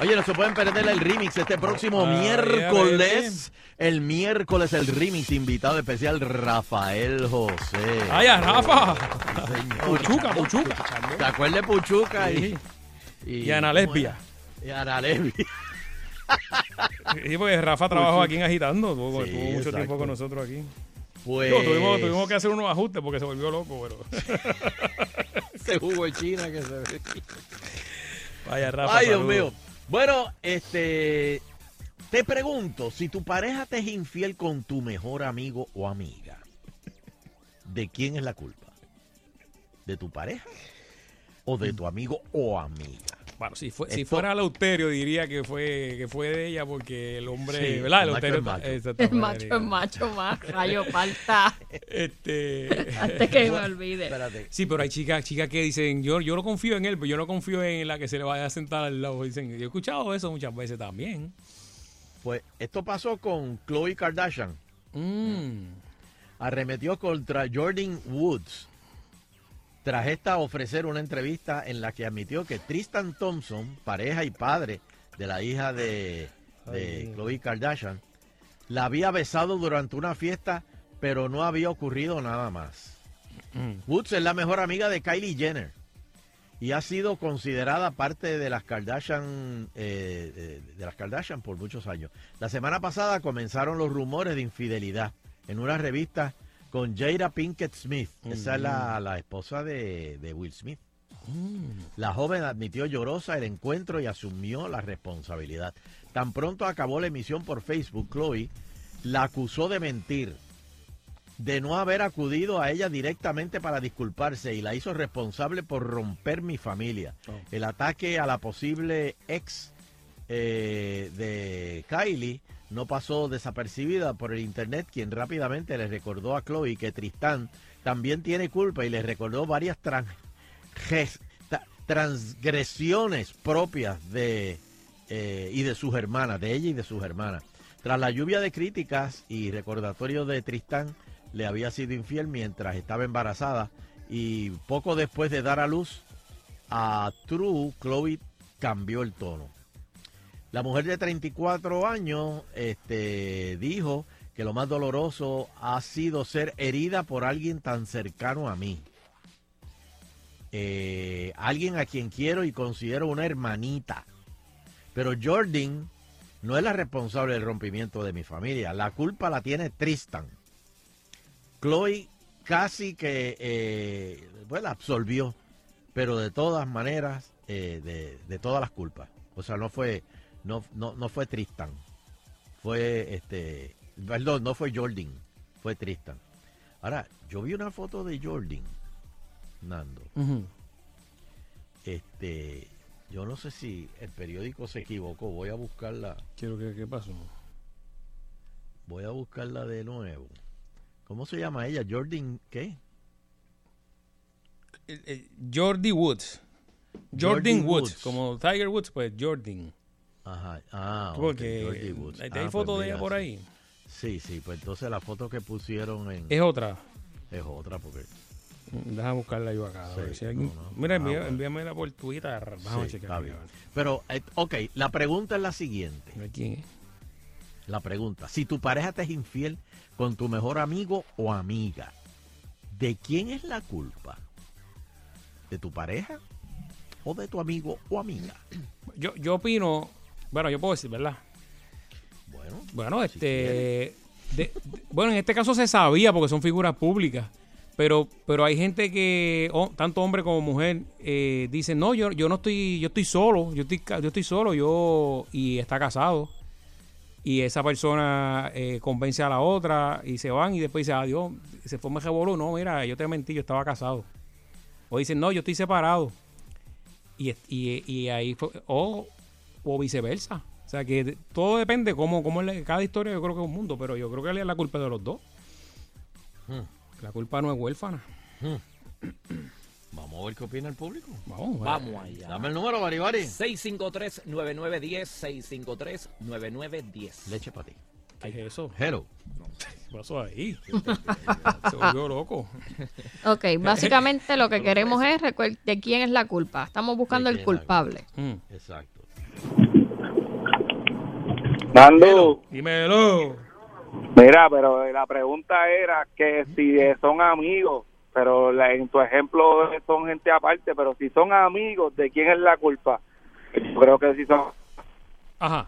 Speaker 4: Oye, no se pueden perder el remix este próximo
Speaker 3: Ah,
Speaker 4: miércoles. El miércoles el remix invitado especial Rafael José.
Speaker 3: Ay,
Speaker 4: (laughs)
Speaker 3: a Rafa.
Speaker 4: Sí, señor.
Speaker 3: Puchuca, Puchuca.
Speaker 4: ¿Te acuerdas de Puchuca y,
Speaker 3: Y Ana Lesbia.
Speaker 4: y Ana Lesbia?
Speaker 3: Sí, porque Rafa trabajó
Speaker 4: Puchuca.
Speaker 3: aquí en Agitando, tuvo,
Speaker 4: Sí,
Speaker 3: tuvo mucho
Speaker 4: exacto.
Speaker 3: tiempo con nosotros aquí.
Speaker 4: Pues
Speaker 3: Digo, tuvimos,
Speaker 4: (laughs)
Speaker 3: tuvimos que hacer unos ajustes porque se volvió loco, pero.
Speaker 4: ese jugo de China que se ve.
Speaker 3: Vaya, Rafa.
Speaker 4: Ay, Dios
Speaker 3: saludos.
Speaker 4: mío. Bueno, este Te pregunto, si tu pareja te es infiel con tu mejor amigo o amiga, ¿de quién es la culpa? ¿De tu pareja? ¿O de tu amigo o amiga?
Speaker 3: Bueno, si, fue, si fuera Lauterio diría que fue que fue de ella porque el hombre, ¿verdad?
Speaker 4: el macho
Speaker 3: Eleuterio-
Speaker 4: es macho.
Speaker 5: El
Speaker 3: Exactamente.
Speaker 5: macho es macho más, rayo falta.
Speaker 3: Este,
Speaker 5: (laughs) Antes
Speaker 3: (laughs)
Speaker 5: que me olvide.
Speaker 4: Espérate.
Speaker 3: Sí, pero hay chicas chicas que dicen, yo, yo no confío en él, pero yo no confío en la que se le vaya a sentar al lado. Dicen, yo he escuchado eso muchas veces también.
Speaker 4: Pues esto pasó con Khloe Kardashian. Arremetió contra Jordan Woods. Tras esta ofrecer una entrevista en la que admitió que Tristan Thompson, pareja y padre de la hija de, de Khloe Kardashian, la había besado durante una fiesta, pero no había ocurrido nada más. Woods es la mejor amiga de Kylie Jenner y ha sido considerada parte de las Kardashian eh, eh, de las Kardashian por muchos años. La semana pasada comenzaron los rumores de infidelidad en una revista con Jada Pinkett Smith. Esa es la, la esposa de, de Will Smith. La joven admitió llorosa el encuentro y asumió la responsabilidad. Tan pronto acabó la emisión por Facebook, Chloe la acusó de mentir, de no haber acudido a ella directamente para disculparse y la hizo responsable por romper mi familia. El ataque a la posible ex eh, de Kylie no pasó desapercibida por el internet, quien rápidamente le recordó a Chloe que Tristán también tiene culpa y le recordó varias tran- ges- ta- transgresiones propias de eh, y de sus hermanas, de ella y de sus hermanas. Tras la lluvia de críticas y recordatorios de Tristán, le había sido infiel mientras estaba embarazada y poco después de dar a luz a True, Chloe cambió el tono. La mujer de 34 años este, dijo que lo más doloroso ha sido ser herida por alguien tan cercano a mí. Eh, alguien a quien quiero y considero una hermanita. Pero Jordan no es la responsable del rompimiento de mi familia. La culpa la tiene Tristan. Chloe casi que eh, bueno, la absolvió, pero de todas maneras, eh, de, de todas las culpas. O sea, no fue, no, no, no fue Tristan. Fue este, perdón, no fue Jordan, fue Tristan. Ahora, yo vi una foto de Jordan, Nando. Este, yo no sé si el periódico se equivocó. Voy a buscarla,
Speaker 3: Quiero que, ¿qué pasó?
Speaker 4: voy a buscarla de nuevo. ¿Cómo se llama ella? Jordan, ¿qué?
Speaker 3: Jordi Woods.
Speaker 4: Jordi
Speaker 3: Jordan Woods.
Speaker 4: Woods.
Speaker 3: Como Tiger Woods, pues Jordan.
Speaker 4: Ajá. Ah, ok,
Speaker 3: Porque
Speaker 4: Jordi Woods.
Speaker 3: hay,
Speaker 4: Ah,
Speaker 3: hay
Speaker 4: pues
Speaker 3: fotos de
Speaker 4: mira,
Speaker 3: ella por
Speaker 4: sí.
Speaker 3: ahí.
Speaker 4: Sí, sí, pues entonces la foto que pusieron en...
Speaker 3: Es otra.
Speaker 4: Es otra, porque...
Speaker 3: Déjame buscarla yo acá. a ver
Speaker 4: Sí,
Speaker 3: si alguien-
Speaker 4: no, no.
Speaker 3: Mira,
Speaker 4: Ah,
Speaker 3: envía-
Speaker 4: bueno.
Speaker 3: envíamela por Twitter. Vamos
Speaker 4: sí,
Speaker 3: a checar.
Speaker 4: está bien. Pero, eh, ok, la pregunta es la siguiente. La pregunta, si tu pareja te es infiel con tu mejor amigo o amiga, ¿de quién es la culpa? ¿De tu pareja o de tu amigo o amiga?
Speaker 3: Yo, yo opino, bueno, yo puedo decir, ¿verdad?
Speaker 4: Bueno,
Speaker 3: Bueno, este, de- de- bueno, en este caso se sabía porque son figuras públicas, pero, pero hay gente que, oh, tanto hombre como mujer, eh, dicen, no, yo, yo no estoy, yo estoy solo, yo estoy, ca- yo estoy solo, yo y está casado y esa persona eh, convence a la otra y se van y después dice, adiós, se forma el revolú, no, mira, yo te mentí, yo estaba casado. O dicen, no, yo estoy separado. Y, es- y, y ahí fue, o, o viceversa. O sea que de- todo depende cómo, cómo es la- cada historia yo creo que es un mundo, pero yo creo que es la culpa de los dos.
Speaker 4: Hmm.
Speaker 3: La culpa no es huérfana.
Speaker 4: Vamos a ver qué opina el público.
Speaker 3: Vamos,
Speaker 6: Vamos allá.
Speaker 4: Dame el número, Baribari.
Speaker 6: 653-9910, 653-9910.
Speaker 4: Leche para ti.
Speaker 3: ¿Qué es eso?
Speaker 4: Hello.
Speaker 3: ¿Qué pasó
Speaker 6: (laughs)
Speaker 3: ahí? Se volvió loco. (laughs)
Speaker 5: Ok, básicamente lo que queremos es recuer- de quién es la culpa. Estamos buscando
Speaker 4: ¿De
Speaker 5: el
Speaker 4: quién es la culpa?
Speaker 5: culpable.
Speaker 4: Exacto.
Speaker 10: Nando,
Speaker 3: Dímelo.
Speaker 10: mira, pero la pregunta era que si eh, son amigos, pero la- en tu ejemplo eh, son gente aparte, pero si son amigos, ¿de quién es la culpa? Yo creo que si son
Speaker 3: Ajá.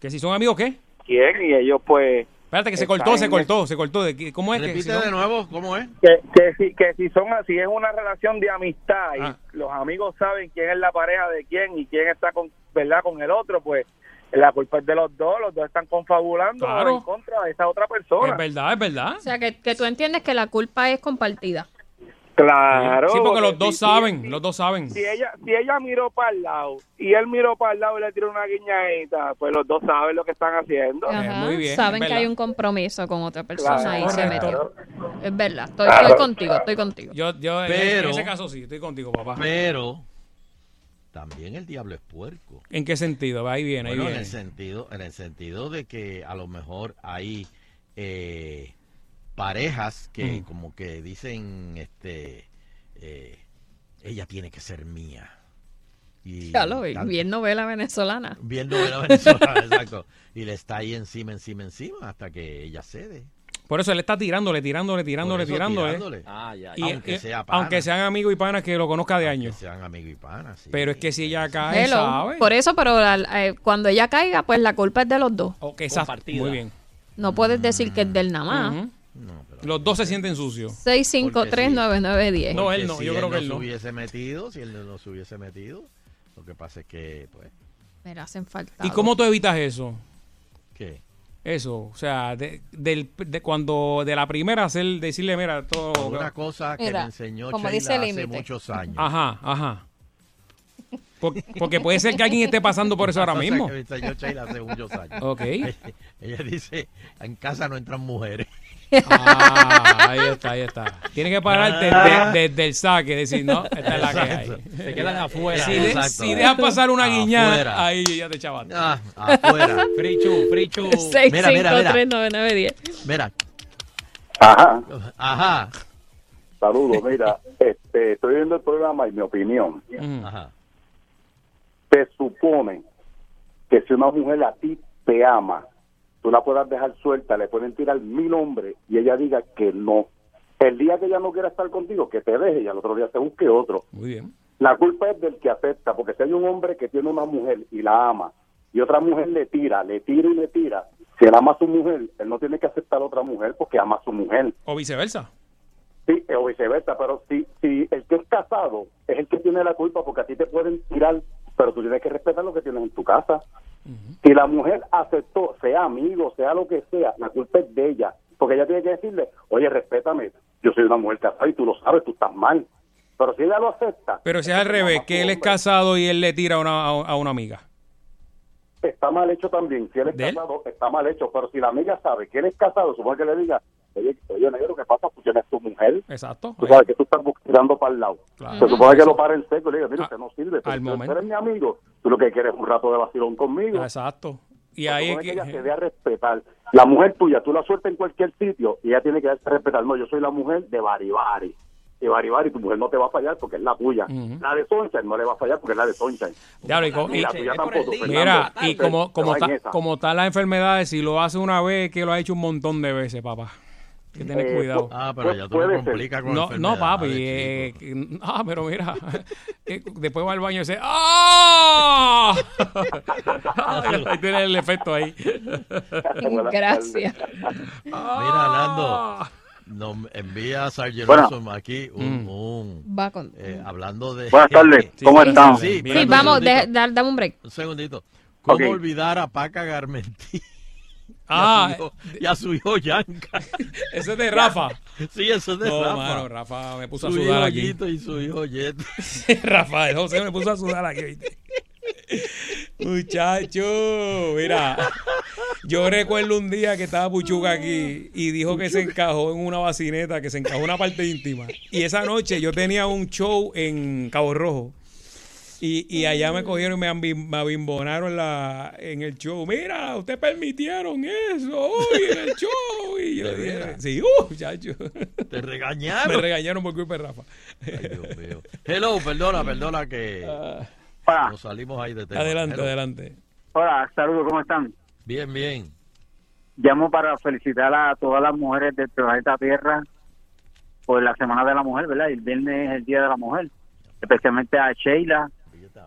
Speaker 3: ¿Que si son amigos qué?
Speaker 10: quién y ellos pues
Speaker 3: Espérate que se
Speaker 10: Está
Speaker 3: cortó, se
Speaker 10: en
Speaker 3: cortó, se cortó. ¿De qué- ¿Cómo es que? si
Speaker 4: Repite
Speaker 3: son-
Speaker 4: de nuevo, ¿cómo es?
Speaker 10: que, que si que si son así es una relación de amistad y
Speaker 3: Ah.
Speaker 10: los amigos saben quién es la pareja de quién y quién está con verdad con el otro pues
Speaker 34: la culpa es de los dos, los dos están confabulando
Speaker 3: Claro.
Speaker 34: en contra de esa otra persona.
Speaker 3: Es verdad, es verdad.
Speaker 5: O sea, que, que tú entiendes que la culpa es compartida.
Speaker 34: Claro.
Speaker 3: Sí, porque los
Speaker 34: si-
Speaker 3: dos
Speaker 34: si-
Speaker 3: saben, los dos saben.
Speaker 34: Si ella, si ella miró para el lado y él miró para el lado y le tiró una guiñadita, pues los dos saben lo que están haciendo.
Speaker 5: Ajá,
Speaker 3: muy bien,
Speaker 5: Saben
Speaker 3: es
Speaker 5: que
Speaker 3: verdad.
Speaker 5: hay un compromiso con otra persona
Speaker 34: Claro,
Speaker 5: y se
Speaker 34: correcto.
Speaker 5: metió. Es verdad, estoy,
Speaker 34: Claro.
Speaker 5: estoy contigo, estoy contigo.
Speaker 3: Yo, yo en-
Speaker 4: Pero-
Speaker 3: en ese caso sí, estoy contigo, papá.
Speaker 4: Pero también el diablo es puerco.
Speaker 3: ¿En qué sentido? Ahí viene, ahí
Speaker 4: Bueno, en
Speaker 3: viene.
Speaker 4: el sentido, en el sentido de que a lo mejor hay eh, parejas que
Speaker 3: Mm.
Speaker 4: como que dicen, este, eh, ella tiene que ser mía. Y
Speaker 5: Ya lo vi,
Speaker 4: tanto-
Speaker 5: bien novela venezolana.
Speaker 4: Viendo a
Speaker 3: (laughs)
Speaker 4: Venezuela, exacto. Y le está ahí encima, encima, encima, hasta que ella cede.
Speaker 3: Por eso él está tirándole, tirándole,
Speaker 4: Por
Speaker 3: tirándole,
Speaker 4: eso,
Speaker 3: tirándole.
Speaker 4: tirándole.
Speaker 2: Ah, ya,
Speaker 3: ¿eh? Y-
Speaker 4: aunque
Speaker 3: eh,
Speaker 4: sea pana.
Speaker 3: aunque sean amigos y panas que lo conozca de años.
Speaker 4: sean amigos y panas. sí.
Speaker 3: Pero es que si ella cae,
Speaker 5: (laughs) Hello.
Speaker 3: ¿sabe?
Speaker 5: Por eso, pero la- eh, cuando ella caiga, pues la culpa es de los dos.
Speaker 3: Ok, exacto.
Speaker 2: Compartida.
Speaker 3: Muy bien.
Speaker 5: No puedes decir que es del nada más.
Speaker 3: Ujú. Los dos se sienten sucios.
Speaker 5: 6539910.
Speaker 3: No, él
Speaker 4: Que
Speaker 3: no,
Speaker 4: si
Speaker 3: yo creo que él
Speaker 4: no
Speaker 3: no.
Speaker 4: se hubiese metido, si él no se hubiese metido, lo que pasa es que, pues,
Speaker 5: Me la hacen falta.
Speaker 3: ¿Y
Speaker 5: (laughs)
Speaker 3: cómo tú evitas eso?
Speaker 4: ¿qué?
Speaker 3: Eso, o sea, de, del, de cuando de la primera hacer, decirle, mira, todo.
Speaker 4: Una cosa que
Speaker 5: Mira,
Speaker 4: me enseñó
Speaker 5: como
Speaker 4: Sheila
Speaker 5: dice el
Speaker 4: hace
Speaker 5: límite.
Speaker 4: muchos años.
Speaker 3: Ajá, ajá. Por- porque puede ser que alguien
Speaker 4: (laughs)
Speaker 3: esté pasando por eso ahora
Speaker 4: Una cosa
Speaker 3: mismo.
Speaker 4: que me enseñó Sheila hace muchos años.
Speaker 3: Ok.
Speaker 4: Ella, (laughs) ella dice, en casa no entran mujeres.
Speaker 3: Ah, ahí está, ahí está. Tienes que pararte
Speaker 4: Ah.
Speaker 3: de- de- desde el saque, decir, no, esta es la que hay.
Speaker 4: Exacto.
Speaker 2: Se quedan afuera.
Speaker 3: Si, de-
Speaker 4: Exacto.
Speaker 3: si dejas pasar una
Speaker 4: Afuera.
Speaker 3: guiñada, ahí ya te chavaste.
Speaker 4: Ah,
Speaker 3: (laughs)
Speaker 4: afuera.
Speaker 2: Frichu,
Speaker 5: (laughs)
Speaker 2: Frichu.
Speaker 4: Mira, mira, mira.
Speaker 5: 6539910.
Speaker 4: Mira,
Speaker 10: Ajá,
Speaker 4: ajá,
Speaker 10: saludos. Mira, este, estoy viendo el programa y mi opinión.
Speaker 3: Ujú.
Speaker 4: ajá.
Speaker 10: Se supone que si una mujer a ti te ama, tú la puedas dejar suelta, le pueden tirar mil hombres y ella diga que no. El día que ella no quiera estar contigo, que te deje y al otro día se busque otro.
Speaker 3: Muy bien.
Speaker 10: La culpa es del que acepta, porque si hay un hombre que tiene una mujer y la ama, y otra mujer le tira, le tira y le tira, si él ama a su mujer, él no tiene que aceptar a otra mujer porque ama a su mujer.
Speaker 3: O viceversa.
Speaker 10: Sí, eh, o viceversa, pero si, si el que es casado es el que tiene la culpa porque a ti te pueden tirar, pero tú tienes que respetar lo que tienes en tu casa. Si la mujer aceptó, sea amigo, sea lo que sea, la culpa es de ella, porque ella tiene que decirle, oye, respétame, yo soy una mujer casada y tú lo sabes, tú estás mal. Pero si ella lo acepta...
Speaker 3: Pero si es al revés, que él es
Speaker 10: casado
Speaker 3: casado y él le tira a una, a- a una amiga.
Speaker 10: está mal hecho también. Si él es
Speaker 3: ¿De él?
Speaker 10: casado, está mal hecho. Pero si la amiga sabe que él es casado, supone que le diga, oye, oye negro, ¿qué pasa? Pues yo no es tu mujer.
Speaker 3: Exacto.
Speaker 4: Pues
Speaker 10: Tú sabes que tú estás tirando para el lado.
Speaker 3: Claro.
Speaker 10: Se supone que lo para en seco y le diga, mira,
Speaker 3: Ah,
Speaker 10: usted no sirve.
Speaker 3: al
Speaker 10: Pero tú
Speaker 3: momento. Ah,
Speaker 10: eres mi amigo. Tú lo que quieres es un rato de vacilón conmigo.
Speaker 3: Exacto. Y
Speaker 10: Se
Speaker 3: ahí es
Speaker 10: supone que ella se dé
Speaker 3: que...
Speaker 10: a respetar. La mujer tuya, tú la sueltas en cualquier sitio y ella tiene que darse a respetar. No, yo soy la mujer de Baribari. Y Baribari, tu mujer no te va a fallar porque es la tuya.
Speaker 3: Ujú.
Speaker 10: La de Sunshine no le va a fallar porque es la de Sunshine.
Speaker 3: Diablo, y co-
Speaker 10: Y
Speaker 3: y-
Speaker 10: la tuya
Speaker 2: es por el
Speaker 10: tampoco,
Speaker 2: día.
Speaker 10: Fernando.
Speaker 3: Mira, y
Speaker 10: Entonces,
Speaker 3: como, como,
Speaker 10: se va en
Speaker 3: ta-
Speaker 10: esa.
Speaker 3: como tal las enfermedades, si lo hace una vez, que lo ha hecho un montón de veces, papá. Hay Que tener
Speaker 10: Eh,
Speaker 3: cuidado.
Speaker 4: Ah, pero
Speaker 10: Pu-
Speaker 4: ya tú
Speaker 10: puede
Speaker 4: me
Speaker 10: ser.
Speaker 4: complicas con
Speaker 3: No, no,
Speaker 4: enfermedades,
Speaker 3: papi. eh,
Speaker 4: chico.
Speaker 3: que- ah, pero mira. (laughs) eh, después va al baño y dice.
Speaker 4: (laughs)
Speaker 3: ¡Ah! ahí tiene el efecto ahí.
Speaker 10: Buenas
Speaker 5: Gracias.
Speaker 4: Mira, Nando,
Speaker 3: Ah.
Speaker 4: nos envía Sargent
Speaker 10: Bueno.
Speaker 4: Olson aquí
Speaker 3: Mm.
Speaker 4: un, un,
Speaker 5: Va con.
Speaker 4: eh, hablando de...
Speaker 10: Buenas tardes,
Speaker 4: Sí,
Speaker 10: ¿cómo
Speaker 5: sí,
Speaker 10: están?
Speaker 4: sí,
Speaker 5: Sí,
Speaker 4: espérate un
Speaker 5: vamos,
Speaker 4: segundito.
Speaker 5: deja- da- dame un break.
Speaker 4: Un segundito. ¿Cómo
Speaker 10: Ok.
Speaker 4: olvidar a Paca (laughs) Garmentí?
Speaker 3: Ah,
Speaker 4: y
Speaker 3: (laughs)
Speaker 4: a su hijo Yanka.
Speaker 3: ese es de Rafa.
Speaker 4: Sí, eso es de
Speaker 3: No,
Speaker 4: Rafa.
Speaker 3: mano, Rafa me puso a
Speaker 4: su hijo
Speaker 3: sudar aquí.
Speaker 4: Yito y su hijo
Speaker 3: (laughs)
Speaker 4: Yeto.
Speaker 3: Rafael José me puso a sudar aquí, ¿viste? Muchacho, mira, yo recuerdo un día que estaba Puchuca aquí y dijo que se encajó en una bacineta, que se encajó en una parte íntima. Y esa noche yo tenía un show en Cabo Rojo. Y, y allá me cogieron y me, ambi- me abimbonaron en la, en el show. Mira, ustedes permitieron eso hoy en el show. Y yo dije, sí, uh, (laughs) muchacho.
Speaker 4: Te
Speaker 3: Me
Speaker 4: regañaron.
Speaker 3: regañaron por culpa de Rafa.
Speaker 4: Ay, Dios mío. Hello, perdona, perdona que
Speaker 10: Ah.
Speaker 8: Hola,
Speaker 4: nos salimos ahí de tema.
Speaker 3: Adelante,
Speaker 4: Hello.
Speaker 3: adelante.
Speaker 8: hola, saludos, ¿cómo están?
Speaker 4: Bien, bien.
Speaker 8: Llamo para felicitar a todas las mujeres del planeta Tierra por la Semana de la Mujer, ¿verdad? Y El viernes es el Día de la Mujer, especialmente a Sheila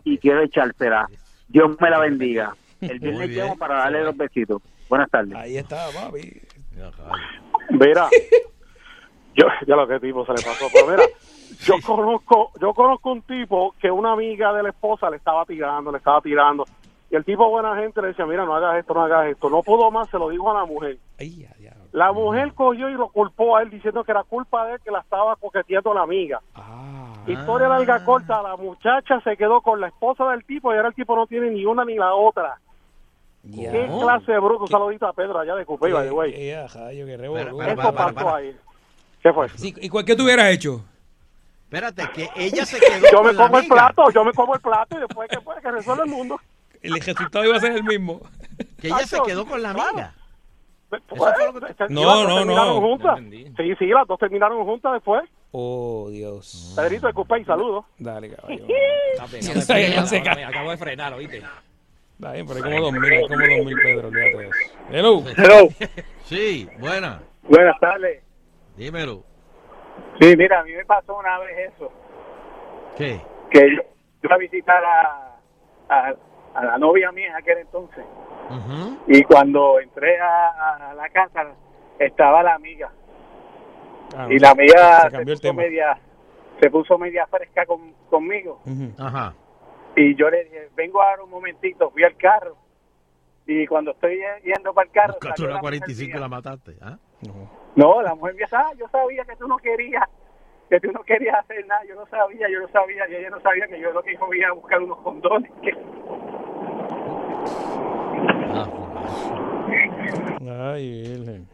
Speaker 8: y quiero echársela. Dios me la bendiga.
Speaker 4: Muy
Speaker 8: El viernes
Speaker 4: bien.
Speaker 8: llamo para darle los besitos. Buenas tardes.
Speaker 3: Ahí está, papi.
Speaker 4: Ajá.
Speaker 3: (laughs)
Speaker 10: Mira, yo, ya lo que tipo se le pasó, pero mira, yo conozco, yo conozco un tipo que una amiga de la esposa le estaba tirando, le estaba tirando, Y el tipo buena gente le decía, mira, no hagas esto, no hagas esto. No pudo más, se lo dijo a la mujer. La mujer cogió y lo culpó a él diciendo que era culpa de él que la estaba coqueteando la amiga.
Speaker 3: Ah.
Speaker 10: Historia larga corta, la muchacha se quedó con la esposa del tipo y ahora el tipo no tiene ni una ni la otra. ¿Qué clase de bruto? Un saludito a Pedro allá de Cupé, by the way.
Speaker 3: Eh,
Speaker 10: Eso pasó ahí. ¿Qué fue?
Speaker 3: Sí, ¿Y cuál que tú hubieras hecho?
Speaker 35: Espérate, que ella se quedó
Speaker 10: (laughs) Yo
Speaker 35: con
Speaker 10: me
Speaker 35: la
Speaker 10: como el
Speaker 35: amiga.
Speaker 10: plato, yo me como el plato y después que, pues, que resuelve el mundo.
Speaker 3: El resultado iba a ser el mismo.
Speaker 35: Que ella se quedó con la amiga.
Speaker 3: No,
Speaker 10: Y las dos
Speaker 3: no, no.
Speaker 10: terminaron juntas.
Speaker 3: No entendí.
Speaker 10: Sí, sí, las dos terminaron juntas después.
Speaker 3: Oh, Dios.
Speaker 10: Pedrito de Cupé, saludos.
Speaker 3: Dale, caballo.
Speaker 6: Está pegado,
Speaker 3: Está bien,
Speaker 6: pegado,
Speaker 3: (laughs) se ca-
Speaker 6: me acabo de frenar, ¿oíste?
Speaker 3: Está bien, pero hay como 2000, hay como 2000, Pedro, olvídate de eso. Hello.
Speaker 10: Hello.
Speaker 4: (laughs) Sí, buena.
Speaker 10: Buenas tardes.
Speaker 4: Dímelo.
Speaker 10: Sí, mira, a mí me pasó una vez eso.
Speaker 4: ¿Qué?
Speaker 10: que yo iba a visitar a, a- a la novia mía en aquel entonces. Y cuando entré a, a- a la casa, estaba la amiga.
Speaker 3: Ah,
Speaker 10: y la amiga
Speaker 3: se
Speaker 10: se,
Speaker 3: cambió el
Speaker 10: puso
Speaker 3: tema.
Speaker 10: media se puso media fresca con- conmigo.
Speaker 35: Ajá.
Speaker 10: Y yo le dije, vengo ahora un momentito, fui al carro. Y cuando estoy yendo para el carro...
Speaker 4: Tú
Speaker 10: salió
Speaker 4: la
Speaker 10: la mujer
Speaker 4: 45
Speaker 10: mía.
Speaker 4: la mataste, ¿ah?
Speaker 10: No, la mujer mía, ah, yo sabía que tú no querías, que tú no querías hacer nada, yo no sabía, yo no sabía, y ella no sabía que yo lo que iba a buscar unos condones. que-
Speaker 3: Ay, Virgen.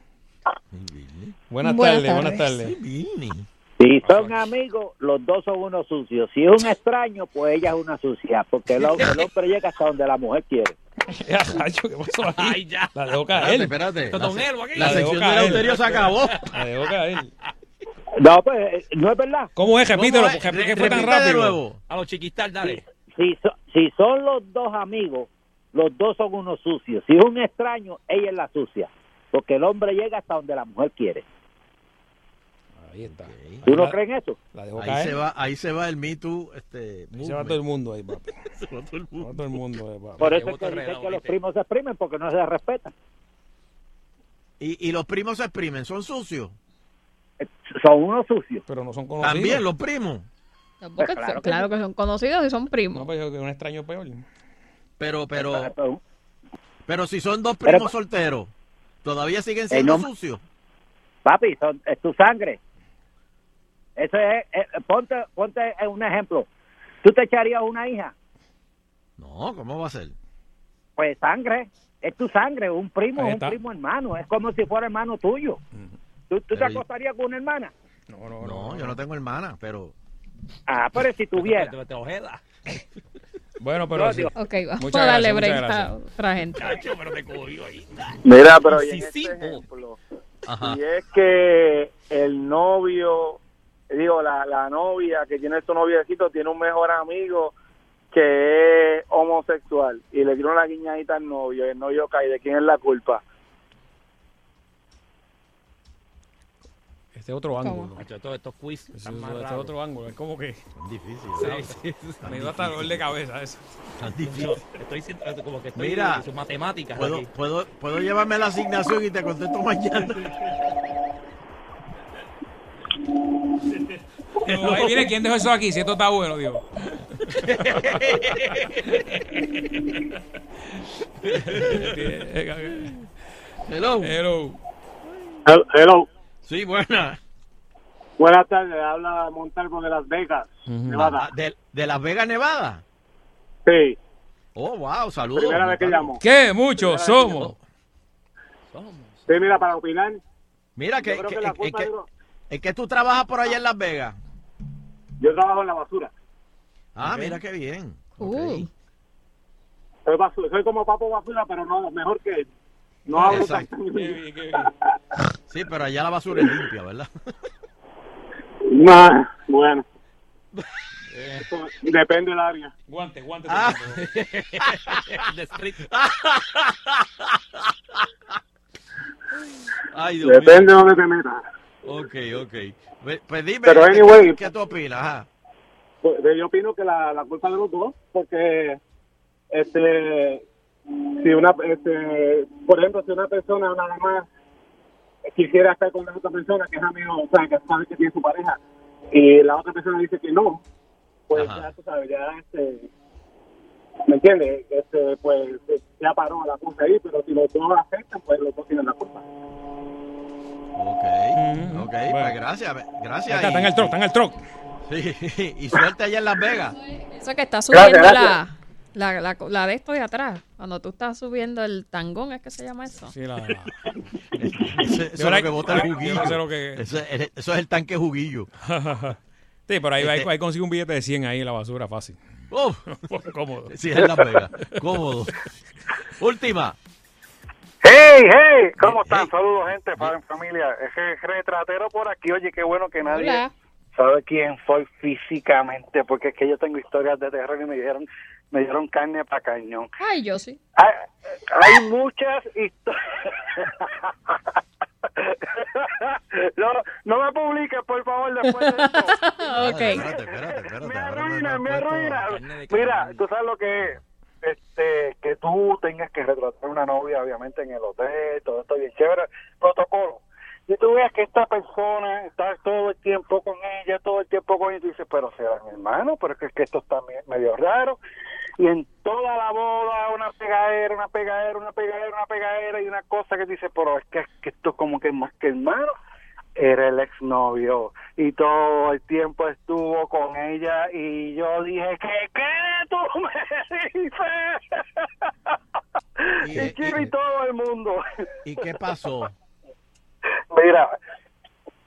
Speaker 36: Buenas
Speaker 3: Buenas tardes,
Speaker 36: tardes.
Speaker 3: buenas tardes.
Speaker 8: Si son amigos, los dos son unos sucios. Si es un extraño, pues ella es una sucia, porque el hombre, el hombre llega hasta donde la mujer quiere.
Speaker 3: (laughs) Ya, rayo, ¿qué pasó ahí? La dejó caer.
Speaker 4: Espérate, espérate.
Speaker 3: La, se-
Speaker 4: La sección del
Speaker 3: caer.
Speaker 4: auterio se acabó.
Speaker 3: La dejó caer.
Speaker 8: No, pues no es verdad.
Speaker 3: ¿Cómo es? Repítelo,
Speaker 8: ¿Cómo es?
Speaker 3: porque ¿qué fue tan
Speaker 8: Repite de
Speaker 3: rápido.
Speaker 8: nuevo.
Speaker 6: A los chiquistar, dale.
Speaker 8: Si, so- si son los dos amigos, los dos son unos sucios. Si es un extraño, ella es la sucia, porque el hombre llega hasta donde la mujer quiere.
Speaker 3: Ahí está.
Speaker 8: ¿Tú
Speaker 3: Ah.
Speaker 8: no crees en eso?
Speaker 3: La dejó
Speaker 4: Ahí
Speaker 3: caer.
Speaker 4: se va, ahí se va el Me Too, este,
Speaker 3: Se va
Speaker 4: movement.
Speaker 3: todo el mundo ahí, papi.
Speaker 4: (laughs) Se va todo el
Speaker 3: Se va
Speaker 4: mundo.
Speaker 3: todo el mundo ahí, papi.
Speaker 8: Por eso es que dicen que los primos se exprimen porque no se respetan.
Speaker 4: Y, y los primos se exprimen, son sucios.
Speaker 8: Eh, Son unos sucios.
Speaker 3: Pero no son conocidos.
Speaker 4: También los primos.
Speaker 5: No, porque
Speaker 4: Pues claro
Speaker 5: son-
Speaker 4: que
Speaker 5: claro que son conocidos y son primos.
Speaker 3: No, pero que un extraño peor.
Speaker 4: Pero, pero,
Speaker 8: pero,
Speaker 4: si son dos
Speaker 8: Pero-
Speaker 4: primos solteros, todavía siguen
Speaker 8: Eh,
Speaker 4: siendo
Speaker 8: no-
Speaker 4: sucios.
Speaker 8: Papi, son- es tu sangre. Eso es, eh, ponte, ponte eh, un ejemplo. ¿Tú te echarías una hija?
Speaker 4: No, ¿cómo va a ser?
Speaker 8: Pues sangre, es tu sangre, un primo,
Speaker 4: Ahí
Speaker 8: es un
Speaker 4: está.
Speaker 8: primo hermano, es como si fuera hermano tuyo. ¿Tú, tú te
Speaker 4: Pero y-
Speaker 8: acostarías con una hermana?
Speaker 3: No,
Speaker 4: no, yo no tengo hermana, pero.
Speaker 8: Ah, pero si
Speaker 3: (laughs)
Speaker 8: tuviera.
Speaker 6: Te, te ojeda.
Speaker 3: Bueno,
Speaker 8: pero No, sí. Dios.
Speaker 5: Ok, vamos
Speaker 8: Muchas
Speaker 5: a darle
Speaker 8: gracias,
Speaker 5: break
Speaker 8: muchas
Speaker 5: a otra gente.
Speaker 6: Cacho, pero te cogió ahí.
Speaker 10: Mira, pero y en
Speaker 6: Sí,
Speaker 10: este
Speaker 6: sí,
Speaker 10: ejemplo,
Speaker 4: Ajá.
Speaker 10: si es que el novio, digo, la, la novia que tiene su noviecito tiene un mejor amigo que es homosexual y le tiró una guiñadita al novio y el novio cae, ¿de quién es la culpa?
Speaker 3: Este es otro ángulo.
Speaker 6: Cacho, Estos estos quiz
Speaker 3: Este
Speaker 6: están más
Speaker 3: es
Speaker 6: raros.
Speaker 3: otro ángulo. Es como que.
Speaker 4: Difícil.
Speaker 6: (laughs)
Speaker 3: Sí, sí, sí. Me dio hasta dolor de cabeza eso.
Speaker 4: Tan
Speaker 6: Yo estoy siendo como que estoy
Speaker 4: Mira,
Speaker 6: en sus matemáticas.
Speaker 4: ¿Puedo,
Speaker 6: aquí.
Speaker 4: puedo, puedo llevarme la asignación y te contesto mañana.
Speaker 3: No, ahí viene quién dejó eso aquí. Si esto está bueno, Dios.
Speaker 4: Hello.
Speaker 3: Hello.
Speaker 2: Hello.
Speaker 4: Sí, buena.
Speaker 2: Buenas tardes, habla Montalvo de Las Vegas, Nevada.
Speaker 4: ¿De, de Las Vegas, Nevada?
Speaker 2: Sí.
Speaker 4: Oh, wow, saludos.
Speaker 2: Primera vez que llamo.
Speaker 3: ¿Qué? Muchos somos.
Speaker 2: Sí, mira, para opinar,
Speaker 4: Mira, que,
Speaker 2: Yo creo
Speaker 4: que-
Speaker 2: que la
Speaker 4: es- es
Speaker 2: culpa
Speaker 4: que-
Speaker 2: de los-
Speaker 4: es que tú trabajas por allá en Las Vegas.
Speaker 2: yo trabajo en la basura.
Speaker 4: Ah,
Speaker 2: Ok.
Speaker 4: mira qué bien.
Speaker 5: Uh.
Speaker 2: Soy, basu- soy como papo basura, pero no, mejor que no hablo
Speaker 4: Exacto.
Speaker 2: tan-
Speaker 4: Sí, pero allá la basura es limpia, ¿verdad?
Speaker 2: Nah, (laughs) bueno,
Speaker 4: Eh.
Speaker 2: depende del área.
Speaker 3: Guante, guante.
Speaker 2: Ah.
Speaker 4: (laughs)
Speaker 6: The street.
Speaker 4: Ay, Dios mío.
Speaker 2: Depende de dónde te metas.
Speaker 4: Ok, ok. Pues- Pues dime,
Speaker 2: Pero
Speaker 4: ¿qué-
Speaker 2: anyway-
Speaker 4: ¿qué tú opinas? Ajá.
Speaker 2: Pues, yo opino que la, la culpa de los dos, porque este si una este, por ejemplo si una persona nada más quisiera estar con la otra persona que es amigo, o sea, que sabe que tiene su pareja y la otra persona dice que no, pues
Speaker 37: Ajá.
Speaker 2: eh, ya tú sabes, ya este
Speaker 8: ¿Me entiendes? Este, pues
Speaker 2: eh,
Speaker 8: ya paró la cosa ahí, pero si los dos aceptan, pues los dos tienen la culpa.
Speaker 4: Ok, ok, pues gracias, gracias.
Speaker 3: Mm-hmm. Está, está en el truck, está en el truck.
Speaker 4: Sí, (laughs) y suerte allá en Las Vegas.
Speaker 5: Eso que está subiendo
Speaker 4: Gracias,
Speaker 5: La, la, la, la de esto de atrás. Cuando tú estás subiendo el tangón, ¿es que se llama eso?
Speaker 3: Sí, la...
Speaker 4: Eso, eso es lo que bota el juguillo. Eso, es- eso es el tanque juguillo.
Speaker 3: (laughs) Sí, pero ahí, ahí,
Speaker 4: Este-
Speaker 3: ahí consigue un billete de 100 ahí en la basura, fácil.
Speaker 4: Uf.
Speaker 3: Cómodo.
Speaker 4: Sí, es Las Vegas. Cómodo. Última.
Speaker 10: ¡Hey, hey!
Speaker 4: Eh,
Speaker 10: ¿Cómo están? Saludos, gente, padre, familia. Ese retratero por aquí, oye, qué bueno que nadie
Speaker 2: Hola.
Speaker 10: sabe quién soy físicamente, porque es que yo tengo historias de terror y me dieron, me dieron carne para cañón. (laughs)
Speaker 5: Ay, yo sí.
Speaker 10: Hay, hay muchas historias. no, no me publiques, por favor, después de esto.
Speaker 4: Espérate, espérate, espérate. Ahora me-
Speaker 10: Mira, me arruina. Mira, tú sabes lo que es. Este, que tú tengas que retratar una novia, obviamente, en el hotel, todo esto bien chévere, protocolo. Y tú veas que esta persona está todo el tiempo con ella, todo el tiempo con ella, y tú dices, pero será mi hermano, pero es que, es que esto está me- medio raro. Y en toda la boda, una pegadera, una pegadera, una pegadera, una pegadera, y una cosa que tú dices, pero es que, es que esto como que es más que hermano era el exnovio y todo el tiempo estuvo con ella y yo dije que qué tú me (laughs) dices y Chino y todo el mundo (laughs)
Speaker 4: ¿Y qué pasó?
Speaker 10: mira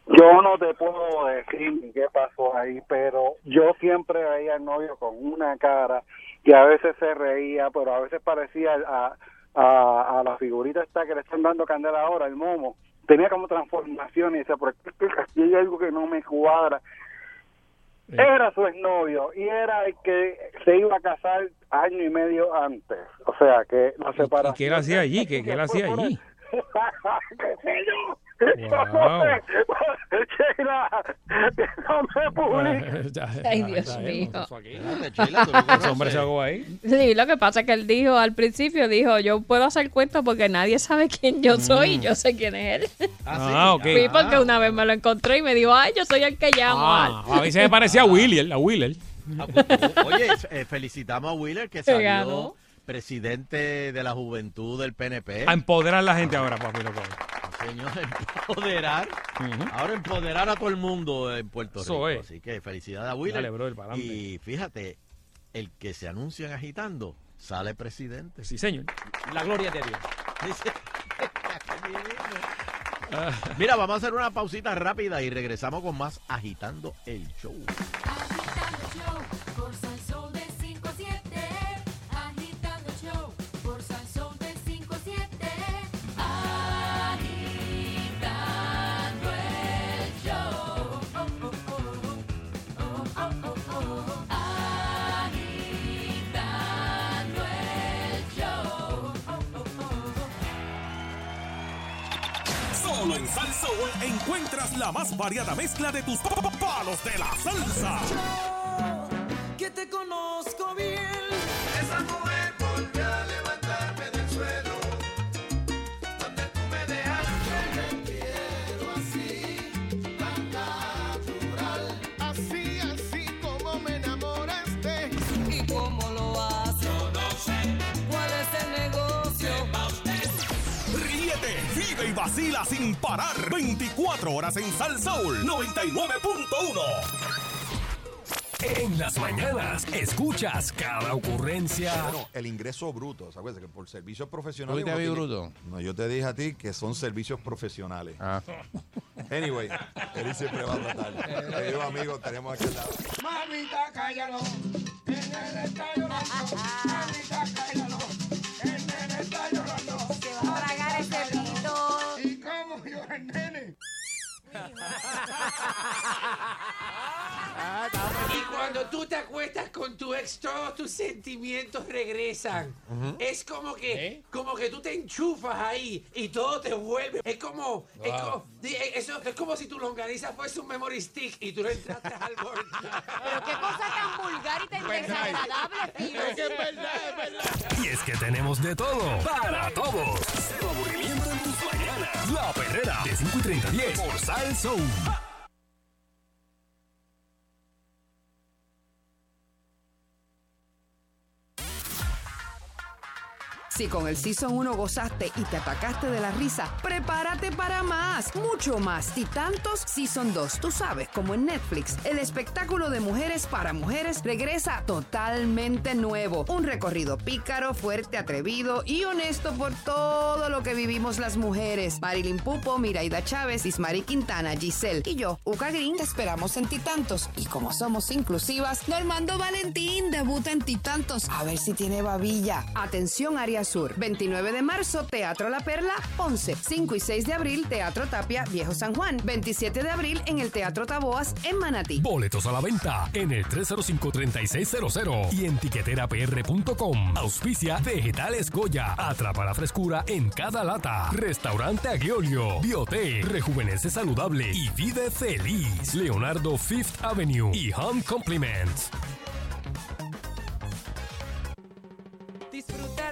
Speaker 10: yo no te puedo decir ni qué pasó ahí pero yo siempre veía al novio con una cara que a veces se reía pero a veces parecía a, a, a la figurita esta que le están dando candela ahora el momo tenía como transformaciones y decía, pero aquí hay algo que no me cuadra. Era su exnovio y era el que se iba a casar año y medio antes. O sea, que la
Speaker 3: ¿Y qué él hacía allí? ¿Qué, qué él hacía allí?
Speaker 10: (laughs) ¿Qué sé yo? (laughs)
Speaker 3: Wow.
Speaker 10: Sheila, no me publiques.
Speaker 5: (laughs)
Speaker 3: eh.
Speaker 5: Ay, Dios mío.
Speaker 3: Ese hombre se ahogó ahí.
Speaker 5: (laughs) Sí, lo que pasa es que él dijo al principio, dijo, yo puedo hacer cuentos porque nadie sabe quién yo soy y yo sé quién es él.
Speaker 3: Mm. Ah, ok.
Speaker 5: (laughs) Fui porque una vez me lo encontré y me dijo, ay, yo soy el que llamo.
Speaker 3: Ah, a mí se me parecía a Willer, a Willer.
Speaker 4: Oye, eh, felicitamos a Wheeler que
Speaker 5: Se
Speaker 4: salió
Speaker 5: ganó.
Speaker 4: presidente de la juventud del PNP.
Speaker 3: A empoderar a la gente ahora, papi, loco.
Speaker 4: Ah, Señor, (laughs) empoderar. Ahora empoderar a todo el mundo en Puerto Rico.
Speaker 3: Eso es.
Speaker 4: Así que felicidades a Wheeler.
Speaker 3: Dale, brother, pa'lante.
Speaker 4: y fíjate, el que se anuncian agitando sale presidente.
Speaker 3: Sí, señor.
Speaker 4: La gloria de Dios.
Speaker 3: Ah.
Speaker 4: Mira, vamos a hacer una pausita rápida y regresamos con más agitando el show.
Speaker 2: Agitando el show por Sansón de 5 a 7. Agitando el show por Sansón de 5 a 7. Agitando el show. Oh, oh, oh. Oh, oh, oh, oh. Agitando el show. Oh, oh, oh.
Speaker 9: Solo en Salsa Soul encuentras la más variada mezcla de tus pa- pa- palos de la salsa.
Speaker 2: que te conozco bien. Esa mujer volvió a levantarme del suelo. Donde tú me dejaste. Te quiero así, tan natural. Así, así como me enamoraste. ¿Y cómo lo haces? Yo no sé. ¿Cuál es el negocio?
Speaker 9: Ríete, vive y vacila sin parar. 24 horas en Sal Soul 99.1.
Speaker 24: En las mañanas escuchas cada ocurrencia.
Speaker 31: Bueno, el ingreso bruto, ¿sabes? Que por servicios profesionales.
Speaker 24: ¿Tú dijiste
Speaker 31: uno
Speaker 24: ahí
Speaker 31: tiene- No, yo te dije a ti que son servicios profesionales. Anyway, él siempre va a tratar. Le digo, amigo, tenemos aquí al lado.
Speaker 2: Mamita, cállalo. El nene está llorando. Mamita, cállalo. El nene está llorando. Se va a tragar ese pito. ¿Y cómo llora el nene?
Speaker 38: Y cuando tú te acuestas con tu ex, todos tus sentimientos regresan.
Speaker 2: Ujú.
Speaker 38: Es como que, como que tú te enchufas ahí y todo te vuelve. Es como, es
Speaker 2: Wow.
Speaker 38: como- di-
Speaker 2: e,
Speaker 38: eh, eso es como si tu longaniza fuese un memory stick y tú le entraste
Speaker 6: (laughs)
Speaker 38: al borde. Pero qué cosa tan vulgar y tan desagradable, Es que es verdad, es verdad.
Speaker 24: Y es que tenemos de todo para todos. Cero aburrimiento en tus mañanas. La perrera de 5 y 30 a 10 por Sal Soul.
Speaker 39: Si con el Season 1 gozaste y te atacaste de la risa, prepárate para más, mucho más y tantos Season 2. Tú sabes, como en Netflix, el espectáculo de mujeres para mujeres regresa totalmente nuevo. Un recorrido pícaro, fuerte, atrevido y honesto por todo lo que vivimos las mujeres. Marilyn Pupo, Miraida Chávez, Ismari Quintana, Giselle y yo, Uca Green, te esperamos en Titantos. Y como somos inclusivas, Normando Valentín debuta en Titantos. A ver si tiene babilla. Atención Área Sur. 29 de marzo, Teatro La Perla, 11. 5 y 6 de abril, Teatro Tapia, Viejo San Juan. 27 de abril en el Teatro Taboas, en Manatí.
Speaker 24: Boletos a la venta en el 305-3600 y en tiqueterapr.com. Auspicia Vegetales Goya. Atrapa la frescura en cada lata. Restaurante Aguiolio. Biote. Rejuvenece saludable y vive feliz. Leonardo Fifth Avenue y Home Compliments.
Speaker 12: Disfruta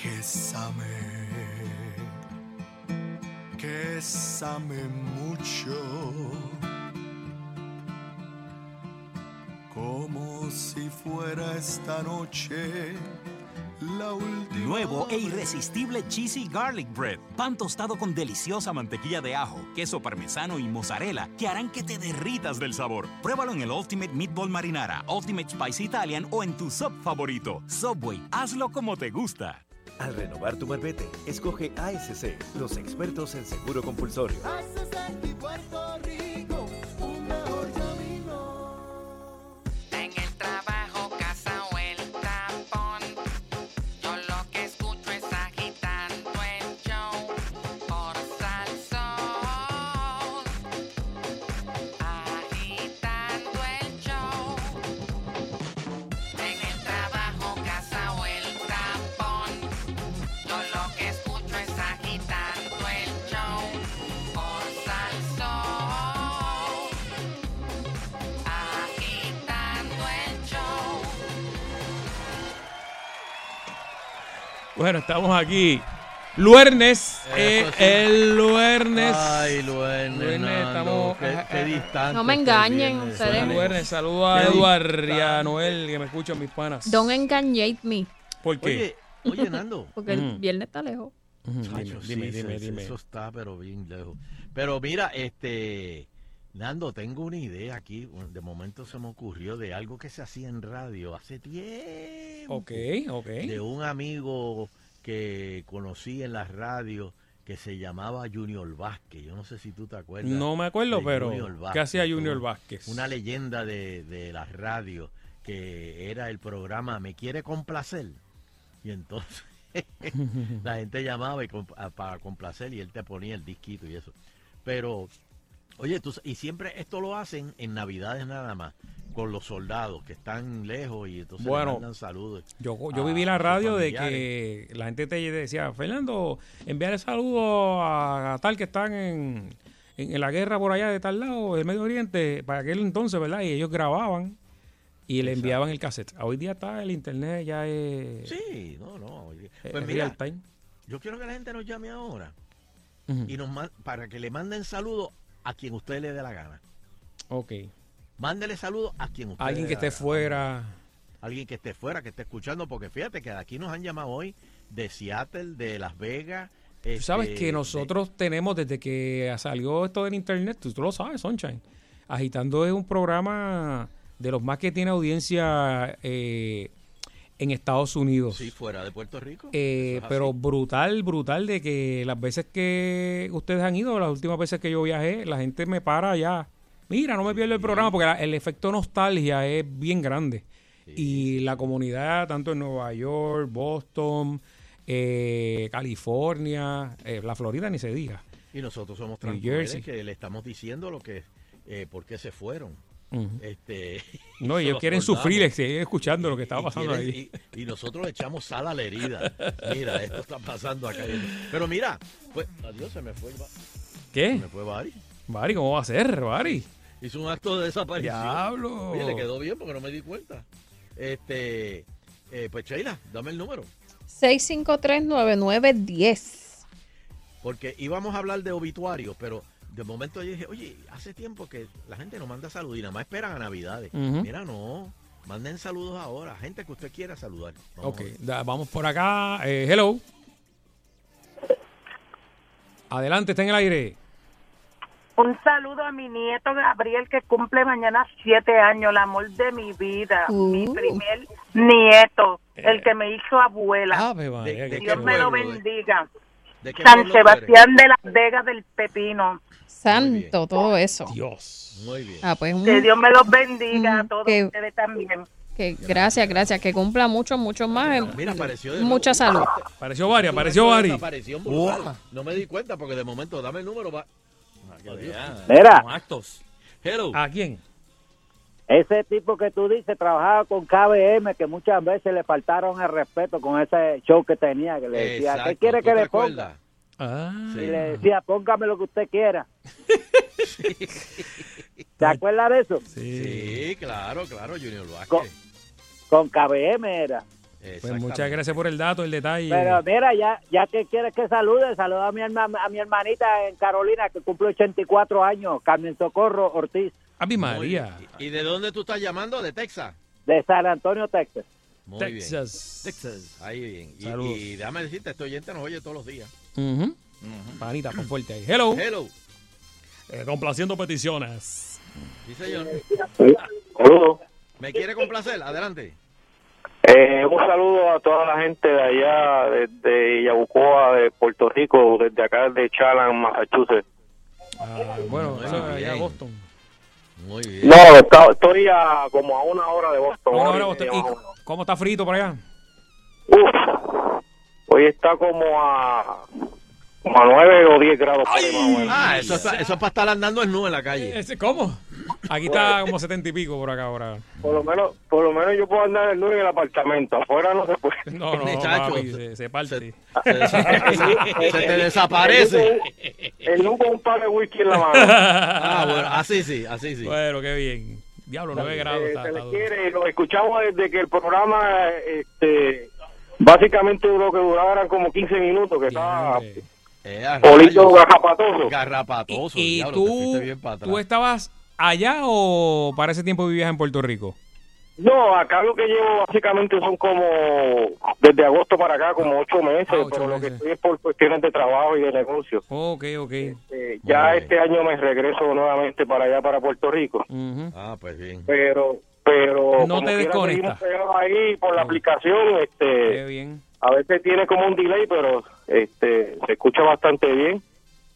Speaker 2: Bésame, bésame mucho, como si fuera esta noche la última.
Speaker 11: Nuevo e irresistible Cheesy Garlic Bread. Pan tostado con deliciosa mantequilla de ajo, queso parmesano y mozzarella que harán que te derritas del sabor. Pruébalo en el Ultimate Meatball Marinara, Ultimate Spice Italian o en tu sub favorito. Subway, hazlo como te gusta.
Speaker 40: Al renovar tu marbete, escoge ASC, los expertos en seguro compulsorio.
Speaker 41: Haces de mi Puerto Rico un mejor camino.
Speaker 12: En el trabajo, casa o el tapón, yo lo que escucho es agitando el show por salsón. Agitando el show. En el trabajo, casa o el tapón, yo lo que escucho es agitando el show por salsón. Agitando el show.
Speaker 3: Bueno, estamos aquí. Luernes, eh,
Speaker 4: Eso sí.
Speaker 3: el luernes.
Speaker 4: Ay, Luernes. Nando, qué- qué distante
Speaker 5: No me
Speaker 4: este
Speaker 5: engañen
Speaker 4: viernes.
Speaker 5: ustedes.
Speaker 3: Luernes, saludo a
Speaker 4: Qué
Speaker 3: Eduard y a
Speaker 4: distante.
Speaker 3: Noel que me escuchan mis panas.
Speaker 5: Don't engañate me.
Speaker 3: ¿Por qué?
Speaker 4: Oye, oye, Nando.
Speaker 5: (laughs) Porque el
Speaker 4: Mm.
Speaker 5: viernes está lejos.
Speaker 3: Ujú,
Speaker 4: Chacho,
Speaker 3: dime,
Speaker 4: sí,
Speaker 3: dime,
Speaker 4: sí,
Speaker 3: dime.
Speaker 4: Eso está, pero bien lejos. Pero mira, este. Nando, tengo una idea aquí. De momento se me ocurrió de algo que se hacía en radio hace tiempo.
Speaker 3: Ok, ok.
Speaker 4: De un amigo que conocí en la radio que se llamaba Junior Vázquez. Yo no sé si tú te acuerdas.
Speaker 3: No me acuerdo,
Speaker 4: de
Speaker 3: pero
Speaker 4: Junior
Speaker 3: ¿qué
Speaker 4: Vázquez,
Speaker 3: hacía Junior
Speaker 4: un-
Speaker 3: Vázquez?
Speaker 4: Una leyenda de, de la radio que era el programa Me Quiere Complacer. Y entonces (laughs) la gente llamaba y comp- a- para complacer y él te ponía el disquito y eso. Pero, oye, tú, s- y siempre esto lo hacen en Navidades nada más, con los soldados que están lejos y entonces
Speaker 3: Bueno,
Speaker 4: le mandan saludos.
Speaker 3: Yo, Oh, yo
Speaker 4: a
Speaker 3: viví la
Speaker 4: sus
Speaker 3: radio de
Speaker 4: Ah, familiares.
Speaker 3: que la gente te decía, Fernando, enviarle saludos a, a tal que están en, en- en la guerra por allá de tal lado, del Medio Oriente, para aquel entonces, ¿verdad? Y ellos grababan y le enviaban el cassette. Hoy día está el internet, ya es...
Speaker 4: Sí, no, no. oye.
Speaker 3: Eh,
Speaker 4: Pues
Speaker 3: real
Speaker 4: mira,
Speaker 3: time.
Speaker 4: yo quiero que la gente nos llame ahora
Speaker 3: Ujú.
Speaker 4: y nos man- para que le manden saludos a quien usted le dé la gana.
Speaker 3: Ok.
Speaker 4: Mándele saludos a quien usted
Speaker 3: Alguien
Speaker 4: le
Speaker 3: que
Speaker 4: dé la
Speaker 3: esté
Speaker 4: gana.
Speaker 3: fuera...
Speaker 4: alguien que esté fuera, que esté escuchando, porque fíjate que de aquí nos han llamado hoy de Seattle, de Las Vegas.
Speaker 3: Tú sabes
Speaker 4: este,
Speaker 3: que nosotros tenemos, desde que salió esto del internet, tú, tú lo sabes, Sunshine. Agitando es un programa de los más que tiene audiencia eh, en Estados Unidos.
Speaker 4: Sí, fuera de Puerto Rico.
Speaker 3: Eh,
Speaker 4: Eso es
Speaker 3: pero
Speaker 4: así.
Speaker 3: brutal, brutal de que las veces que ustedes han ido, las últimas veces que yo viajé, la gente me para allá. Mira, no me pierdo el programa porque la- el efecto nostalgia es bien grande. y la comunidad, tanto en Nueva York, Boston, eh, California, eh, la Florida ni se diga.
Speaker 4: Y nosotros somos
Speaker 3: New
Speaker 4: transmujeres
Speaker 3: Jersey.
Speaker 4: que le estamos diciendo lo que, eh, por qué se fueron.
Speaker 3: Ujú.
Speaker 4: Este, (laughs)
Speaker 3: No,
Speaker 4: se
Speaker 3: ellos
Speaker 4: los
Speaker 3: quieren
Speaker 4: cortamos.
Speaker 3: sufrir, eh, siguen escuchando lo que estaba
Speaker 4: Y
Speaker 3: pasando
Speaker 4: quieren-
Speaker 3: ahí.
Speaker 4: Y, y nosotros le echamos sal a la herida. Mira, esto está pasando acá. Pero mira, pues, adiós, se me fue. el ba-
Speaker 3: ¿Qué?
Speaker 4: Me fue Bari.
Speaker 3: Bari, ¿cómo va a ser, Bari?
Speaker 4: Hizo un acto de desaparición.
Speaker 3: Diablo.
Speaker 4: Oye, le quedó bien porque no me di cuenta. Este, eh, pues Sheila, dame el número.
Speaker 5: 6539910.
Speaker 4: Porque íbamos a hablar de obituarios, pero de momento yo dije, oye, hace tiempo que la gente no manda saludos y nada más esperan a Navidades.
Speaker 3: Ujú.
Speaker 4: Mira, no, manden saludos ahora, gente que usted quiera saludar. Vamos
Speaker 3: Ok,
Speaker 4: a ver.
Speaker 3: da- vamos por acá. Eh, hello. Adelante, está en el aire.
Speaker 14: Un saludo a mi nieto Gabriel que cumple mañana siete años, el amor de mi vida, mi
Speaker 5: Uh.
Speaker 14: primer nieto, el que me hizo abuela.
Speaker 3: Ave María,
Speaker 14: Dios
Speaker 3: qué
Speaker 14: me
Speaker 3: bueno,
Speaker 14: lo
Speaker 3: eh.
Speaker 14: bendiga.
Speaker 4: ¿De qué
Speaker 14: San
Speaker 4: pueblo tú
Speaker 14: Sebastián de las Vegas del Pepino.
Speaker 5: Santo, todo eso.
Speaker 3: Dios.
Speaker 4: Muy bien.
Speaker 5: Ah, pues un- Mm,
Speaker 14: Que Dios me los bendiga a todos
Speaker 5: que-
Speaker 14: ustedes también.
Speaker 5: que gracias, gracias. Que cumpla mucho, mucho más.
Speaker 4: Mira, apareció de
Speaker 5: Mucha salud.
Speaker 3: Apareció Bari, apareció Bari.
Speaker 4: Desaparición brutal. No me di cuenta porque de momento dame el número. Va.
Speaker 3: Ah,
Speaker 42: Mira.
Speaker 4: Con actos. Hello. (laughs)
Speaker 3: ¿A quién?
Speaker 42: Ese tipo que tú dices trabajaba con KBM, que muchas veces le faltaron el respeto con ese show que tenía, que le decía, ¿qué
Speaker 4: Exacto,
Speaker 42: quiere
Speaker 4: ¿tú
Speaker 42: que
Speaker 4: te
Speaker 42: le ponga?
Speaker 4: acuerdas?
Speaker 3: Ah.
Speaker 42: Y le decía, póngame lo que usted quiera. ¿Te acuerdas de eso?
Speaker 4: Sí. claro, claro, Junior Vázquez.
Speaker 42: Con, con KBM era.
Speaker 3: Pues muchas gracias por el dato, el detalle.
Speaker 42: Pero mira, ya, ya que quieres que salude, saluda a mi, herma- a mi hermanita en Carolina, que cumple 84 años, Carmen Socorro Ortiz,
Speaker 3: Ave María.
Speaker 4: ¿Y de dónde tú estás llamando? ¿De Texas?
Speaker 42: de San Antonio, Texas.
Speaker 4: Muy
Speaker 3: Texas.
Speaker 4: bien. Texas. Ahí bien. Y,
Speaker 3: Saludos.
Speaker 4: y déjame decirte, este oyente nos oye todos los días.
Speaker 3: Ujú. Panita, con fuerte ahí. Hello.
Speaker 4: Hello.
Speaker 3: Eh, complaciendo peticiones.
Speaker 4: Sí, señor.
Speaker 10: Saludos.
Speaker 4: ¿Me quiere complacer? Adelante.
Speaker 10: Eh, un saludo a toda la gente de allá, desde Yabucoa, de Puerto Rico, desde acá de Chalan, Massachusetts.
Speaker 3: ah, bueno, eso es allá de Boston.
Speaker 4: Muy bien.
Speaker 10: No, está- estoy a como a una hora de Boston.
Speaker 3: Una
Speaker 10: hora
Speaker 3: hora,
Speaker 10: y
Speaker 3: Boston.
Speaker 10: media
Speaker 3: ¿Y
Speaker 10: más o
Speaker 3: cómo- cómo está frito por allá?
Speaker 10: Hoy está como a, como a 9 o 10 grados. por ahí, más o menos.
Speaker 4: Ah, eso, está- eso es para estar andando en en la calle.
Speaker 3: Eh, Ese- ¿Cómo? Aquí está como setenta y pico por acá ahora.
Speaker 10: Por lo menos por lo menos yo puedo andar el lunes en el apartamento. Afuera no se puede.
Speaker 3: No, no, no,
Speaker 10: Chacho,
Speaker 3: papi, se, se parte.
Speaker 10: Ah, eh, se- (laughs) se te desaparece. El lunes con un par de whisky en la mano.
Speaker 4: Ah, bueno, así sí, así sí.
Speaker 3: Bueno, qué bien. Diablo, nueve grados.
Speaker 10: Eh,
Speaker 3: está-
Speaker 10: se
Speaker 3: está
Speaker 10: les
Speaker 3: duro.
Speaker 10: quiere, lo escuchamos desde que el programa, este, básicamente lo que duraba eran como 15 minutos, que estaba
Speaker 4: Eh, ah.
Speaker 10: polito garrapatoso.
Speaker 4: Garrapatoso.
Speaker 3: ¿Y
Speaker 4: diablo, te
Speaker 3: tú,
Speaker 4: fuiste bien para atrás.
Speaker 3: tú estabas allá o para ese tiempo vivías en Puerto Rico?
Speaker 10: No, acá lo que llevo básicamente son como, desde agosto para acá, como Ah, ocho meses, pero lo que estoy es por cuestiones de trabajo y de negocio.
Speaker 3: Ok, ok.
Speaker 10: Eh, ya este año me regreso nuevamente para allá, para Puerto Rico.
Speaker 4: Ah, pues bien.
Speaker 10: Pero, pero...
Speaker 4: No
Speaker 10: como
Speaker 4: te
Speaker 10: quiera,
Speaker 4: desconecta.
Speaker 10: seguimos pegados ahí por la aplicación, este...
Speaker 3: Qué bien.
Speaker 10: a veces tiene como un delay, pero este se escucha bastante bien.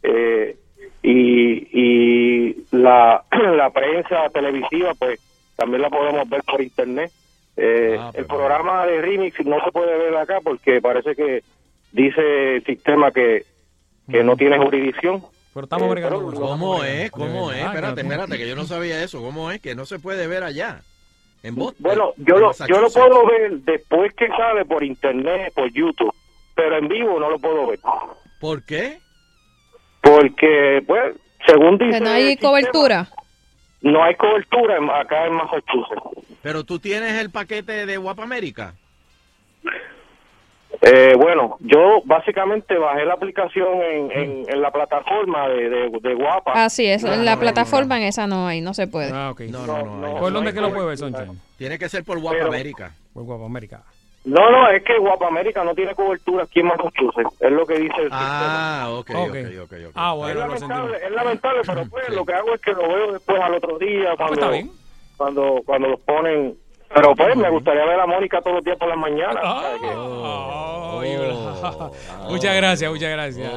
Speaker 10: Eh, y y la, (clears throat) la prensa televisiva, pues también la podemos ver por internet. Eh,
Speaker 4: Ah,
Speaker 10: el programa de Remix no se puede ver acá porque parece que dice el sistema que, que no tiene jurisdicción.
Speaker 3: Pero
Speaker 10: estamos bregando con eso, estamos
Speaker 4: ¿Cómo
Speaker 10: bregando.
Speaker 4: es? ¿Cómo
Speaker 10: De
Speaker 4: es?
Speaker 10: verdad,
Speaker 4: Espérate,
Speaker 10: que no
Speaker 4: espérate, que yo no sabía eso. ¿Cómo es que no se puede ver allá? En Boston.
Speaker 10: Bueno, yo lo, yo lo
Speaker 4: Massachusetts.
Speaker 10: puedo ver después que sale por internet, por YouTube, pero en vivo no lo puedo ver.
Speaker 4: ¿Por qué?
Speaker 10: Porque, pues, según dice...
Speaker 5: Que no hay
Speaker 10: el
Speaker 5: cobertura.
Speaker 10: No hay cobertura en- acá en Massachusetts.
Speaker 4: Pero tú tienes el paquete de Guapa América.
Speaker 10: Eh, bueno, yo básicamente bajé la aplicación
Speaker 4: Mm.
Speaker 10: en, en, en la plataforma de, de, de Guapa.
Speaker 5: Ah, sí, eso, en la plataforma en esa no hay, no se puede.
Speaker 3: Ah, ok.
Speaker 4: No, no, no. ahí no.
Speaker 3: ¿Por dónde es que lo puedes ver, Sunshine?
Speaker 4: Tiene que ser por Guapa América.
Speaker 3: Por Guapa América.
Speaker 10: No, no, es que Guapa América no tiene cobertura aquí en Massachusetts. Es lo que dice el
Speaker 4: Ah, ok,
Speaker 10: sistema.
Speaker 4: ok, ok. ok.
Speaker 3: Ah, bueno, lo
Speaker 10: es, lamentable,
Speaker 3: sentimos.
Speaker 10: es lamentable,
Speaker 4: (laughs)
Speaker 10: pero pues lo que hago es que lo veo después al otro
Speaker 3: Ah, pues,
Speaker 10: día cuando, cuando, cuando los ponen. Pero pues me gustaría ver a Mónica todos los días por las mañanas.
Speaker 3: Ah.
Speaker 10: ¿sabes qué?
Speaker 3: Oh.
Speaker 4: Oh.
Speaker 3: (laughs) Muchas gracias, muchas gracias.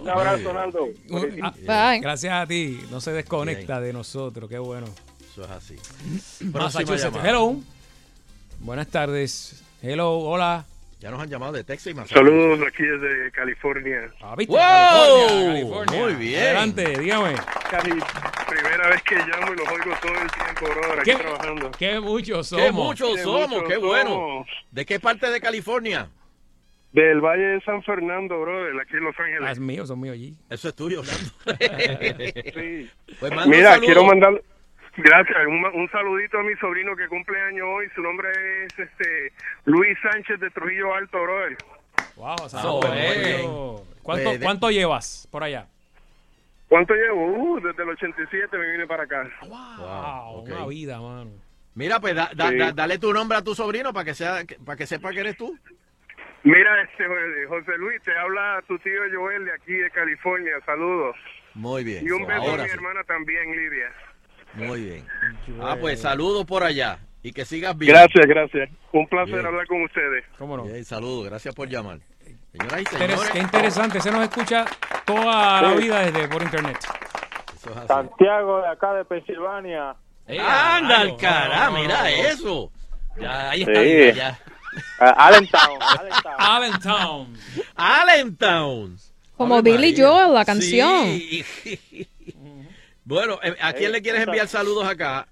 Speaker 10: Un abrazo, Nando.
Speaker 3: Un- ah,
Speaker 10: Bye.
Speaker 3: Gracias a ti. No se desconecta de nosotros.
Speaker 4: (clears throat)
Speaker 3: Qué bueno.
Speaker 4: Eso es así.
Speaker 3: Massachusetts.
Speaker 4: llamada.
Speaker 3: Hello. Buenas tardes. Hello, hola.
Speaker 4: Ya nos han llamado de Texas y Massachusetts.
Speaker 23: Saludos aquí desde California.
Speaker 3: Ah, ¿viste?
Speaker 4: ¡Wow!
Speaker 3: California, California.
Speaker 23: Muy bien.
Speaker 3: Adelante, dígame.
Speaker 23: Cali-
Speaker 10: Primera vez que llamo y los oigo todo el tiempo, brother, aquí
Speaker 4: ¿Qué?
Speaker 10: trabajando.
Speaker 3: Qué muchos
Speaker 10: somos.
Speaker 4: Qué muchos
Speaker 10: Qué
Speaker 4: somos,
Speaker 10: muchos
Speaker 4: qué bueno.
Speaker 10: somos.
Speaker 4: ¿De qué parte de (laughs) California?
Speaker 10: Del Valle de San Fernando, brother, aquí en Los Ángeles.
Speaker 3: Ah, es mío, son míos allí.
Speaker 4: Eso es tuyo.
Speaker 10: (laughs) Sí.
Speaker 4: Pues manda un
Speaker 10: Mira,
Speaker 4: saludo.
Speaker 10: quiero mandar gracias, un, ma- un saludito a mi sobrino que cumple año hoy, su nombre es este Luis Sánchez de Trujillo Alto, brother.
Speaker 3: Wow,
Speaker 4: Ah,
Speaker 10: Samuel.
Speaker 3: ¿Cuánto,
Speaker 10: Pues, de-
Speaker 3: cuánto llevas por allá?
Speaker 10: ¿Cuánto llevo? Uh, desde el 87 me vine para acá.
Speaker 4: Ah,
Speaker 3: Wow, una vida, mano.
Speaker 4: Mira, pues da- da-
Speaker 10: Sí.
Speaker 4: da- dale tu nombre a tu sobrino para que sea para que sepa que eres tú.
Speaker 10: Mira, este José- José Luis, te habla tu tío Joel de aquí de California, saludos.
Speaker 4: Muy bien.
Speaker 10: Y un beso a
Speaker 4: Ahora
Speaker 10: mi
Speaker 4: sí.
Speaker 10: hermana también, Lidia.
Speaker 4: Muy bien. Ah, pues saludos por allá y que sigas bien.
Speaker 10: Gracias, gracias. Un placer
Speaker 4: Bien.
Speaker 10: hablar con ustedes.
Speaker 3: ¿Cómo no?
Speaker 4: Bien, saludos, gracias por llamar. Señoras y
Speaker 3: Interes-
Speaker 4: señores,
Speaker 3: qué interesante, se nos escucha toda la
Speaker 4: Sí.
Speaker 3: vida desde por internet.
Speaker 4: eso es así. Eh,
Speaker 2: Santiago de acá de Pensilvania.
Speaker 4: ¡Anda
Speaker 2: no,
Speaker 4: al cará!
Speaker 2: no, no,
Speaker 4: ¡Mira
Speaker 2: no.
Speaker 4: eso! Ya, ahí está,
Speaker 2: Sí.
Speaker 4: mira, ya.
Speaker 2: Ah, Allentown,
Speaker 3: Allentown.
Speaker 4: Allentown.
Speaker 5: Como
Speaker 4: Ave
Speaker 5: Billy
Speaker 4: María.
Speaker 5: Joel, la canción.
Speaker 4: Sí. (laughs) bueno, eh, ¿a quién le quieres enviar saludos acá?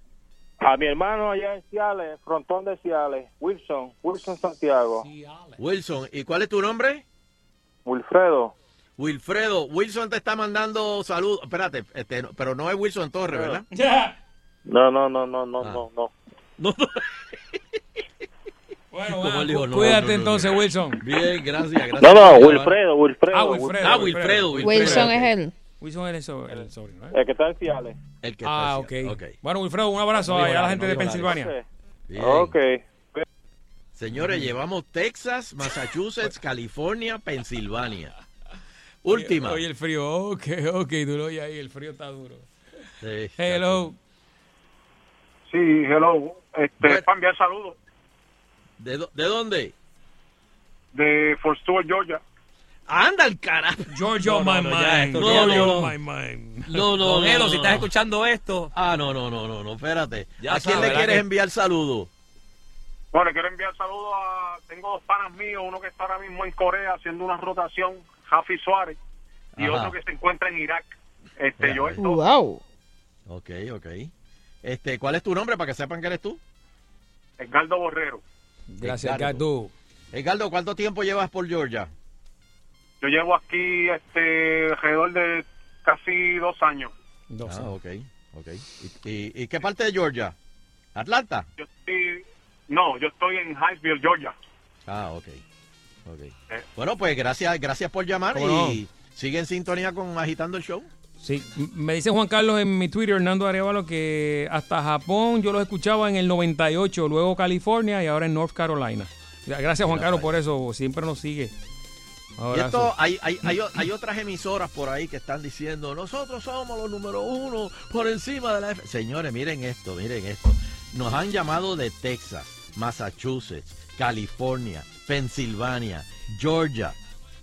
Speaker 2: A mi hermano allá en Ciales, frontón de Ciales, Wilson, Wilson Santiago.
Speaker 4: Wilson, ¿y cuál es tu nombre?
Speaker 2: Wilfredo.
Speaker 4: Wilfredo, Wilson te está mandando saludos. Espérate, este, no- pero no es Wilson Torres, ¿verdad?
Speaker 2: No, no, no, no,
Speaker 4: Ah.
Speaker 2: no, no, no.
Speaker 4: (laughs)
Speaker 3: Bueno,
Speaker 4: Como él dijo, no,
Speaker 3: Cuídate
Speaker 4: no, no, no.
Speaker 3: entonces, Wilson.
Speaker 4: Bien, gracias, gracias.
Speaker 2: No, no,
Speaker 4: por llamar.
Speaker 2: Wilfredo, Wilfredo.
Speaker 3: Ah, Wilfredo.
Speaker 4: Ah, Wilfredo, Wilfredo.
Speaker 5: Wilson es él.
Speaker 3: Wilson es el, so- el sobrino. ¿eh?
Speaker 2: El que está en Ciales.
Speaker 4: El que
Speaker 3: Ah, ok. Bueno, Wilfredo, un abrazo
Speaker 4: No digo
Speaker 3: allá a la
Speaker 4: nada,
Speaker 3: gente
Speaker 4: no
Speaker 3: de
Speaker 4: digo nada.
Speaker 3: Pensilvania.
Speaker 4: Bien.
Speaker 2: Ok.
Speaker 4: Señores, llevamos Texas, Massachusetts, California, Pensilvania. Última.
Speaker 3: Oye, el frío, ok, ok, tú lo oyes ahí, el frío está duro.
Speaker 4: Sí.
Speaker 3: Hello.
Speaker 10: Sí, hello. Este,
Speaker 2: Pues,
Speaker 4: Bueno.
Speaker 10: para enviar saludos
Speaker 4: ¿De, dó- de dónde?
Speaker 10: de Fort Stewart, Georgia.
Speaker 4: Anda al carajo.
Speaker 3: Giorgio
Speaker 10: No, no,
Speaker 3: my
Speaker 10: no, ya,
Speaker 3: mind.
Speaker 10: esto-
Speaker 4: No, no,
Speaker 3: Giorgio
Speaker 4: no.
Speaker 3: my mind.
Speaker 4: No, no, no,
Speaker 6: Don Edo,
Speaker 4: no, no,
Speaker 6: si estás
Speaker 4: no.
Speaker 6: escuchando esto.
Speaker 4: Ah, no, no, no, no, no, espérate.
Speaker 6: Ya
Speaker 4: ¿A quién
Speaker 6: sabe,
Speaker 4: le
Speaker 6: ¿verdad
Speaker 4: quieres
Speaker 6: que-
Speaker 4: enviar saludos?
Speaker 10: Bueno, quiero enviar saludos pues, a... Tengo dos panas míos, uno que está ahora mismo en Corea haciendo una rotación, Jafi Suárez, y
Speaker 4: Ajá.
Speaker 10: otro que se encuentra en Irak. Este,
Speaker 4: Mira,
Speaker 10: yo
Speaker 4: mira. Ok, ok. Este, ¿cuál es tu nombre para que sepan que eres tú?
Speaker 10: Edgardo Borrero.
Speaker 3: Gracias, Gadu.
Speaker 4: Edgardo, ¿cuánto tiempo llevas por Georgia?
Speaker 10: Yo llevo aquí este alrededor de casi dos años.
Speaker 4: ah, ok, ok. ¿Y, y, y qué parte de Georgia? ¿Atlanta?
Speaker 10: Yo estoy... No, yo estoy en Hinesville, Georgia.
Speaker 4: Ah, ok. ok. Bueno, pues gracias, gracias por llamar
Speaker 3: ¿Cómo
Speaker 4: y sigue en sintonía con Agitando el Show.
Speaker 3: Sí, m- me dice Juan Carlos en mi Twitter, Hernando Arevalo, que hasta Japón yo los escuchaba en el 98, luego California y ahora en North Carolina. Gracias Juan
Speaker 4: Mira
Speaker 3: Carlos
Speaker 4: para
Speaker 3: por eso, siempre nos sigue.
Speaker 4: Y esto,
Speaker 3: Abrazo.
Speaker 4: hay, hay, hay, o- hay otras emisoras por ahí que están diciendo, nosotros somos los número uno por encima de la F. Señores, miren esto, miren esto. Nos han llamado de Texas, Massachusetts, California, Pensilvania, Georgia,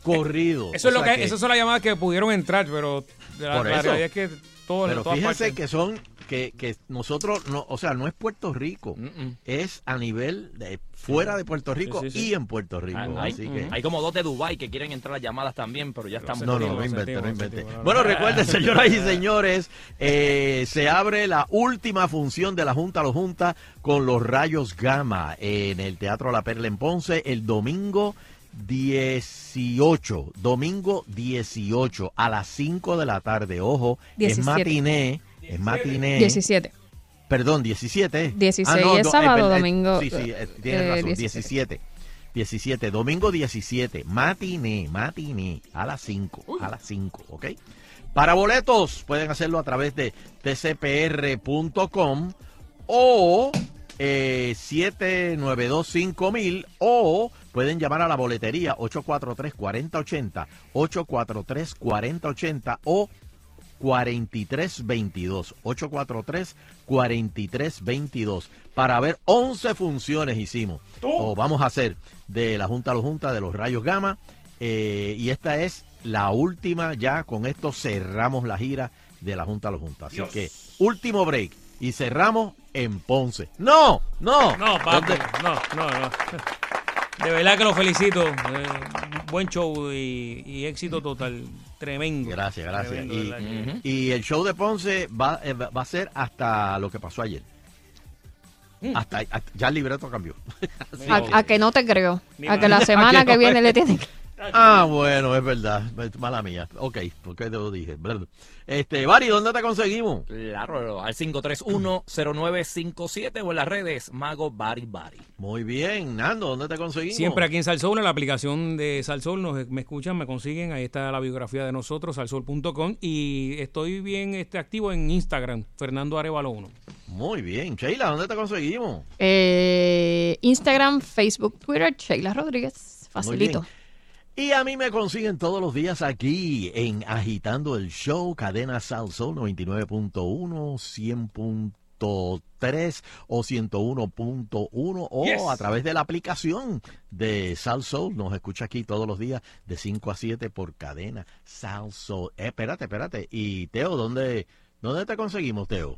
Speaker 4: corrido.
Speaker 3: Eh, Eso
Speaker 4: O
Speaker 3: es lo
Speaker 4: sea
Speaker 3: que, esas son las llamadas que pudieron entrar, pero la,
Speaker 4: Por
Speaker 3: la
Speaker 4: eso.
Speaker 3: realidad es que todo
Speaker 4: Pero
Speaker 3: todas
Speaker 4: fíjense
Speaker 3: partes.
Speaker 4: que son, que, que nosotros, no, o sea, no es Puerto Rico,
Speaker 3: Mm,
Speaker 4: es a nivel de fuera de Puerto Rico
Speaker 6: Sí, sí, sí.
Speaker 4: y en Puerto Rico.
Speaker 6: Ah, hay,
Speaker 4: Así que
Speaker 6: hay como dos de Dubai que quieren entrar las llamadas también, pero ya están
Speaker 4: No, no,
Speaker 6: bloqueados.
Speaker 4: no invente, no invente.
Speaker 6: sentimos, no, no.
Speaker 4: Bueno,
Speaker 6: (laughs)
Speaker 4: recuerden, señoras y señores, eh, se abre la última función de la Junta Los Junta con los Rayos Gama en el Teatro La Perla en Ponce el domingo 18, domingo 18 a las 5 de la tarde. Ojo, es
Speaker 5: 17.
Speaker 4: matiné, es matiné.
Speaker 5: 17.
Speaker 4: Perdón, 17.
Speaker 5: 16
Speaker 4: no,
Speaker 5: es
Speaker 4: do- eh,
Speaker 5: sábado,
Speaker 4: eh,
Speaker 5: domingo,
Speaker 4: Sí, sí, eh, tienes
Speaker 5: eh,
Speaker 4: razón,
Speaker 5: 17.
Speaker 4: 17. 17, domingo 17, matiné, matiné, a las 5, a las 5, ¿ok? Para boletos pueden hacerlo a través de tcpr.com o eh, 7925000 o pueden llamar a la boletería 843-4080, 843-4080 o 4322 843 4322 para ver 11 funciones hicimos o vamos a hacer de la Junta a la Junta de los Rayos Gamma eh, y esta es la última ya con esto cerramos la gira de la Junta a la Junta así
Speaker 3: Dios.
Speaker 4: que último break y cerramos en Ponce no no
Speaker 3: No, papi,
Speaker 4: ¿Dónde?
Speaker 3: no, no, no. De verdad que lo felicito. Eh, buen show y, y éxito total.
Speaker 43: Tremendo.
Speaker 4: Gracias, gracias.
Speaker 43: Tremendo,
Speaker 4: Y,
Speaker 43: ¿verdad que-
Speaker 4: Ujú. y el show de Ponce va, eh, va va a ser hasta lo que pasó ayer. Hasta, hasta- ya el libreto cambió. (laughs) Así
Speaker 5: Mm. A, a que no te creo. A que la semana que viene le tienen que...
Speaker 4: Ah, bueno, es verdad. Mala mía. Ok, porque te lo dije. Este, Bari, ¿dónde te conseguimos?
Speaker 6: Claro, al 531-0957 o en las redes Mago Bari Bari.
Speaker 4: Muy bien, Nando, ¿dónde te conseguimos?
Speaker 3: Siempre aquí en Salsoul, en la aplicación de Salsoul, nos, me escuchan, me consiguen, ahí está la biografía de nosotros, salsoul.com, y estoy bien este, activo en Instagram, Fernando Arevalo 1.
Speaker 4: Muy bien, Sheila, ¿dónde te conseguimos?
Speaker 5: Eh, Instagram, Facebook, Twitter, Sheila Rodríguez. Facilito.
Speaker 4: Muy bien. Y a mí me consiguen todos los días aquí en Agitando el Show, cadena Salsón 99.1, 100.3 o 101.1 o
Speaker 13: Yes.
Speaker 4: a través de la aplicación de Salsoul. Nos escucha aquí todos los días de 5 a 7 por cadena Salsoul. Eh, espérate, espérate. Y Teo, ¿dónde, ¿dónde te conseguimos, Teo?